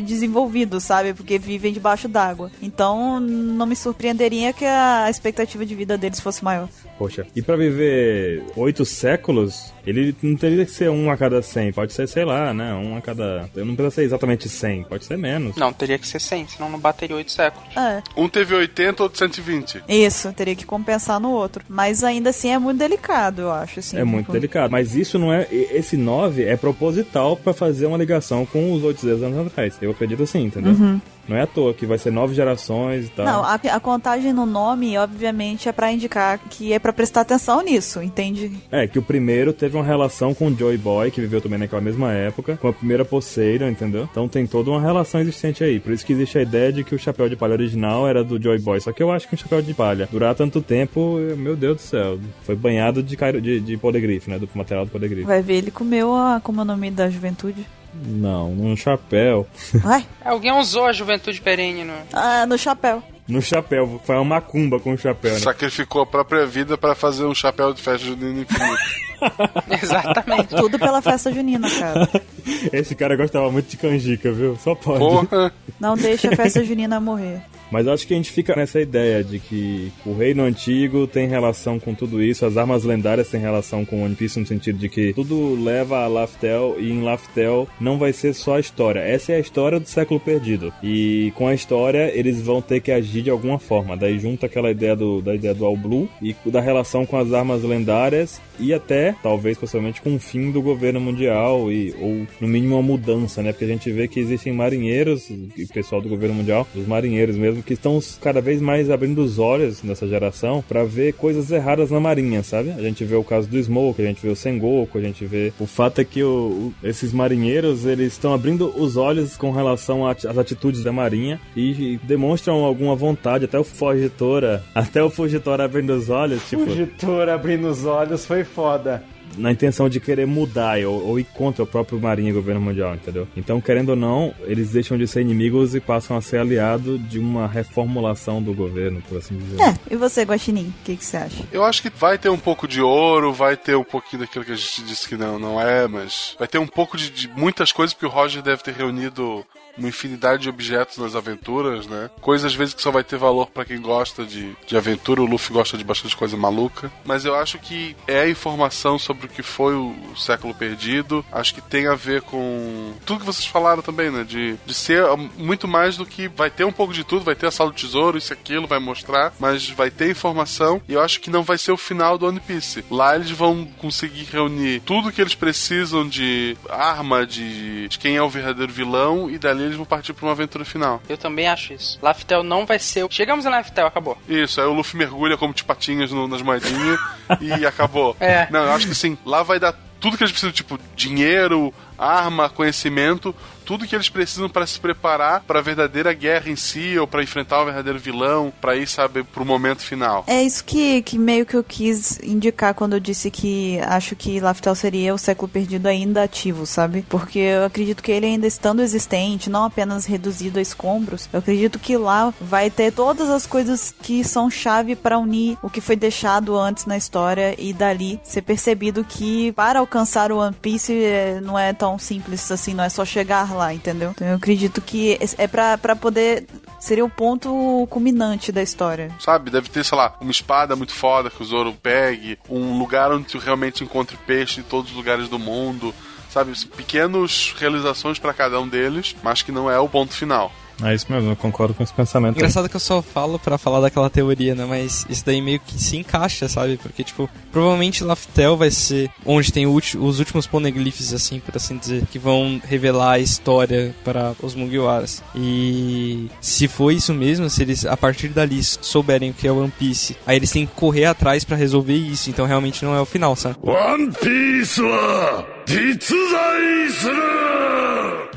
A: subdesenvolvidos, sabe? Porque vivem debaixo d'água. Então, não me surpreenderia que a expectativa de vida deles fosse maior.
F: Poxa, e pra viver oito séculos, ele não teria que ser um a cada cem, pode ser, sei lá, né, um a cada... Eu não precisa ser exatamente cem, pode ser menos.
D: Não, teria que ser 100, senão não bateria 8 séculos.
A: É.
C: Um teve 80, outro 120.
A: Isso, teria que compensar no outro. Mas ainda assim é muito delicado, eu acho. Assim,
F: É muito
A: tipo,
F: delicado, mas isso não é... e- Esse nove é proposital pra fazer uma ligação com os 800 anos atrás, eu acredito assim, entendeu?
A: Uhum.
F: Não é à toa que vai ser nove gerações e tal.
A: Não, a, a contagem no nome, obviamente, é pra indicar que é pra prestar atenção nisso, entende?
F: É, que o primeiro teve uma relação com o Joy Boy, que viveu também naquela mesma época, com a primeira Poseidon, entendeu? Então tem toda uma relação existente aí. Por isso que existe a ideia de que o chapéu de palha original era do Joy Boy. Só que eu acho que o chapéu de palha durar tanto tempo, eu- meu Deus do céu, foi banhado de, cairo- de, de poligrifo, né? Do material do poligrifo.
A: Vai ver, ele comeu a como é o nome da juventude.
F: Não, num chapéu.
A: Ai,
D: Alguém usou a juventude perene no.
A: ah, no chapéu.
F: No chapéu, foi uma macumba com o chapéu, né?
C: Sacrificou a própria vida pra fazer um chapéu de festa junina infinito.
D: Exatamente.
A: É Tudo pela festa junina, cara.
F: Esse cara gostava muito de canjica, viu? Só pode.
C: Porra!
A: Não deixa a festa junina morrer.
F: Mas acho que a gente fica nessa ideia de que o reino antigo tem relação com tudo isso, as armas lendárias têm relação com One Piece no sentido de que tudo leva a Laftel e em Laftel não vai ser só a história. Essa é a história do século perdido. E com a história eles vão ter que agir de alguma forma. Daí junta aquela ideia do da ideia do All Blue e da relação com as armas lendárias e até talvez possivelmente com o fim do governo mundial e ou no mínimo uma mudança, né? Porque a gente vê que existem marinheiros e pessoal do governo mundial, os marinheiros mesmo que estão cada vez mais abrindo os olhos nessa geração para ver coisas erradas na marinha, sabe? A gente vê o caso do Smoke, a gente vê o Sengoku, a gente vê o fato é que o, o- esses marinheiros eles estão abrindo os olhos com relação a- às atitudes da marinha e, e demonstram alguma vontade até o Fugitora, até o Fugitora abrindo os olhos, tipo,
G: Fugitor abrindo os olhos foi foda.
F: na intenção de querer mudar ou, ou ir contra o próprio Marinha e governo mundial, entendeu? Então, querendo ou não, eles deixam de ser inimigos e passam a ser aliado de uma reformulação do governo, por assim dizer.
A: É, e você, Guaxinim, o que que você acha?
C: Eu acho que vai ter um pouco de ouro, vai ter um pouquinho daquilo que a gente disse que não, não é, mas vai ter um pouco de, de muitas coisas, porque o Roger deve ter reunido uma infinidade de objetos nas aventuras, né? Coisas às vezes que só vai ter valor pra quem gosta de, de aventura, o Luffy gosta de bastante coisa maluca. Mas eu acho que é informação sobre o que foi o, o século perdido. Acho que tem a ver com tudo que vocês falaram também, né? De, de ser ah, muito mais do que vai ter um pouco de tudo, vai ter a sala do tesouro, isso e aquilo, vai mostrar, mas vai ter informação e eu acho que não vai ser o final do One Piece. Lá eles vão conseguir reunir tudo que eles precisam de arma, de, de quem é o verdadeiro vilão e dali eles vão partir pra uma aventura final.
D: Eu também acho isso. Laftel não vai ser. o- Chegamos em Laftel, acabou.
C: Isso, aí o Luffy mergulha como de patinhas no- nas moedinhas e acabou.
D: É.
C: Não, eu acho que sim, lá vai dar tudo que eles precisam, tipo dinheiro, arma, conhecimento, tudo que eles precisam para se preparar para a verdadeira guerra em si ou para enfrentar o verdadeiro vilão, para ir, sabe, pro momento final.
A: É isso que, que meio que eu quis indicar quando eu disse que acho que Laftel seria o século perdido ainda ativo, sabe? Porque eu acredito que ele ainda estando existente, não apenas reduzido a escombros, eu acredito que lá vai ter todas as coisas que são chave para unir o que foi deixado antes na história e dali ser percebido que para alcançar o One Piece eh, não é tão simples assim, não é só chegar lá, entendeu? Então eu acredito que es- é pra pra poder. Seria o ponto culminante da história.
C: Sabe, deve ter, sei lá, uma espada muito foda que o Zoro pegue, um lugar onde tu realmente encontre peixe em todos os lugares do mundo, sabe, pequenas realizações para cada um deles, mas que não é o ponto final.
F: É isso mesmo, eu concordo com esse pensamento.
E: Engraçado que eu só falo pra falar daquela teoria, né? Mas isso daí meio que se encaixa, sabe? Porque, tipo, provavelmente Laftel vai ser onde tem o ulti- os últimos poneglyphs, assim, por assim dizer, que vão revelar a história para os Mugiwaras. E se for isso mesmo, se eles a partir dali souberem o que é One Piece, aí eles têm que correr atrás pra resolver isso. Então realmente não é o final, sabe?
K: ワンピースは実在する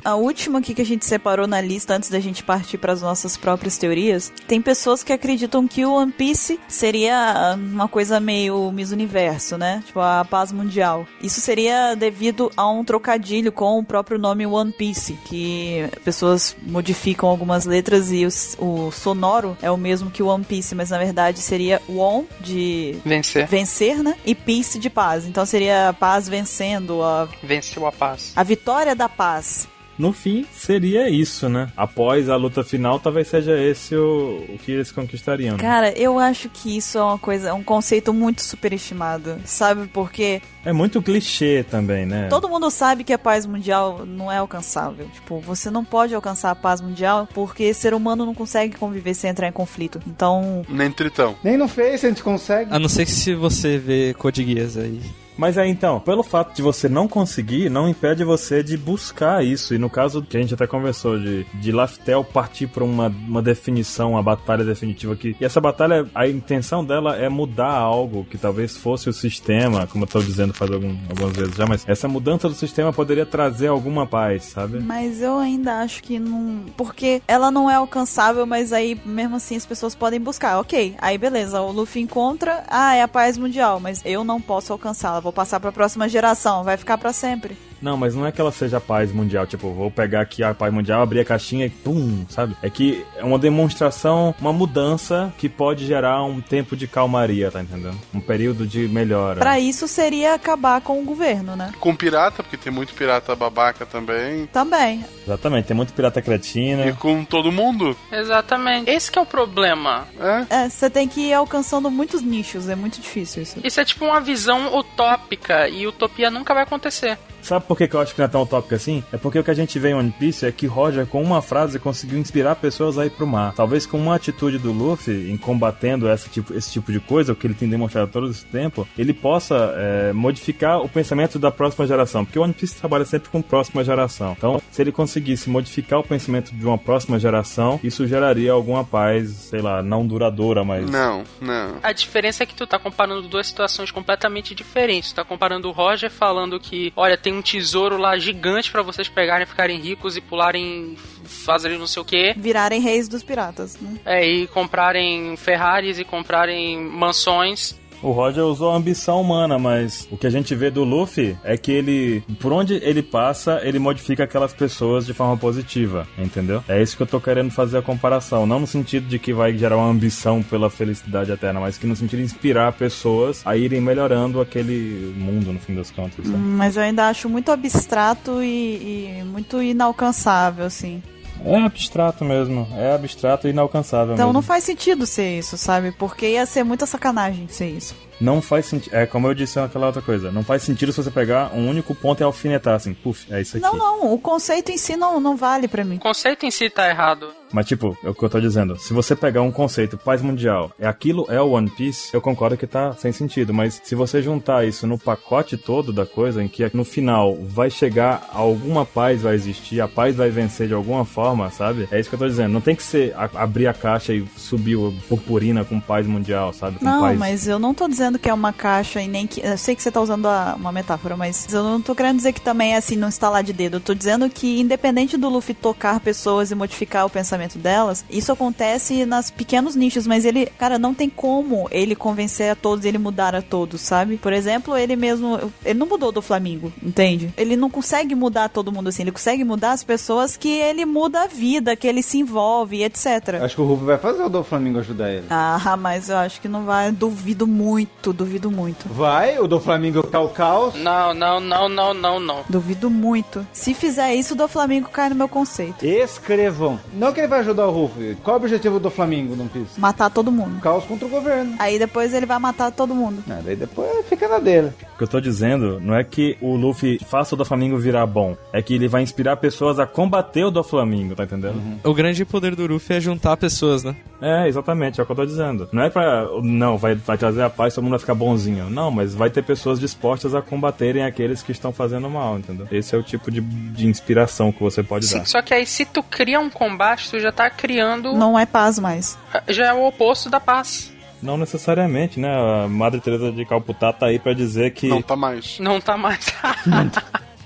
A: A última aqui que a gente separou na lista antes da gente partir para as nossas próprias teorias, tem pessoas que acreditam que o One Piece seria ah, uma coisa meio Miss Universo, né? Tipo a paz mundial. Isso seria devido a um trocadilho com o próprio nome One Piece, que pessoas modificam algumas letras e o, s- o sonoro é o mesmo que o One Piece, mas na verdade seria One de
D: Vencer.
A: vencer, né? E Piece de paz. Então seria a paz vencendo a
D: Venceu a paz.
A: a vitória da paz.
F: No fim, seria isso, né? Após a luta final, talvez seja esse o, o que eles conquistariam. né?
A: Cara, eu acho que isso é uma coisa, é um conceito muito superestimado, sabe? Porque
F: É muito clichê também, né?
A: todo mundo sabe que a paz mundial não é alcançável. Tipo, você não pode alcançar a paz mundial porque ser humano não consegue conviver sem entrar em conflito. Então,
C: Nem Tritão.
G: Nem no Face a gente consegue.
E: A não ser que se você vê Code Geass aí.
F: Mas aí então, pelo fato de você não conseguir, não impede você de buscar isso. E no caso que a gente até conversou de, de Laftel partir para uma, uma definição, uma batalha definitiva aqui. E essa batalha, a intenção dela é mudar algo que talvez fosse o sistema, como eu tô dizendo faz algum- algumas vezes já, mas essa mudança do sistema poderia trazer alguma paz, sabe?
A: mas eu ainda acho que não, porque ela não é alcançável, mas aí mesmo assim as pessoas podem buscar. OK. Aí beleza, o Luffy encontra, ah, é a paz mundial, mas eu não posso alcançá-la, vou passar pra próxima geração, vai ficar pra sempre.
F: Não, mas não é que ela seja paz mundial, tipo, vou pegar aqui a paz mundial, abrir a caixinha e pum, sabe? É que é uma demonstração, uma mudança que pode gerar um tempo de calmaria, tá entendendo? Um período de melhora.
A: Pra isso seria acabar com o governo, né?
C: Com pirata, porque tem muito pirata babaca também.
A: Também.
F: Exatamente, tem muito pirata cretina.
C: E com todo mundo.
D: Exatamente. Esse que é o problema.
A: É, você tem que ir alcançando muitos nichos, é muito difícil isso.
D: Isso é tipo uma visão utópica e utopia nunca vai acontecer.
F: Sabe por que, que eu acho que não é tão utópico assim? É porque o que a gente vê em One Piece é que Roger, com uma frase, conseguiu inspirar pessoas a ir pro mar. Talvez com uma atitude do Luffy em combatendo essa tipo, esse tipo de coisa, o que ele tem demonstrado todo esse tempo, ele possa é, modificar o pensamento da próxima geração. Porque One Piece trabalha sempre com próxima geração. Então, se ele conseguisse modificar o pensamento de uma próxima geração, isso geraria alguma paz, sei lá, não duradoura, mas.
C: Não, não.
D: A diferença é que tu tá comparando duas situações completamente diferentes. Tu tá comparando o Roger falando que, olha, tem um tesouro lá gigante pra vocês pegarem, ficarem ricos e pularem, fazerem não sei o quê.
A: Virarem reis dos piratas, né?
D: É, e comprarem Ferraris e comprarem mansões.
F: O Roger usou a ambição humana, mas o que a gente vê do Luffy é que ele, por onde ele passa, ele modifica aquelas pessoas de forma positiva, entendeu? É isso que eu tô querendo fazer a comparação. Não no sentido de que vai gerar uma ambição pela felicidade eterna, mas que no sentido de inspirar pessoas a irem melhorando aquele mundo, no fim das contas. né?
A: Hum, Mas eu ainda acho muito abstrato e, e muito inalcançável, assim.
F: É abstrato mesmo, é abstrato e inalcançável
A: Então
F: mesmo.
A: não faz sentido ser isso, sabe? Porque ia ser muita sacanagem ser isso.
F: Não faz sentido. É como eu disse aquela outra coisa. Não faz sentido se você pegar um único ponto e alfinetar assim. Puf, é isso aqui.
A: Não, não, o conceito em si não, não vale pra mim.
D: O conceito em si tá errado.
F: Mas, tipo, é o que eu tô dizendo. Se você pegar um conceito, paz mundial, é aquilo é o One Piece, eu concordo que tá sem sentido. Mas se você juntar isso no pacote todo da coisa, em que no final vai chegar alguma paz, vai existir, a paz vai vencer de alguma forma, sabe? É isso que eu tô dizendo. Não tem que ser a- abrir a caixa e subir o purpurina com paz mundial, sabe? Com
A: Não,
F: paz.
A: mas eu não tô dizendo que é uma caixa e nem que. Eu sei que você tá usando a- uma metáfora, mas eu não tô querendo dizer que também é assim, não instalar de dedo. Eu tô dizendo que, independente do Luffy tocar pessoas e modificar o pensamento delas, isso acontece nas pequenos nichos, mas ele, cara, não tem como ele convencer a todos, ele mudar a todos, sabe? Por exemplo, ele mesmo. Ele não mudou do Flamengo, entende? Ele não consegue mudar todo mundo assim, ele consegue mudar as pessoas que ele muda a vida, que ele se envolve, etc.
G: Ah. Acho que o Ruby vai fazer o Doflamingo ajudar ele.
A: Ah, mas eu acho que não vai. Duvido muito, duvido muito.
G: Vai, o Doflamingo tá o caos.
D: Não, não, não, não, não, não.
A: Duvido muito. Se fizer isso, o do Flamengo cai no meu conceito.
G: Escrevam. Não que ele vai ajudar o Ruffy. Qual é o objetivo do Flamingo, não Piece?
A: Matar todo mundo.
G: Caos contra o governo.
A: Aí depois ele vai matar todo mundo.
G: Ah, daí depois fica na dele.
F: O que eu tô dizendo não é que o Luffy faça o Doflamingo virar bom, é que ele vai inspirar pessoas a combater o Doflamingo, tá entendendo?
E: O grande poder do Luffy é juntar pessoas, né?
F: É, exatamente, é o que eu tô dizendo. Não é pra. Não, vai, vai trazer a paz, todo mundo vai ficar bonzinho. Não, mas vai ter pessoas dispostas a combaterem aqueles que estão fazendo mal, entendeu? Esse é o tipo de, de inspiração que você pode
D: Sim,
F: dar.
D: só que aí se tu cria um combate, tu já tá criando.
A: Não é paz mais.
D: Já é o oposto da paz.
F: Não necessariamente, né? A Madre Teresa de Calcutá tá aí pra dizer que.
C: Não tá mais.
D: Não tá mais.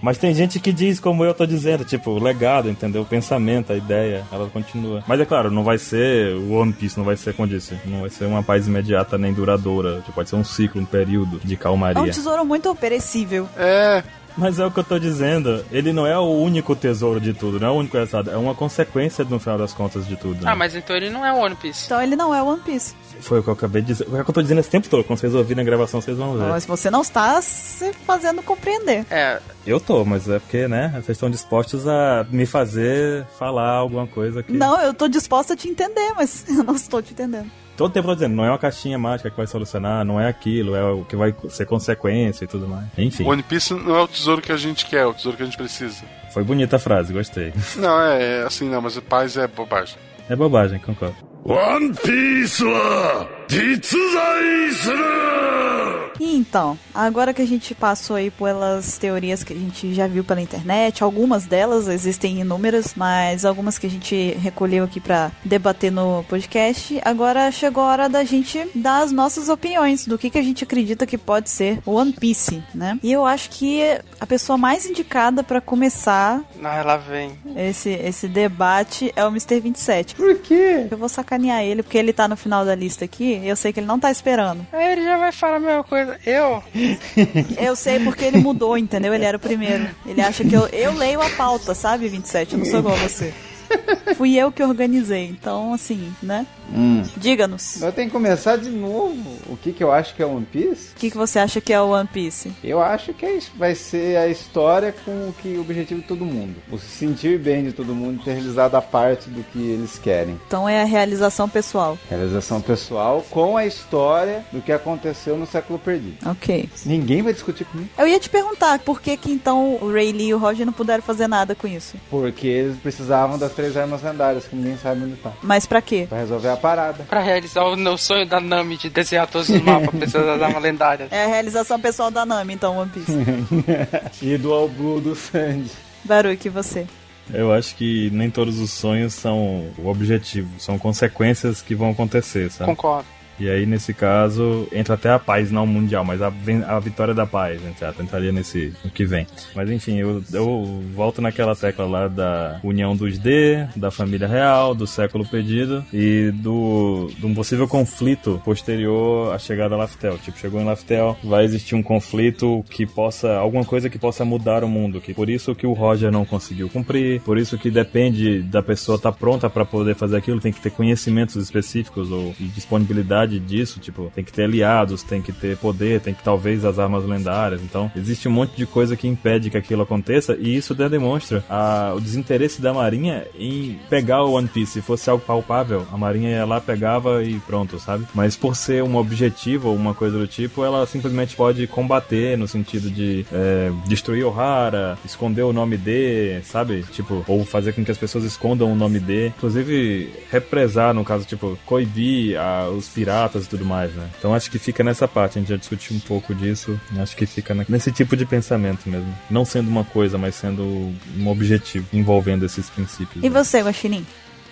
F: Mas tem gente que diz, como eu tô dizendo, tipo, o legado, entendeu? O pensamento, a ideia, ela continua. Mas é claro, não vai ser o One Piece, não vai ser como eu disse, não vai ser uma paz imediata nem duradoura. Tipo, pode ser um ciclo, um período de
A: É um
F: calmaria.
A: tesouro muito perecível.
C: É.
F: Mas é o que eu tô dizendo, ele não é o único tesouro de tudo, não é o único resultado, é uma consequência no final das contas de tudo. né?
D: ah, mas então ele não é One Piece.
A: Então ele não é One Piece.
F: Foi o que eu acabei de dizer. O que eu tô dizendo esse tempo todo, quando vocês ouvirem a gravação, vocês vão ver.
A: Mas você não está se fazendo compreender.
D: É,
F: Eu tô, mas é porque, né, vocês estão dispostos a me fazer falar alguma coisa que.
A: Não, eu tô disposta a te entender, mas eu não estou te entendendo.
F: Todo tempo eu tô dizendo, não é uma caixinha mágica que vai solucionar, não é aquilo, é o que vai ser consequência e tudo mais. Enfim,
C: One Piece não é o tesouro que a gente quer, é o tesouro que a gente precisa.
F: foi bonita a frase, gostei.
C: Não, é, é assim, não, mas paz é bobagem.
F: É bobagem, concordo.
K: ワンピースは実在する
A: E Então, agora que a gente passou aí pelas teorias que a gente já viu pela internet, algumas delas existem inúmeras, mas algumas que a gente recolheu aqui pra debater no podcast, agora chegou a hora da gente dar as nossas opiniões do que, que a gente acredita que pode ser One Piece, né? E eu acho que a pessoa mais indicada pra começar
D: ah, lá vem.
A: esse, esse debate é o Mr. 27.
G: Por quê?
A: Eu vou sacanear ele, porque ele tá no final da lista aqui. aqui. Eu sei que ele não tá esperando.
D: Aí ele já vai falar a mesma coisa. Eu?
A: Eu sei porque ele mudou, entendeu? Ele era o primeiro. Ele acha que eu, eu leio a pauta, sabe, 27? Eu não sou igual a você. Fui eu que organizei, então assim, né?
G: Hum.
A: Diga-nos.
G: Eu tenho que começar de novo. O que, que eu acho que é One Piece?
A: O que, que você acha que é o One Piece?
G: Eu acho que é isso. vai ser a história com o que o objetivo de todo mundo. O se sentir bem de todo mundo e ter realizado a parte do que eles querem.
A: Então é a realização pessoal.
G: Realização pessoal com a história do que aconteceu no século perdido.
A: Ok.
G: Ninguém vai discutir comigo.
A: Eu ia te perguntar por que, que então o Ray Lee e o Roger não puderam fazer nada com isso.
G: Porque eles precisavam das três armas lendárias, que ninguém sabe onde tá.
A: Mas pra quê?
G: Pra resolver a parada.
D: Pra realizar o meu sonho da Nami de desenhar todos os mapas, precisa dar uma lendária.
A: É a realização pessoal da Nami, então, One Piece.
G: e do All Blue do Sandy.
A: Baruque, você.
F: Eu acho que nem todos os sonhos são o objetivo, são consequências que vão acontecer, sabe?
D: Concordo.
F: E aí, nesse caso, entra até a paz, não o mundial, mas a, ven- a vitória da paz, gente, ah, entraria nesse no que vem. Mas enfim, eu, eu volto naquela tecla lá da união dos D, da família real, do século perdido e do, de um possível conflito posterior à chegada a Laftel. Tipo, chegou em Laftel, vai existir um conflito que possa, alguma coisa que possa mudar o mundo, que por isso que o Roger não conseguiu cumprir, por isso que depende da pessoa estar pronta para poder fazer aquilo, tem que ter conhecimentos específicos ou e disponibilidade disso, tipo, tem que ter aliados, tem que ter poder, tem que talvez as armas lendárias. Então, existe um monte de coisa que impede que aquilo aconteça e isso até demonstra a- o desinteresse da Marinha em pegar o One Piece. Se fosse algo palpável, a Marinha ia lá, pegava e pronto, sabe? Mas por ser um objetivo ou uma coisa do tipo, ela simplesmente pode combater no sentido de é, destruir Ohara, esconder o nome D, sabe? Tipo, ou fazer com que as pessoas escondam o nome D. Inclusive, represar, no caso, tipo, coibir a- os piratas e tudo mais, né? Então acho que fica nessa parte, a gente já discutiu um pouco disso. Acho que fica na- nesse tipo de pensamento mesmo. Não sendo uma coisa, mas sendo um objetivo envolvendo esses princípios.
A: E você, Guaxinim?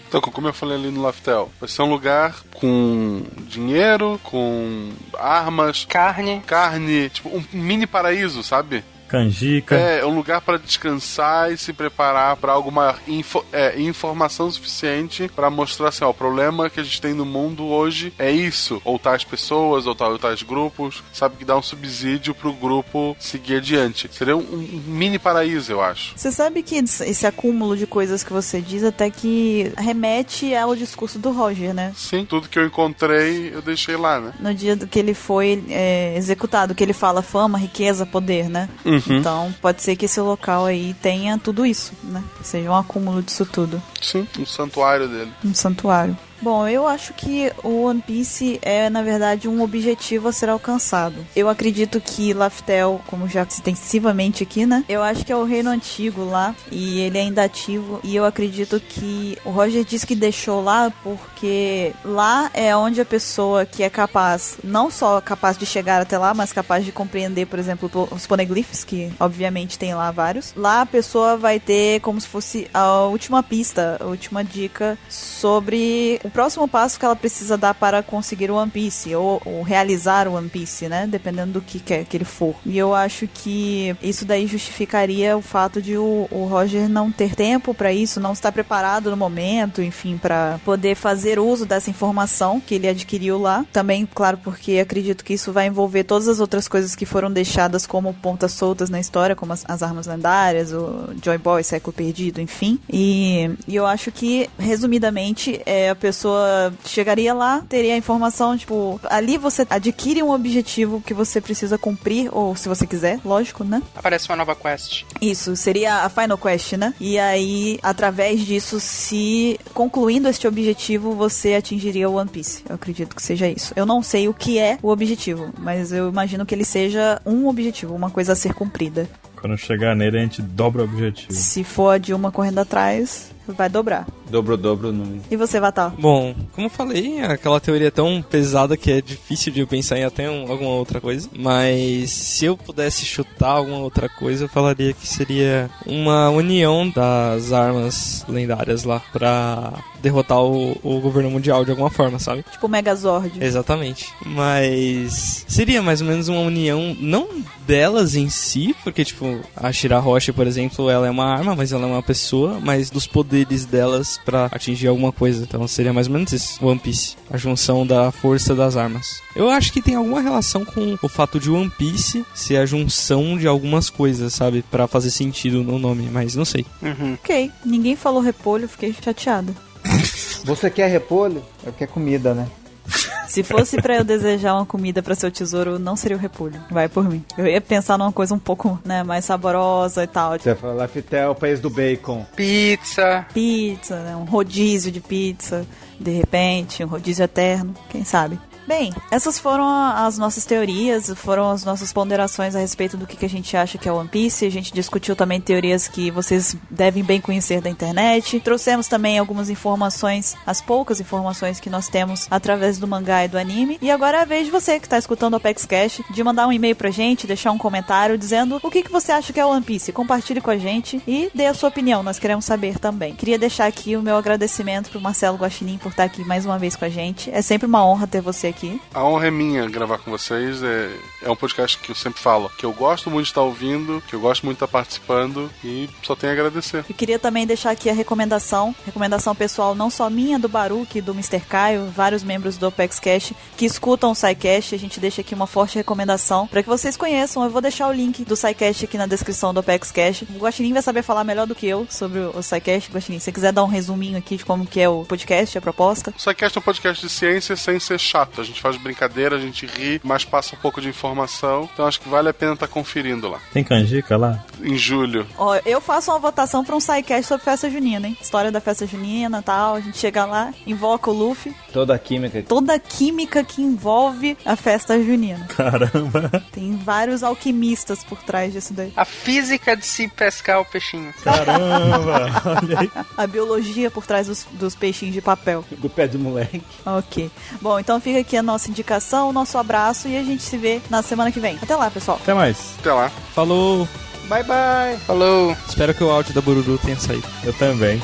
C: Então, como eu falei ali no Laftel, vai ser um lugar com dinheiro, com armas,
D: carne,
C: carne, tipo um mini paraíso, sabe?
F: Canjica.
C: É, é um lugar para descansar e se preparar para algo maior. Info- é, informação suficiente para mostrar assim, ó, o problema que a gente tem no mundo hoje é isso. Ou tais pessoas, ou, tal, ou tais grupos, sabe? Que dá um subsídio pro grupo seguir adiante. Seria um, um mini paraíso, eu acho.
A: Você sabe que des- esse acúmulo de coisas que você diz até que remete ao discurso do Roger, né?
C: Sim, tudo que eu encontrei eu deixei lá, né?
A: No dia do que ele foi é, executado, que ele fala fama, riqueza, poder, né?
C: Uhum.
A: Então pode ser que esse local aí tenha tudo isso, né? Seja um acúmulo disso tudo.
C: Sim, um santuário dele.
A: Um santuário. Bom, eu acho que o One Piece é, na verdade, um objetivo a ser alcançado. Eu acredito que Laftel, como já extensivamente aqui, né? Eu acho que é o reino antigo lá e ele é ainda ativo. E eu acredito que o Roger disse que deixou lá porque lá é onde a pessoa que é capaz, não só capaz de chegar até lá, mas capaz de compreender, por exemplo, po- os poneglyphs, que obviamente tem lá vários. Lá a pessoa vai ter como se fosse a última pista, a última dica sobre o próximo passo que ela precisa dar para conseguir o One Piece, ou, ou realizar o One Piece, né? Dependendo do que quer que ele for. E eu acho que isso daí justificaria o fato de o, o Roger não ter tempo para isso, não estar preparado no momento, enfim, para poder fazer uso dessa informação que ele adquiriu lá. Também, claro, porque acredito que isso vai envolver todas as outras coisas que foram deixadas como pontas soltas na história, como as, as armas lendárias, o Joy Boy, Século Perdido, enfim. E, e eu acho que, resumidamente, é, a pessoa chegaria lá, teria a informação, tipo, ali você adquire um objetivo que você precisa cumprir, ou se você quiser, lógico, né?
D: Aparece uma nova quest.
A: Isso, seria a Final Quest, né? E aí, através disso, se concluindo este objetivo, você atingiria o One Piece. Eu acredito que seja isso. Eu não sei o que é o objetivo, mas eu imagino que ele seja um objetivo, uma coisa a ser cumprida.
F: Quando chegar nele, a gente dobra o objetivo.
A: Se for a Dilma correndo atrás, vai dobrar.
G: Dobro, dobro o número.
A: E você, Vatal?
E: Bom, como eu falei, aquela teoria é tão pesada que é difícil de eu pensar em até um- alguma outra coisa. Mas se eu pudesse chutar alguma outra coisa, eu falaria que seria uma união das armas lendárias lá pra derrotar o, o governo mundial de alguma forma, sabe?
A: Tipo o Megazord.
E: Exatamente. Mas seria mais ou menos uma união, não delas em si, porque, tipo, a Shira Roche, por exemplo, ela é uma arma, mas ela é uma pessoa, mas dos poderes poderes delas pra atingir alguma coisa. Então seria mais ou menos isso, One Piece. A junção da força das armas. Eu acho que tem alguma relação com o fato de One Piece ser a junção de algumas coisas, sabe? Pra fazer sentido no nome, mas não sei.
A: Ok, ninguém falou repolho, fiquei chateada.
G: Você quer repolho? Eu quero comida, né?
A: Se fosse pra eu desejar uma comida pra seu tesouro, não seria o repolho. Vai por mim. Eu ia pensar numa coisa um pouco, né, mais saborosa e tal.
G: Você vai falar Laftel, país do bacon.
D: Pizza.
A: Pizza, né, um rodízio de pizza, de repente, um rodízio eterno, quem sabe. Bem, essas foram as nossas teorias, foram as nossas ponderações a respeito do que que a gente acha que é One Piece. A gente discutiu também teorias que vocês devem bem conhecer da internet. Trouxemos também algumas informações, as poucas informações que nós temos através do mangá e do anime. E agora é a vez de você que está escutando o Apex Cash de mandar um e-mail pra gente, deixar um comentário dizendo o que, que você acha que é One Piece. Compartilhe com a gente e dê a sua opinião, nós queremos saber também. Queria deixar aqui o meu agradecimento pro Marcelo Guaxinim por estar aqui mais uma vez com a gente. É sempre uma honra ter você aqui.
C: A honra é minha gravar com vocês. É, é um podcast que eu sempre falo, que eu gosto muito de estar ouvindo, que eu gosto muito de estar participando e só tenho a agradecer.
A: Eu queria também deixar aqui a recomendação, recomendação pessoal não só minha, do Baruque, do Mr. Caio, vários membros do Apex Cash que escutam o SciCast, a gente deixa aqui uma forte recomendação para que vocês conheçam. Eu vou deixar o link do SciCast aqui na descrição do Apex Cash. O Guaxinim vai saber falar melhor do que eu sobre o SciCast. Guaxinim, se você quiser dar um resuminho aqui de como que é o podcast, a proposta.
C: O SciCast é um podcast de ciência sem ser chato. A gente faz brincadeira, a gente ri, mas passa um pouco de informação. Então acho que vale a pena estar conferindo lá.
F: Tem canjica lá?
C: Em julho.
A: Ó, eu faço uma votação pra um SciCast sobre festa junina, hein? História da festa junina e tal. A gente chega lá, invoca o Luffy.
G: Toda a química.
A: Toda a química que envolve a festa junina.
F: Caramba.
A: Tem vários alquimistas por trás disso daí.
D: A física de se pescar o peixinho.
F: Caramba. Olha aí.
A: A biologia por trás dos, dos peixinhos de papel.
G: Do pé do moleque.
A: Ok. Bom, então fica aqui a nossa indicação, o nosso abraço e a gente se vê na semana que vem. Até lá, pessoal.
F: Até mais.
C: Até lá.
E: Falou!
G: Bye bye.
D: Falou.
E: Espero que o áudio da Bururu tenha saído.
F: Eu também.